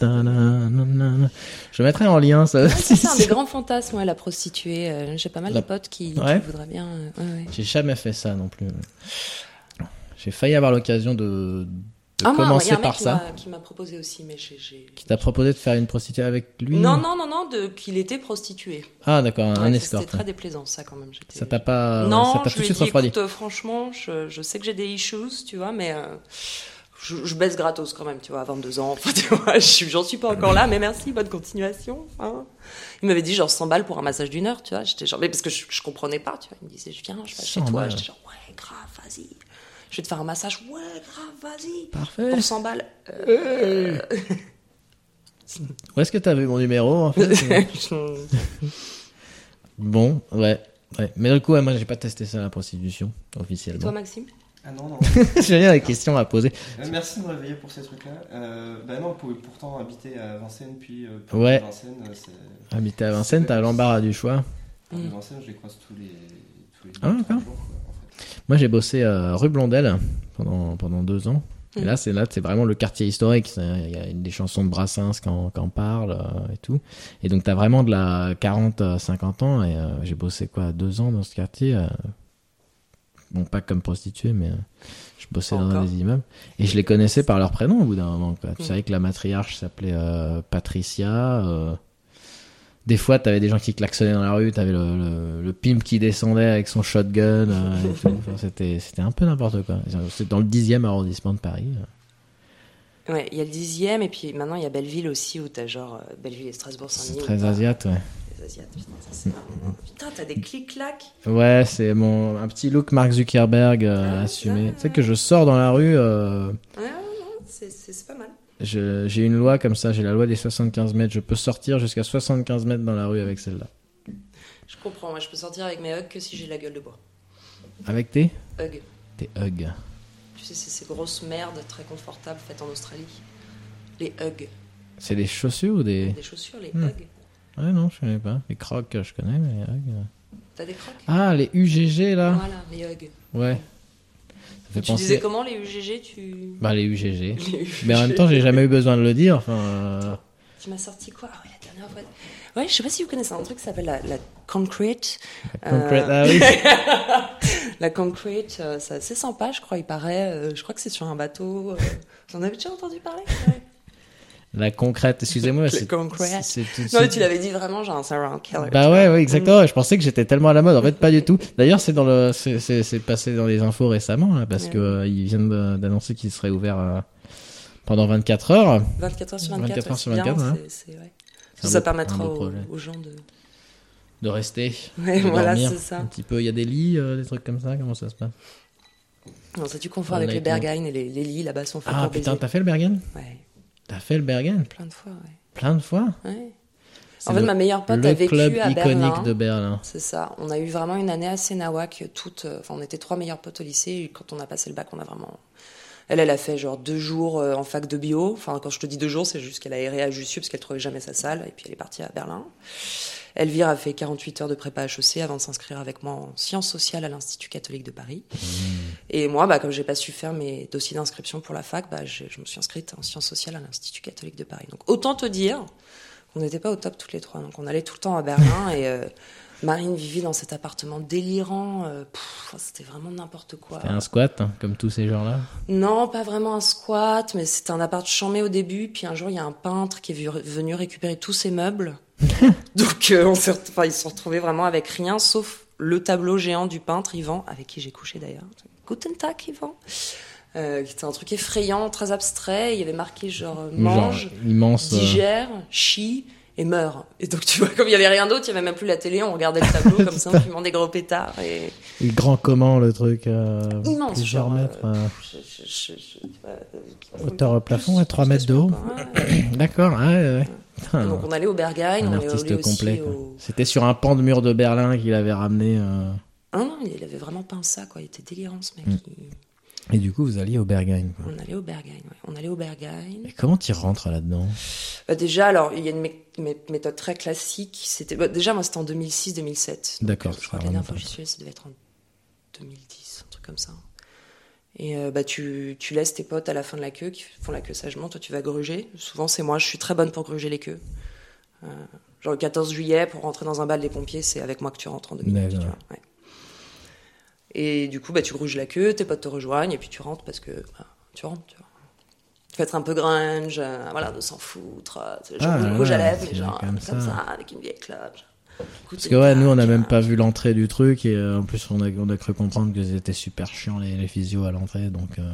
A: na-na-na, na-na-na. Je mettrai en lien ça.
B: Ouais, ça, c'est un des grands fantasmes, ouais, la prostituée. Euh, J'ai pas mal
A: La-
B: de potes qui, qui
A: Ouais.
B: voudraient bien. euh, ouais, ouais.
A: J'ai jamais fait ça non plus. J'ai failli avoir l'occasion de, de
B: Ah, moi, il y
A: commencer
B: a un mec
A: par
B: qui
A: ça.
B: m'a- Qui m'a proposé aussi, mais j'ai- j'ai.
A: Qui t'a proposé de faire une prostituée avec lui
B: Non, non, non, non, de... qu'il était prostitué.
A: Ah, d'accord, un
B: Ouais, ça,
A: escorte.
B: C'était très déplaisant, ça, quand même. j'étais-
A: Ça t'a pas, Euh, ça
B: non,
A: t'a tout de
B: je lui ai
A: suite
B: dit,
A: refroidi.
B: écoute, euh, franchement, je, je sais que j'ai des issues, tu vois, mais euh, je, je baisse gratos quand même, tu vois, à 22 ans. Enfin, tu vois, je suis- j'en suis pas encore là, mais merci, bonne continuation. hein. Il m'avait dit genre 100 balles pour un massage d'une heure, tu vois. J'étais genre, mais parce que je, je comprenais pas, tu vois. Il me disait, je viens, je vais chez
A: 100
B: toi.
A: balles.
B: J'étais genre, ouais, grave, vas-y. Je vais te faire un massage, ouais, grave, vas-y.
A: Parfait.
B: Pour 100 balles. euh,
A: Où est-ce que t'as vu mon numéro en fait euh Bon, ouais. ouais. Mais du coup, ouais, moi, j'ai pas testé ça la prostitution
B: Et toi,
A: officiellement.
B: Maxime
C: Ah non, non.
A: J'ai bien la question à poser.
C: Euh, merci de me réveiller pour ces trucs-là. Euh, bah non, pour, pourtant habiter à Vincennes, puis euh,
A: Ouais.
C: Vincennes, euh, c'est.
A: Habiter Ah, à Vincennes, t'as l'embarras du choix.
C: Enfin, les
B: Mm.
C: Vincennes, je les croise tous les. Tous les
A: Ah,
C: deux, trois
A: d'accord.
C: jours, quoi, en fait.
A: Moi, j'ai bossé à rue Blondel pendant, pendant deux ans. Et
B: Mhm.
A: là, c'est là, c'est vraiment le quartier historique. C'est- Il y a une des chansons de Brassens qui en, qui en parle euh, et tout. Et donc, t'as vraiment de la 40, euh, 50 ans. Et euh, j'ai bossé quoi, deux ans dans ce quartier. euh, bon, pas comme prostituée, mais euh, je bossais
B: Pas
A: dans un
B: encore.
A: des immeubles. Et je les connaissais par leur prénom au bout d'un moment. quoi. Tu
B: Mhm.
A: savais que la matriarche s'appelait euh, Patricia. euh, Des fois, t'avais des gens qui klaxonnaient dans la rue, t'avais le, le, le pimp qui descendait avec son shotgun. euh, et tout. Enfin, c'était, c'était un peu n'importe quoi. C'était dans le 10e arrondissement de Paris. euh.
B: Ouais, il y a le dixième, et puis maintenant, il y a Belleville aussi, où t'as genre euh, Belleville et Strasbourg-Saint-Denis.
A: C'est
B: où
A: très
B: t'as-
A: asiate, ouais.
B: Les Asiates, putain, ça, c'est- Putain, t'as des clics-clacs.
A: Ouais, c'est mon un petit look Mark Zuckerberg euh,
B: Ah,
A: assumé.
B: ah.
A: Tu sais que je sors dans la rue, euh,
B: Ouais, ouais, non, c'est- c'est c'est pas mal.
A: je- j'ai une loi comme ça, j'ai la loi des 75 mètres. Je peux sortir jusqu'à 75 mètres dans la rue avec celle-là.
B: Je comprends, moi je peux sortir avec mes hugs que si j'ai la gueule de bois.
A: Avec tes
B: Hug.
A: Tes hugs.
B: Tu sais, c'est ces grosses merdes très confortables faites en Australie. Les hugs.
A: C'est des chaussures ou des...
B: Des chaussures, les
A: Hmm.
B: hugs.
A: Ouais, non, je connais pas. Les crocs, je connais, mais les hugs... euh.
B: T'as des crocs
A: Ah, les UGG, là
B: Voilà, les hugs.
A: Ouais. Ça fait
B: Tu
A: penser...
B: disais comment les UGG tu...
A: Bah, les UGG.
B: Les UGG.
A: Mais en même temps, j'ai jamais eu besoin de le dire, enfin... euh,
B: Tu m'as sorti quoi Ah ouais, la dernière fois. Ouais, je sais pas si vous connaissez un truc qui s'appelle la, la concrete.
A: Concrete,
B: Euh,
A: ah oui.
B: La concrete, euh, c'est assez sympa, je crois, il paraît. Euh, je crois que c'est sur un bateau. euh. Vous en avez déjà entendu parler Ouais.
A: La concrète, excusez-moi,
B: La
A: c'est...
B: concrète.
A: c'est- c'est tout-
B: Non, mais
A: c'est-
B: tu l'avais dit vraiment, genre un serial killer.
A: Bah ouais, ouais, exactement.
B: Mm.
A: Je pensais que j'étais tellement à la mode. En fait, pas du tout. D'ailleurs, c'est dans le, c'est, c'est, c'est passé dans les infos récemment, là, parce
B: Ouais.
A: que euh, ils viennent de- d'annoncer qu'il serait ouvert euh, pendant 24 heures.
B: 24 Mm. heures sur 24.
A: 24 heures
B: ouais,
A: sur
B: c'est bien,
A: 24, hein.
B: c'est- c'est- ouais.
A: C'est un
B: ça
A: beau- un
B: permettra
A: beau
B: aux,
A: projet.
B: aux gens de.
A: De rester.
B: Ouais,
A: de
B: voilà,
A: dormir
B: c'est ça.
A: Un petit peu. Il y a des lits, euh, des trucs comme ça. Comment ça se passe
B: Non, ça tu confonds
A: Un
B: avec les
A: lighting.
B: Berghain et les, les lits là-bas sont faits
A: Ah
B: pour
A: putain,
B: baiser.
A: t'as fait le Bergen
B: Ouais,
A: T'as fait le Bergen
B: plein de fois, ouais.
A: plein de fois.
B: Ouais.
A: C'est
B: En fait,
A: le-
B: ma meilleure pote
A: le
B: a vécu
A: club
B: à Berlin.
A: iconique de Berlin.
B: C'est ça. On a eu vraiment une année assez nawak. Toutes, euh, enfin, on était trois meilleures potes au lycée. Et quand on a passé le bac, on a vraiment. Elle, elle a fait genre deux jours euh, en fac de bio. Enfin, quand je te dis deux jours, c'est juste qu'elle a erré à Jussieu parce qu'elle trouvait jamais sa salle. Et puis elle est partie à Berlin. Elvire a fait 48 heures de prépa HEC avant de s'inscrire avec moi en sciences sociales à l'Institut catholique de Paris. Et moi, bah, comme j'ai pas su faire mes dossiers d'inscription pour la fac, bah, je, je me suis inscrite en sciences sociales à l'Institut catholique de Paris. Donc autant te dire qu'on n'était pas au top toutes les trois. Donc on allait tout le temps à Berlin et euh, Marine vivait dans cet appartement délirant. euh, pff, c'était vraiment n'importe quoi.
A: T'es un squat, hein, comme tous ces gens-là.
B: Non, pas vraiment un squat, mais c'était un appart chambé au début. Puis un jour, il y a un peintre qui est vu- venu récupérer tous ses meubles. Donc, euh, on s'est ret- enfin, ils se sont retrouvés vraiment avec rien, sauf le tableau géant du peintre Yvan, avec qui j'ai couché d'ailleurs. Guten Tag, Yvan. Euh, qui était un truc effrayant, très abstrait. Il y avait marqué genre euh, mange,
A: Genre immense. euh,
B: digère, chie et meurt. Et donc, tu vois, comme il y avait rien d'autre, il y avait même plus la télé, on regardait le tableau comme ça, en fumant des gros pétards. Et...
A: et grand comment le truc euh,
B: Immense,
A: Plusieurs
B: genre,
A: mètres.
B: euh,
A: euh,
B: Je- je- je- je- euh,
A: Hauteur au plafond,
B: plus,
A: à 3
B: plus
A: mètres de haut.
B: que je peux pas.
A: euh. D'accord, ouais, ouais, ouais. Putain,
B: Et Donc on allait au Berghain,
A: un
B: on
A: artiste
B: allait aussi
A: complet. quoi.
B: au...
A: C'était sur un pan de mur de Berlin qu'il avait ramené. euh,
B: Ah non, il avait vraiment peint ça, quoi. Il était délirant, ce mec. Il-
A: Mm. Et du coup, vous alliez au Berghain. quoi.
B: On allait au Berghain, ouais. On allait au Berghain.
A: Et comment tu rentres là-dedans
B: Bah, déjà, alors, il y a une mé- mé- méthode très classique. C'était... bah, déjà, moi, c'était en 2006-2007. Donc,
A: D'accord,
B: euh, Je
A: ça
B: crois que la
A: remonte
B: dernière fois
A: un
B: que j'y suis allée, ça devait être en 2010, un truc comme ça. Et euh, bah, tu, tu laisses tes potes à la fin de la queue qui font la queue sagement. Toi, tu vas gruger. Souvent, c'est moi. Je suis très bonne pour gruger les queues. Euh, genre, le 14 juillet, pour rentrer dans un bal des pompiers, c'est avec moi que tu rentres en 2008.
A: D'accord.
B: tu vois, ouais. Et du coup, bah, tu gruges la queue, tes potes te rejoignent, et puis tu rentres parce que bah, tu rentres, tu vois. Faut être un peu grunge, euh, voilà, de s'en foutre, euh, tu sais, genre
A: Ah
B: le
A: là
B: rouge à
A: là,
B: lèvres,
A: c'est
B: mais genre
A: comme
B: euh, comme ça.
A: ça,
B: avec une vieille clope.
A: Parce que ouais, nous on a même pas vu l'entrée du truc et euh, en plus on a, on a cru comprendre que c'était super chiant les, les physios à l'entrée donc euh,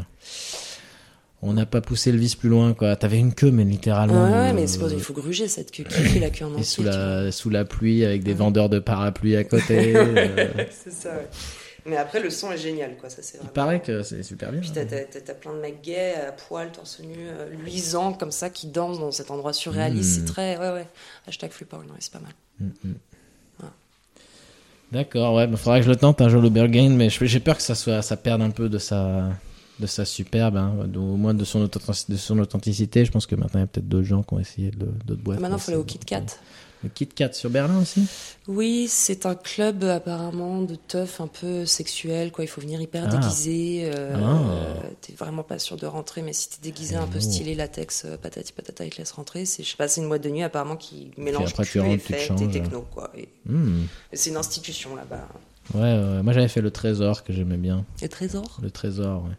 A: on n'a pas poussé le vice plus loin quoi. T'avais une queue mais littéralement.
B: Ouais, ouais,
A: euh,
B: mais c'est pas- il faut gruger cette queue qui fait la queue en
A: et sous
B: entier, tu vois.
A: la sous la pluie avec des vendeurs de parapluies à côté. euh,
B: c'est ça, ouais. Mais après, le son est génial, quoi, ça c'est
A: il
B: vraiment.
A: paraît que c'est super bien. hein.
B: Puis t'as, t'as- t'as- t'as plein de mecs gays, à poil, torse nu, euh, luisants, comme ça, qui dansent dans cet endroit surréaliste.
A: Mm.
B: C'est très. Ouais, ouais. Hashtag Free Paul, non, c'est pas mal.
A: Mm, mm.
B: Voilà.
A: D'accord, ouais, il faudrait que je le tente un jour l'Obergain, mais je- j'ai peur que ça soit, ça perde un peu de sa, de sa superbe, hein, de- au moins de son, authentic- de son authenticité. Je pense que maintenant il y a peut-être d'autres gens qui ont essayé de- d'autres boîtes.
B: Maintenant, il faut aller au Kit
A: Kit
B: Kat.
A: Le Kit Kat sur Berlin aussi.
B: Oui, c'est un club apparemment de teuf un peu sexuel, quoi. Il faut venir hyper
A: Ah.
B: déguisé. euh,
A: Ah.
B: euh, T'es vraiment pas sûr de rentrer, mais si t'es déguisé un
A: Oh.
B: peu stylé latex, euh, patati patata, ils te laissent rentrer. C'est, je sais pas, c'est une boîte de nuit apparemment qui mélange
A: après, tu
B: cul et
A: rentres, tu te
B: fête et
A: changes.
B: techno, quoi. Et-
A: Hmm.
B: et c'est une institution là-bas.
A: Ouais, ouais, moi j'avais fait le Trésor que j'aimais bien.
B: Et Trésor
A: Le Trésor, ouais.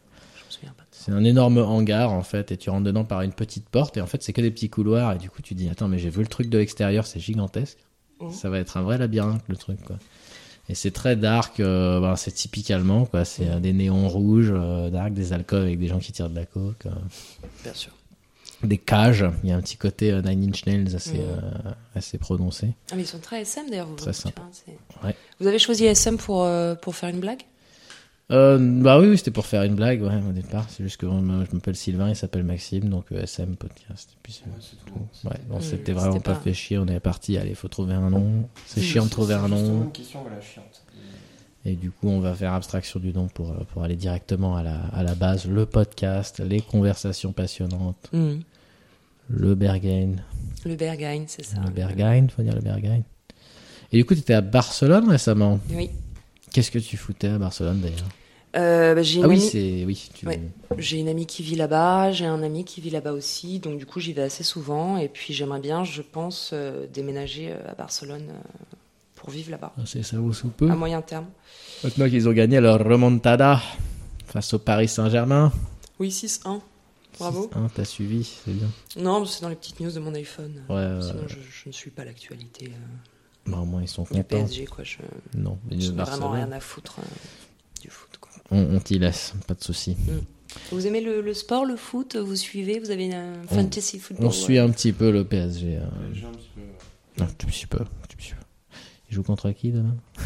B: Je me souviens pas.
A: C'est un énorme hangar en fait, et tu rentres dedans par une petite porte, et en fait c'est que des petits couloirs, et du coup tu dis attends mais j'ai vu le truc de l'extérieur, c'est gigantesque,
B: Mhm.
A: ça va être un vrai labyrinthe le truc quoi. Et c'est très dark, euh, ben, c'est typiquement quoi, c'est euh, des néons rouges, euh, dark, des alcools avec des gens qui tirent de la coke, euh,
B: Bien sûr.
A: des cages, il y a un petit côté euh, Nine Inch Nails assez,
B: Mhm.
A: euh, assez prononcé.
B: Ah, mais ils sont très SM d'ailleurs. vous,
A: Très
B: tu vois,
A: sympa.
B: c'est-
A: Ouais.
B: Vous avez choisi SM pour, euh, pour faire une blague
A: Euh, bah oui, oui, c'était pour faire une blague ouais, au départ, c'est juste que euh, moi, je m'appelle Sylvain, il s'appelle Maxime, donc euh, SM Podcast, et puis c'est-
C: Ouais, c'est tout. bon.
A: Ouais, on
B: Hmm,
A: s'était vraiment
B: c'était
A: pas...
B: pas-
A: fait chier, on est parti, allez, faut trouver un nom. C'est chiant de trouver un
C: C'est justement
A: nom. Euh.
C: une question voilà, chiante. Et
A: Et du coup, on va faire abstraction du nom pour, euh, pour aller directement à la, à la base. Le podcast, les conversations passionnantes, le Berghain.
B: Le Berghain, c'est ça.
A: Le Berghain, faut dire le Berghain. Et du coup, t'étais à Barcelone récemment.
B: Oui.
A: Qu'est-ce que tu foutais à Barcelone d'ailleurs
B: Euh, bah, j'ai une
A: Ah oui,
B: amie-
A: c'est. Oui, tu.
B: Ouais. J'ai une amie qui vit là-bas, j'ai un ami qui vit là-bas aussi, donc du coup j'y vais assez souvent et puis j'aimerais bien, je pense, euh, déménager euh, à Barcelone euh, pour vivre là-bas,
A: Ah, C'est ça vous sous peu.
B: à moyen terme.
A: Maintenant qu'ils ont gagné leur remontada face au Paris Saint-Germain.
B: Oui, 6-1, bravo.
A: 6-1, T'as suivi, c'est bien.
B: Non, c'est dans les petites news de mon iPhone.
A: Ouais, euh, ouais,
B: Sinon,
A: ouais.
B: je, je ne suis pas l'actualité euh,
A: Bah, au moins, ils sont
B: du
A: contents.
B: PSG, quoi. Je,
A: Non, mais
B: je n'ai vraiment
A: Barcelone,
B: rien à foutre euh, du foot, quoi.
A: on, on t'y laisse, pas de souci.
B: Vous aimez le, le sport, le foot Vous suivez Vous avez un
A: On-
B: fantasy football
A: On suit un petit peu le PSG. hein.
C: J'ai un petit peu.
A: Non, un tout petit peu, un tout petit peu. Il joue contre qui demain
B: Vous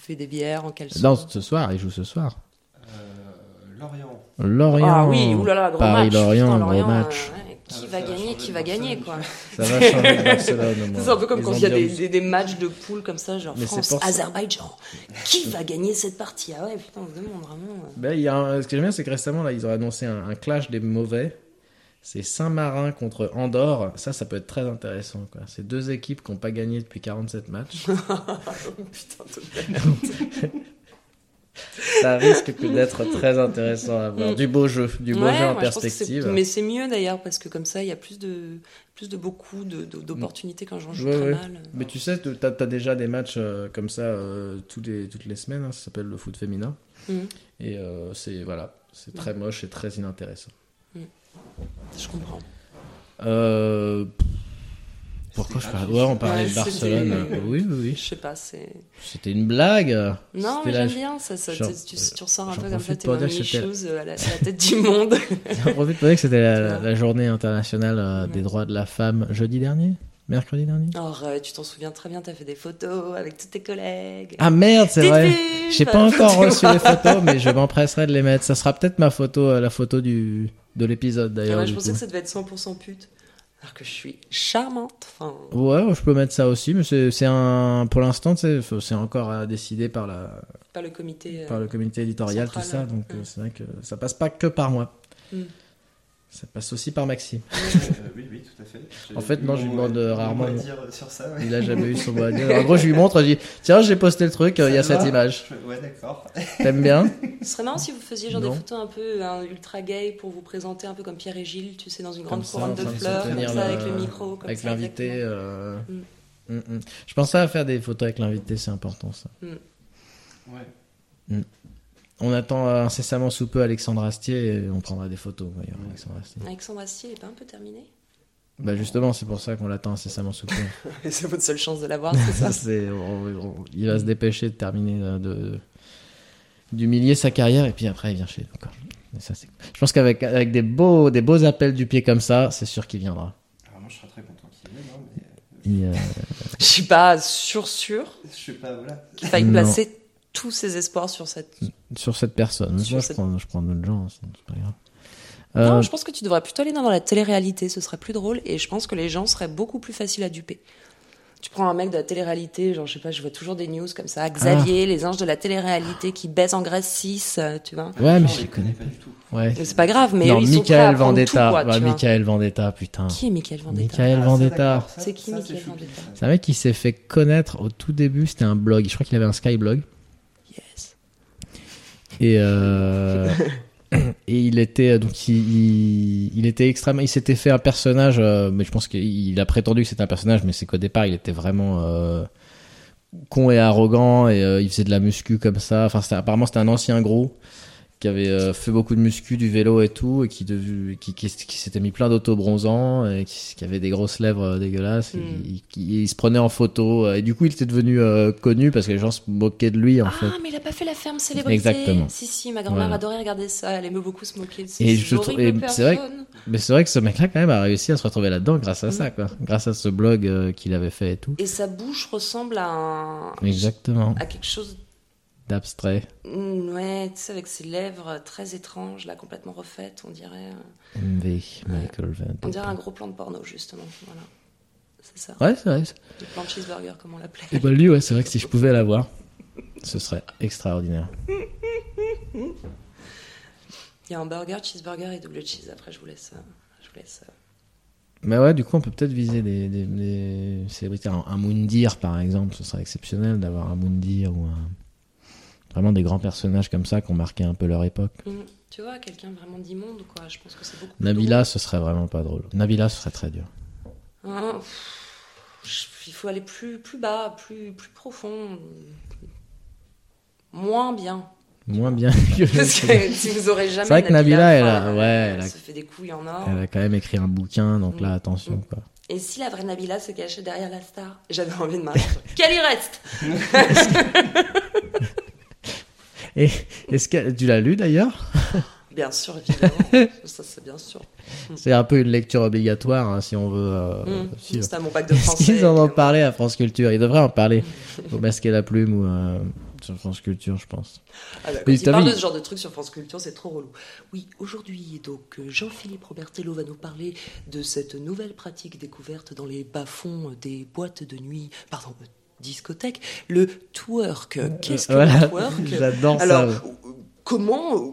B: buvez des bières en caleçon
A: Non, ce soir, il joue ce soir.
C: Euh, Lorient.
A: Lorient.
B: Ah oui, oulala, gros match.
A: Paris-Lorient,
B: Putain,
A: gros
B: Lorient,
A: match.
B: euh, ouais,
C: Ah,
B: qui va
C: ça va
B: gagner
C: changer
B: Qui
C: de
B: va gagner,
C: Barcelone,
B: quoi
A: Ça va changer Barcelone. au moins.
B: C'est un peu comme
A: Ils
B: quand
A: ont
B: il y a
A: bien
B: des,
A: vu.
B: des- des matchs de poule comme ça, genre
A: Mais c'est
B: France,
A: pour ça.
B: Azerbaïdjan. Qui va gagner cette partie Ah ouais, putain, on se demande vraiment. euh.
A: Ben, il y a un- Ce que j'aime bien, c'est que récemment, là, ils ont annoncé un, un clash des mauvais. C'est Saint-Marin contre Andorre. Ça, ça peut être très intéressant. quoi. C'est deux équipes qui n'ont pas gagné depuis 47 matchs.
B: Putain, de-
A: ça risque que d'être très intéressant à voir. Du beau jeu, du beau
B: Ouais,
A: jeu en
B: moi, je pense que c'est-
A: perspective.
B: Mais c'est mieux d'ailleurs, parce que comme ça, il y a plus de, plus de beaucoup de- de- d'opportunités quand j'en joue
A: Ouais,
B: très
A: ouais.
B: mal.
A: Mais tu sais, tu as, déjà des matchs euh, comme ça euh, tous les, toutes les semaines, hein, ça s'appelle le foot féminin.
B: Mhm.
A: Et euh, c'est voilà, c'est très moche et très inintéressant.
B: Je comprends.
A: Euh, Pourquoi je
C: C'était
A: parlais
C: gratuit,
A: Ouais, on
C: ça.
A: parlait
B: Ouais,
A: de
B: c'était-
A: Barcelone. euh, Oui, oui,
B: Je
A: oui.
B: sais pas, c'est.
A: C'était une blague.
B: Non,
A: C'était
B: mais
A: la-
B: j'aime bien ça. ça
A: Genre,
B: tu, tu- tu ressors un
A: j'en
B: peu comme ça,
A: profite
B: t'es
A: pour
B: dans
A: dire que
B: les
A: c'était-
B: choses euh, à la, à la tête du monde.
A: J'en profite pour dire que c'était la, la-
B: Ouais.
A: la journée internationale euh,
B: Ouais.
A: des droits de la femme jeudi dernier Mercredi dernier
B: Arrête, euh, tu t'en souviens très bien, t'as fait des photos avec tous tes collègues.
A: Ah merde, c'est
B: Petite
A: vrai
B: pub.
A: J'ai pas encore
B: Tu
A: reçu
B: vois.
A: les photos, mais je m'empresserai de les mettre. Ça sera peut-être ma photo, euh, la photo du, de l'épisode
B: Ah
A: d'ailleurs.
B: bah, je
A: du
B: pensais
A: coup.
B: que ça devait être 100% pute. Alors que je suis charmante. Enfin,
A: Ouais, je peux mettre ça aussi, mais c'est c'est un, pour l'instant, tu sais, faut- c'est encore à décider par la,
B: par le comité. euh,
A: par le comité éditorial, tout ça.
B: central,
A: Donc
B: ouais.
A: euh, c'est vrai que ça passe pas que par moi.
B: Mm.
A: Ça passe aussi par Maxime.
C: Euh, oui, oui, tout à fait. J'ai
A: En fait, non,
C: eu
A: je lui
C: mon-
A: demande, euh,
C: mon mot
A: rarement.
C: à dire sur ça, ouais.
A: Il a jamais eu son mot à dire. En gros, je lui montre, je dis tiens, j'ai posté le truc, euh, il y a
C: Ça te
A: cette
C: va
A: image.
C: Je- Ouais, d'accord.
A: T'aimes bien
B: Ce serait marrant si vous faisiez genre
A: Non.
B: des photos un peu hein, ultra gay pour vous présenter un peu comme Pierre et Gilles, tu sais, dans une
A: Comme
B: grande
A: ça, en
B: couronne de
A: train de
B: fleurs, comme
A: soutenir
B: ça,
A: la-
B: avec le micro. Comme
A: Avec
B: ça,
A: l'invité. mm.
B: exactement.
A: euh, mm, mm. Je pensais à faire des photos avec l'invité, c'est important ça.
B: Mm.
C: Ouais.
A: On attend incessamment sous peu Alexandre Astier et on prendra des photos d'ailleurs.
C: Ouais.
A: Alexandre Astier.
B: Alexandre Astier, il est pas un peu terminé
A: Bah justement, c'est pour ça qu'on l'attend incessamment sous peu.
B: C'est votre seule chance de l'avoir, c'est ça
A: C'est- on- on- il va se dépêcher de terminer euh, de d'humilier sa carrière et puis après il vient chez nous. quoi. Et ça, c'est- je pense qu'avec avec des beaux des beaux appels du pied comme ça, c'est sûr qu'il viendra.
C: Alors moi je serais très content qu'il vienne, hein, mais euh,
A: Il, euh,
B: Je suis pas sûr sûr
C: je sais pas, voilà.
B: qu'il faille
A: Non.
B: placer tous ses espoirs sur cette.
A: sur cette personne.
B: Sur
A: Moi,
B: cette-
A: je prends je prends d'autres gens, hein, c'est c'est pas grave.
B: Non,
A: Euh,
B: je pense que tu devrais plutôt aller dans la télé-réalité, ce serait plus drôle et je pense que les gens seraient beaucoup plus faciles à duper. Tu prends un mec de la télé-réalité, genre je sais pas, je vois toujours des news comme ça, Xavier,
A: Ah.
B: les anges de la télé-réalité qui baissent en Grèce 6, euh, tu vois.
A: ouais, mais
C: Non,
A: je
C: on
A: les
C: les
A: connais.
C: pas du tout.
A: Ouais.
B: Mais C'est pas grave, mais
A: non,
B: eux, ils sont prêts à
A: Michael
B: prendre
A: Vendetta.
B: tout, quoi, tu
A: bah,
B: vois.
A: Michael Vendetta, putain.
B: Qui est Michael Vendetta
A: Michael
C: Ah, ça,
A: Vendetta.
C: d'accord, ça-
B: C'est qui
C: ça,
B: Michael
C: choupi,
B: Vendetta
C: ça.
A: C'est un mec qui s'est fait connaître au tout début, c'était un blog. Je crois qu'il avait un Skyblog.
B: Yes.
A: Et, euh, et il était euh, donc il, il, il était extrêmement il s'était fait un personnage euh, mais je pense qu'il il a prétendu que c'était un personnage mais c'est qu'au départ il était vraiment euh, con et arrogant et euh, il faisait de la muscu comme ça enfin c'était- apparemment c'était un ancien gros qui avait euh, fait beaucoup de muscu du vélo et tout et qui devu- qui, qui, qui s'était mis plein d'autobronzants et qui, qui avait des grosses lèvres euh, dégueulasses et
B: Mm.
A: il, qui- il se prenait en photo euh, et du coup il était devenu euh, connu parce que les gens se moquaient de lui en
B: Ah,
A: fait
B: mais il a pas fait la ferme célébrité.
A: Exactement.
B: Si, si, ma grand-mère
A: Voilà.
B: adorait regarder ça. Elle aimait beaucoup se moquer de ces
A: Et je
B: horribles
A: trouve- et c'est vrai que-
B: personnes.
A: Mais c'est vrai que ce mec-là, quand même, a réussi à se retrouver là-dedans grâce à
B: Mm.
A: ça, quoi. Grâce à ce blog euh, qu'il avait fait et tout.
B: Et sa bouche ressemble à un...
A: Exactement.
B: À quelque chose...
A: D'abstrait.
B: Mm, Ouais, tu sais, avec ses lèvres très étranges, là, complètement refaites, on dirait... euh,
A: MV, Michael Vendetta.
B: On dirait un gros plan de porno, justement. Voilà. C'est ça.
A: Ouais, c'est vrai.
B: Le plan de cheeseburger, comme on l'appelait.
A: Et bah, lui, ouais, c'est vrai que si je pouvais l'avoir, ce serait extraordinaire.
B: Il y a un burger, cheeseburger et double cheese. Après, je vous laisse... euh, Je vous laisse... euh,
A: Mais ouais, du coup, on peut peut-être viser des, des, des célébrités. Un, un Moundir, par exemple, ce serait exceptionnel d'avoir un Moundir ou un. Vraiment des grands personnages comme ça qui ont marqué un peu leur époque.
B: mm. Tu vois, quelqu'un vraiment d'immonde, quoi. Je pense que c'est beaucoup plus
A: Nabila, ce serait vraiment pas drôle. Nabila, ce serait très dur.
B: drôle. Hein, pff, Il faut aller plus, plus bas, plus, plus profond. euh, Moins bien.
A: Moins bien
B: Parce
A: que.
B: que si vous aurez jamais.
A: C'est vrai que Nabila, elle a-
B: enfin,
A: ouais, elle a-
B: se fait des couilles en or.
A: Elle a quand même écrit un bouquin, donc
B: Mm.
A: là, attention, quoi.
B: Et si la vraie Nabila se cachait derrière la star J'avais envie de marcher. Qu'elle y reste
A: Et est-ce que tu l'as lu d'ailleurs
B: Bien sûr, évidemment. Ça, c'est bien sûr. Mm.
A: C'est un peu une lecture obligatoire hein, si on veut. euh,
B: Hum,
A: si-
B: C'est à mon bac de
A: Est-ce
B: français. Mm.
A: qu'ils en ont
B: évidemment.
A: parlé à France Culture Ils devraient en parler au Masquer la Plume ou euh, sur France Culture, je pense.
B: Ah bah, quand
A: Mais
B: ils
A: t'as
B: parlent
A: vu,
B: de
A: il-
B: ce genre de truc sur France Culture, c'est trop relou. Oui, aujourd'hui, donc euh, Jean-Philippe Robertello va nous parler de cette nouvelle pratique découverte dans les bas-fonds des boîtes de nuit, pardon, euh, discothèques, le twerk. Qu'est-ce que
A: Euh, Voilà,
B: le twerk
A: j'adore ça.
B: Alors, euh, comment euh,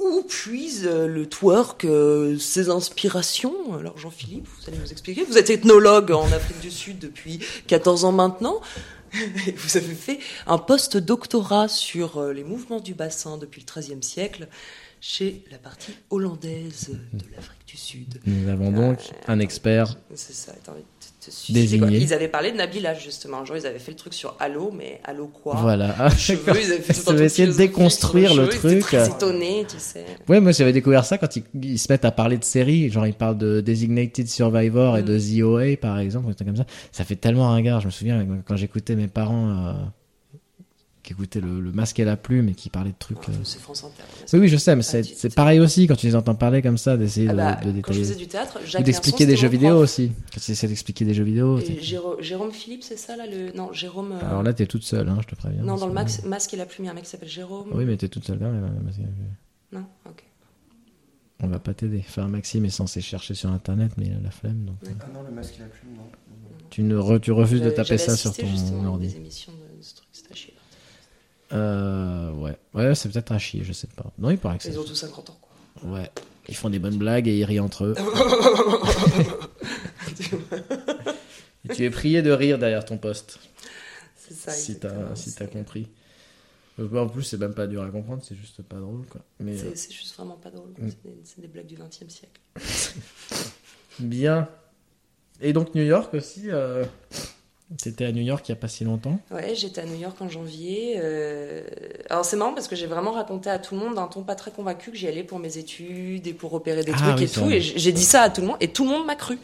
B: où puise euh, le twerk euh, ses inspirations Alors Jean-Philippe, vous allez nous expliquer. Vous êtes ethnologue en Afrique du Sud depuis 14 ans maintenant. Et Vous avez fait un post-doctorat sur euh, les mouvements du bassin depuis le XIIIe siècle chez la partie hollandaise de l'Afrique du Sud.
A: Nous avons donc
B: euh,
A: un expert.
B: C'est ça, attends, te- te suicider,
A: Désigné.
B: quoi. Ils avaient parlé de Nabila justement. Un jour, ils avaient fait le truc sur Allo, mais Allo quoi
A: Voilà. Ah,
B: cheveux,
A: d'accord.
B: ils avaient fait
A: Je
B: tout un
A: vais
B: truc
A: essayer de
B: philosophique
A: déconstruire
B: sur
A: le
B: cheveu, ils étaient
A: truc.
B: très étonnés, tu sais.
A: Ouais, moi j'avais découvert ça quand ils, ils se mettent à parler de séries. Genre ils parlent de Designated Survivor et
B: Mm.
A: de The OA par exemple, ou des trucs comme ça. Ça fait tellement ringard. Je me souviens euh, quand j'écoutais mes parents euh, qui écoutaient le, le masque et la plume et qui parlaient de trucs. euh.
B: C'est France Inter. bien sûr.
A: Oui, oui, je sais, mais c'est
B: Ah, tu-
A: c'est pareil aussi quand tu les entends parler comme ça, d'essayer
B: Ah
A: de,
B: bah,
A: de
B: quand je
A: détailler.
B: faisais du théâtre,
A: Ou
B: Jacques
A: d'expliquer
B: Merson,
A: des
B: c'était
A: jeux
B: mon
A: vidéo
B: prof.
A: aussi. Quand tu essaies d'expliquer des jeux vidéo. t'es-
B: Et Jérôme, Jérôme Philippe, c'est ça là le Non, Jérôme. euh,
A: Alors Ah, là, t'es toute seule, hein, je te préviens.
B: non, dans le
A: C'est-
B: max, masque et la plume, il y a un mec qui s'appelle Jérôme.
A: Oui, mais t'es toute seule quand même. hein, parce que
B: Non, ok.
A: On va pas t'aider. Enfin, Maxime est censé chercher sur internet, mais il a la flemme. Donc...
B: Ouais.
C: Ah non, le masque et la plume, non.
A: Tu, ne re- tu refuses de
B: J'avais-
A: taper
B: j'avais
A: ça sur
B: assisté, justement
A: ton
B: à une
A: ordi.
B: Des émissions de, de ce truc, c'était à chier.
A: Euh, ouais. Ouais, c'est peut-être un chier, je sais pas. Non, il paraît que c'est.
B: Ils ont tous 50 ans, quoi.
A: Ouais. Ils font des bonnes blagues et ils rient entre eux. Et tu es prié de rire derrière ton poste,
B: C'est ça.
A: si
B: exactement,
A: t'as si
B: c'est-
A: t'as compris. Euh, bah, En plus, c'est même pas dur à comprendre, c'est juste pas drôle, quoi. Mais, euh,
B: C'est c'est juste vraiment pas drôle.
A: Mm.
B: C'est des- C'est des blagues du 20 e siècle.
A: bien. Et donc, New York aussi. euh, C'était à New York il n'y a pas si longtemps.
B: Ouais, j'étais à New York en janvier. euh, Alors c'est marrant parce que j'ai vraiment raconté à tout le monde un ton pas très convaincu que j'y allais pour mes études et pour repérer des
A: Ah
B: trucs
A: oui,
B: et
A: c'est
B: tout.
A: vrai.
B: Et j- j'ai dit ça à tout le monde et tout le monde m'a cru.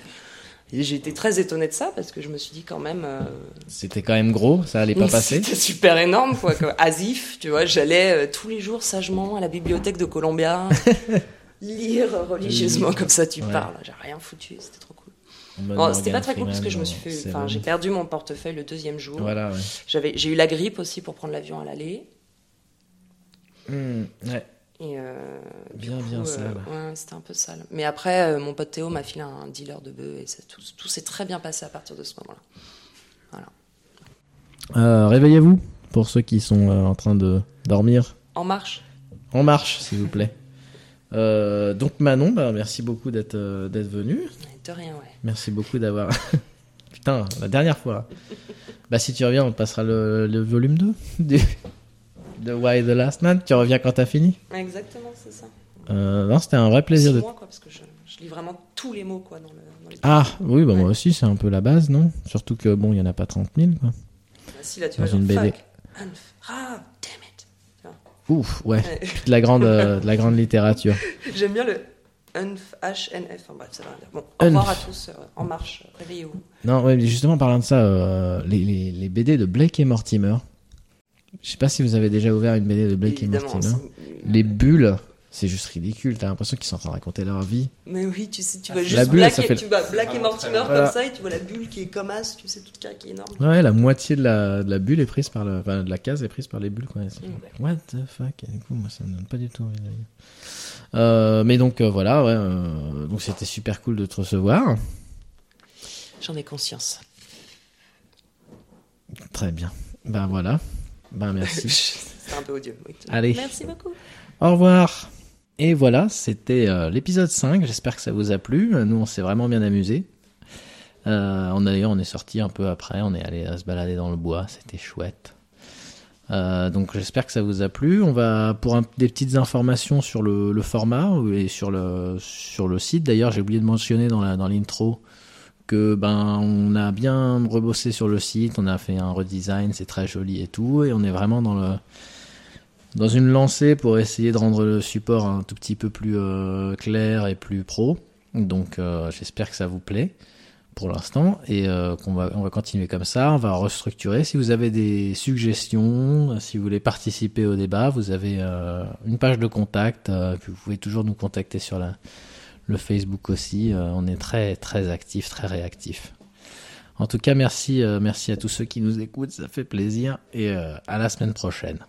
B: Et j'ai été très étonnée de ça parce que je me suis dit quand même. euh,
A: C'était quand même gros, ça allait pas passer.
B: C'était super énorme quoi. quoi. Asif, tu vois, j'allais euh, tous les jours sagement à la bibliothèque de Columbia lire religieusement comme ça tu
A: Ouais.
B: parles. J'ai rien foutu, c'était trop cool.
A: En mode
B: Bon, Oh, c'était
A: Morgan
B: pas très cool parce que
A: Freeman, euh,
B: je me suis fait.
A: Seven.
B: Enfin, j'ai perdu mon portefeuille le deuxième jour.
A: Voilà, ouais.
B: J'avais, j'ai eu la grippe aussi pour prendre l'avion à l'aller.
A: Hmm, ouais.
B: Et euh, du
A: Bien,
B: coup,
A: bien
B: euh,
A: sale.
B: ouais, c'était un peu sale. Mais après, euh, mon pote Théo m'a filé un dealer de bœufs et ça- tout, tout s'est très bien passé à partir de ce moment-là.
A: Euh, Réveillez-vous pour ceux qui sont euh, en train de dormir.
B: En marche.
A: En marche, s'il vous plaît. Euh, donc Manon, bah, merci beaucoup d'être euh, d'être venue.
B: De rien, ouais.
A: Merci beaucoup d'avoir. Putain, la dernière fois. là. Bah, si tu reviens, on passera le, le volume 2 du- de Why the Last Man. Tu reviens quand t'as fini.
B: Ouais, Exactement, c'est ça.
A: Euh, non, c'était un vrai plaisir
B: Six
A: de.
B: mois, quoi, parce que je, je lis vraiment tous les mots, quoi, dans le. dans les-
A: Ah, oui, bah moi
B: Ouais.
A: aussi, c'est un peu la base, non Surtout que, bon, il n'y en a pas 30 000, quoi.
B: Ah, si, là, tu
A: dans
B: vois, genre,
A: une BD.
B: fuck, Anf- Ah, damn it.
A: Ouf, ouais.
B: Ouais.
A: De la grande, euh, de la grande littérature.
B: J'aime bien le Unf, H-N-F. En hein, bref, ça va rien dire. Bon, au revoir à
A: Unf.
B: tous. euh, en marche. Réveillez-vous.
A: Non, ouais, mais justement, en parlant de ça, euh, les, les- les BD de Blake et Mortimer. Je sais pas si vous avez déjà ouvert une BD de Blake et
B: Évidemment.
A: Mortimer.
B: c'est-
A: Les bulles, c'est juste ridicule. T'as l'impression qu'ils sont en train de raconter leur vie.
B: Mais oui, tu sais, tu
C: Ah,
B: vois
C: c'est-
B: juste
A: la bulle,
B: Black,
A: ça
B: et,
A: fait le-
B: tu vois Black et
C: Vraiment très
B: Mortimer
C: long.
B: comme
A: Voilà.
B: ça, et tu vois la bulle qui est comme as, tu sais, toute carrée qui est énorme.
A: Ouais, la moitié de la, de la bulle est prise par le, enfin, de la case est prise par les bulles, quoi. C'est-
B: Mm.
A: What the fuck? Et du coup, moi, ça me donne pas du tout envie de la lire. Euh, mais donc, euh, voilà, ouais, euh, donc c'était super cool de te recevoir.
B: J'en ai conscience.
A: Très bien. Ben voilà. Ben merci.
B: C'est un peu odieux. oui.
A: Allez.
B: Merci beaucoup.
A: Au revoir. Et voilà, c'était euh, l'épisode 5. J'espère que ça vous a plu. Nous, on s'est vraiment bien amusés. Euh, on, d'ailleurs, on est sorti un peu après. On est allé euh, se balader dans le bois. C'était chouette. Euh, donc, j'espère que ça vous a plu. On va pour un- des petites informations sur le, le format et sur le, sur le site. D'ailleurs, j'ai oublié de mentionner dans la- dans l'intro que ben on a bien rebossé sur le site, on a fait un redesign, c'est très joli et tout, et on est vraiment dans le dans une lancée pour essayer de rendre le support un tout petit peu plus euh, clair et plus pro. Donc euh, j'espère que ça vous plaît pour l'instant et euh, qu'on va on va continuer comme ça, on va restructurer. Si vous avez des suggestions, si vous voulez participer au débat, vous avez euh, une page de contact, euh, puis vous pouvez toujours nous contacter sur la le Facebook aussi. euh, on est très très actif, très réactif. En tout cas, merci, euh, merci à tous ceux qui nous écoutent, ça fait plaisir et euh, à la semaine prochaine.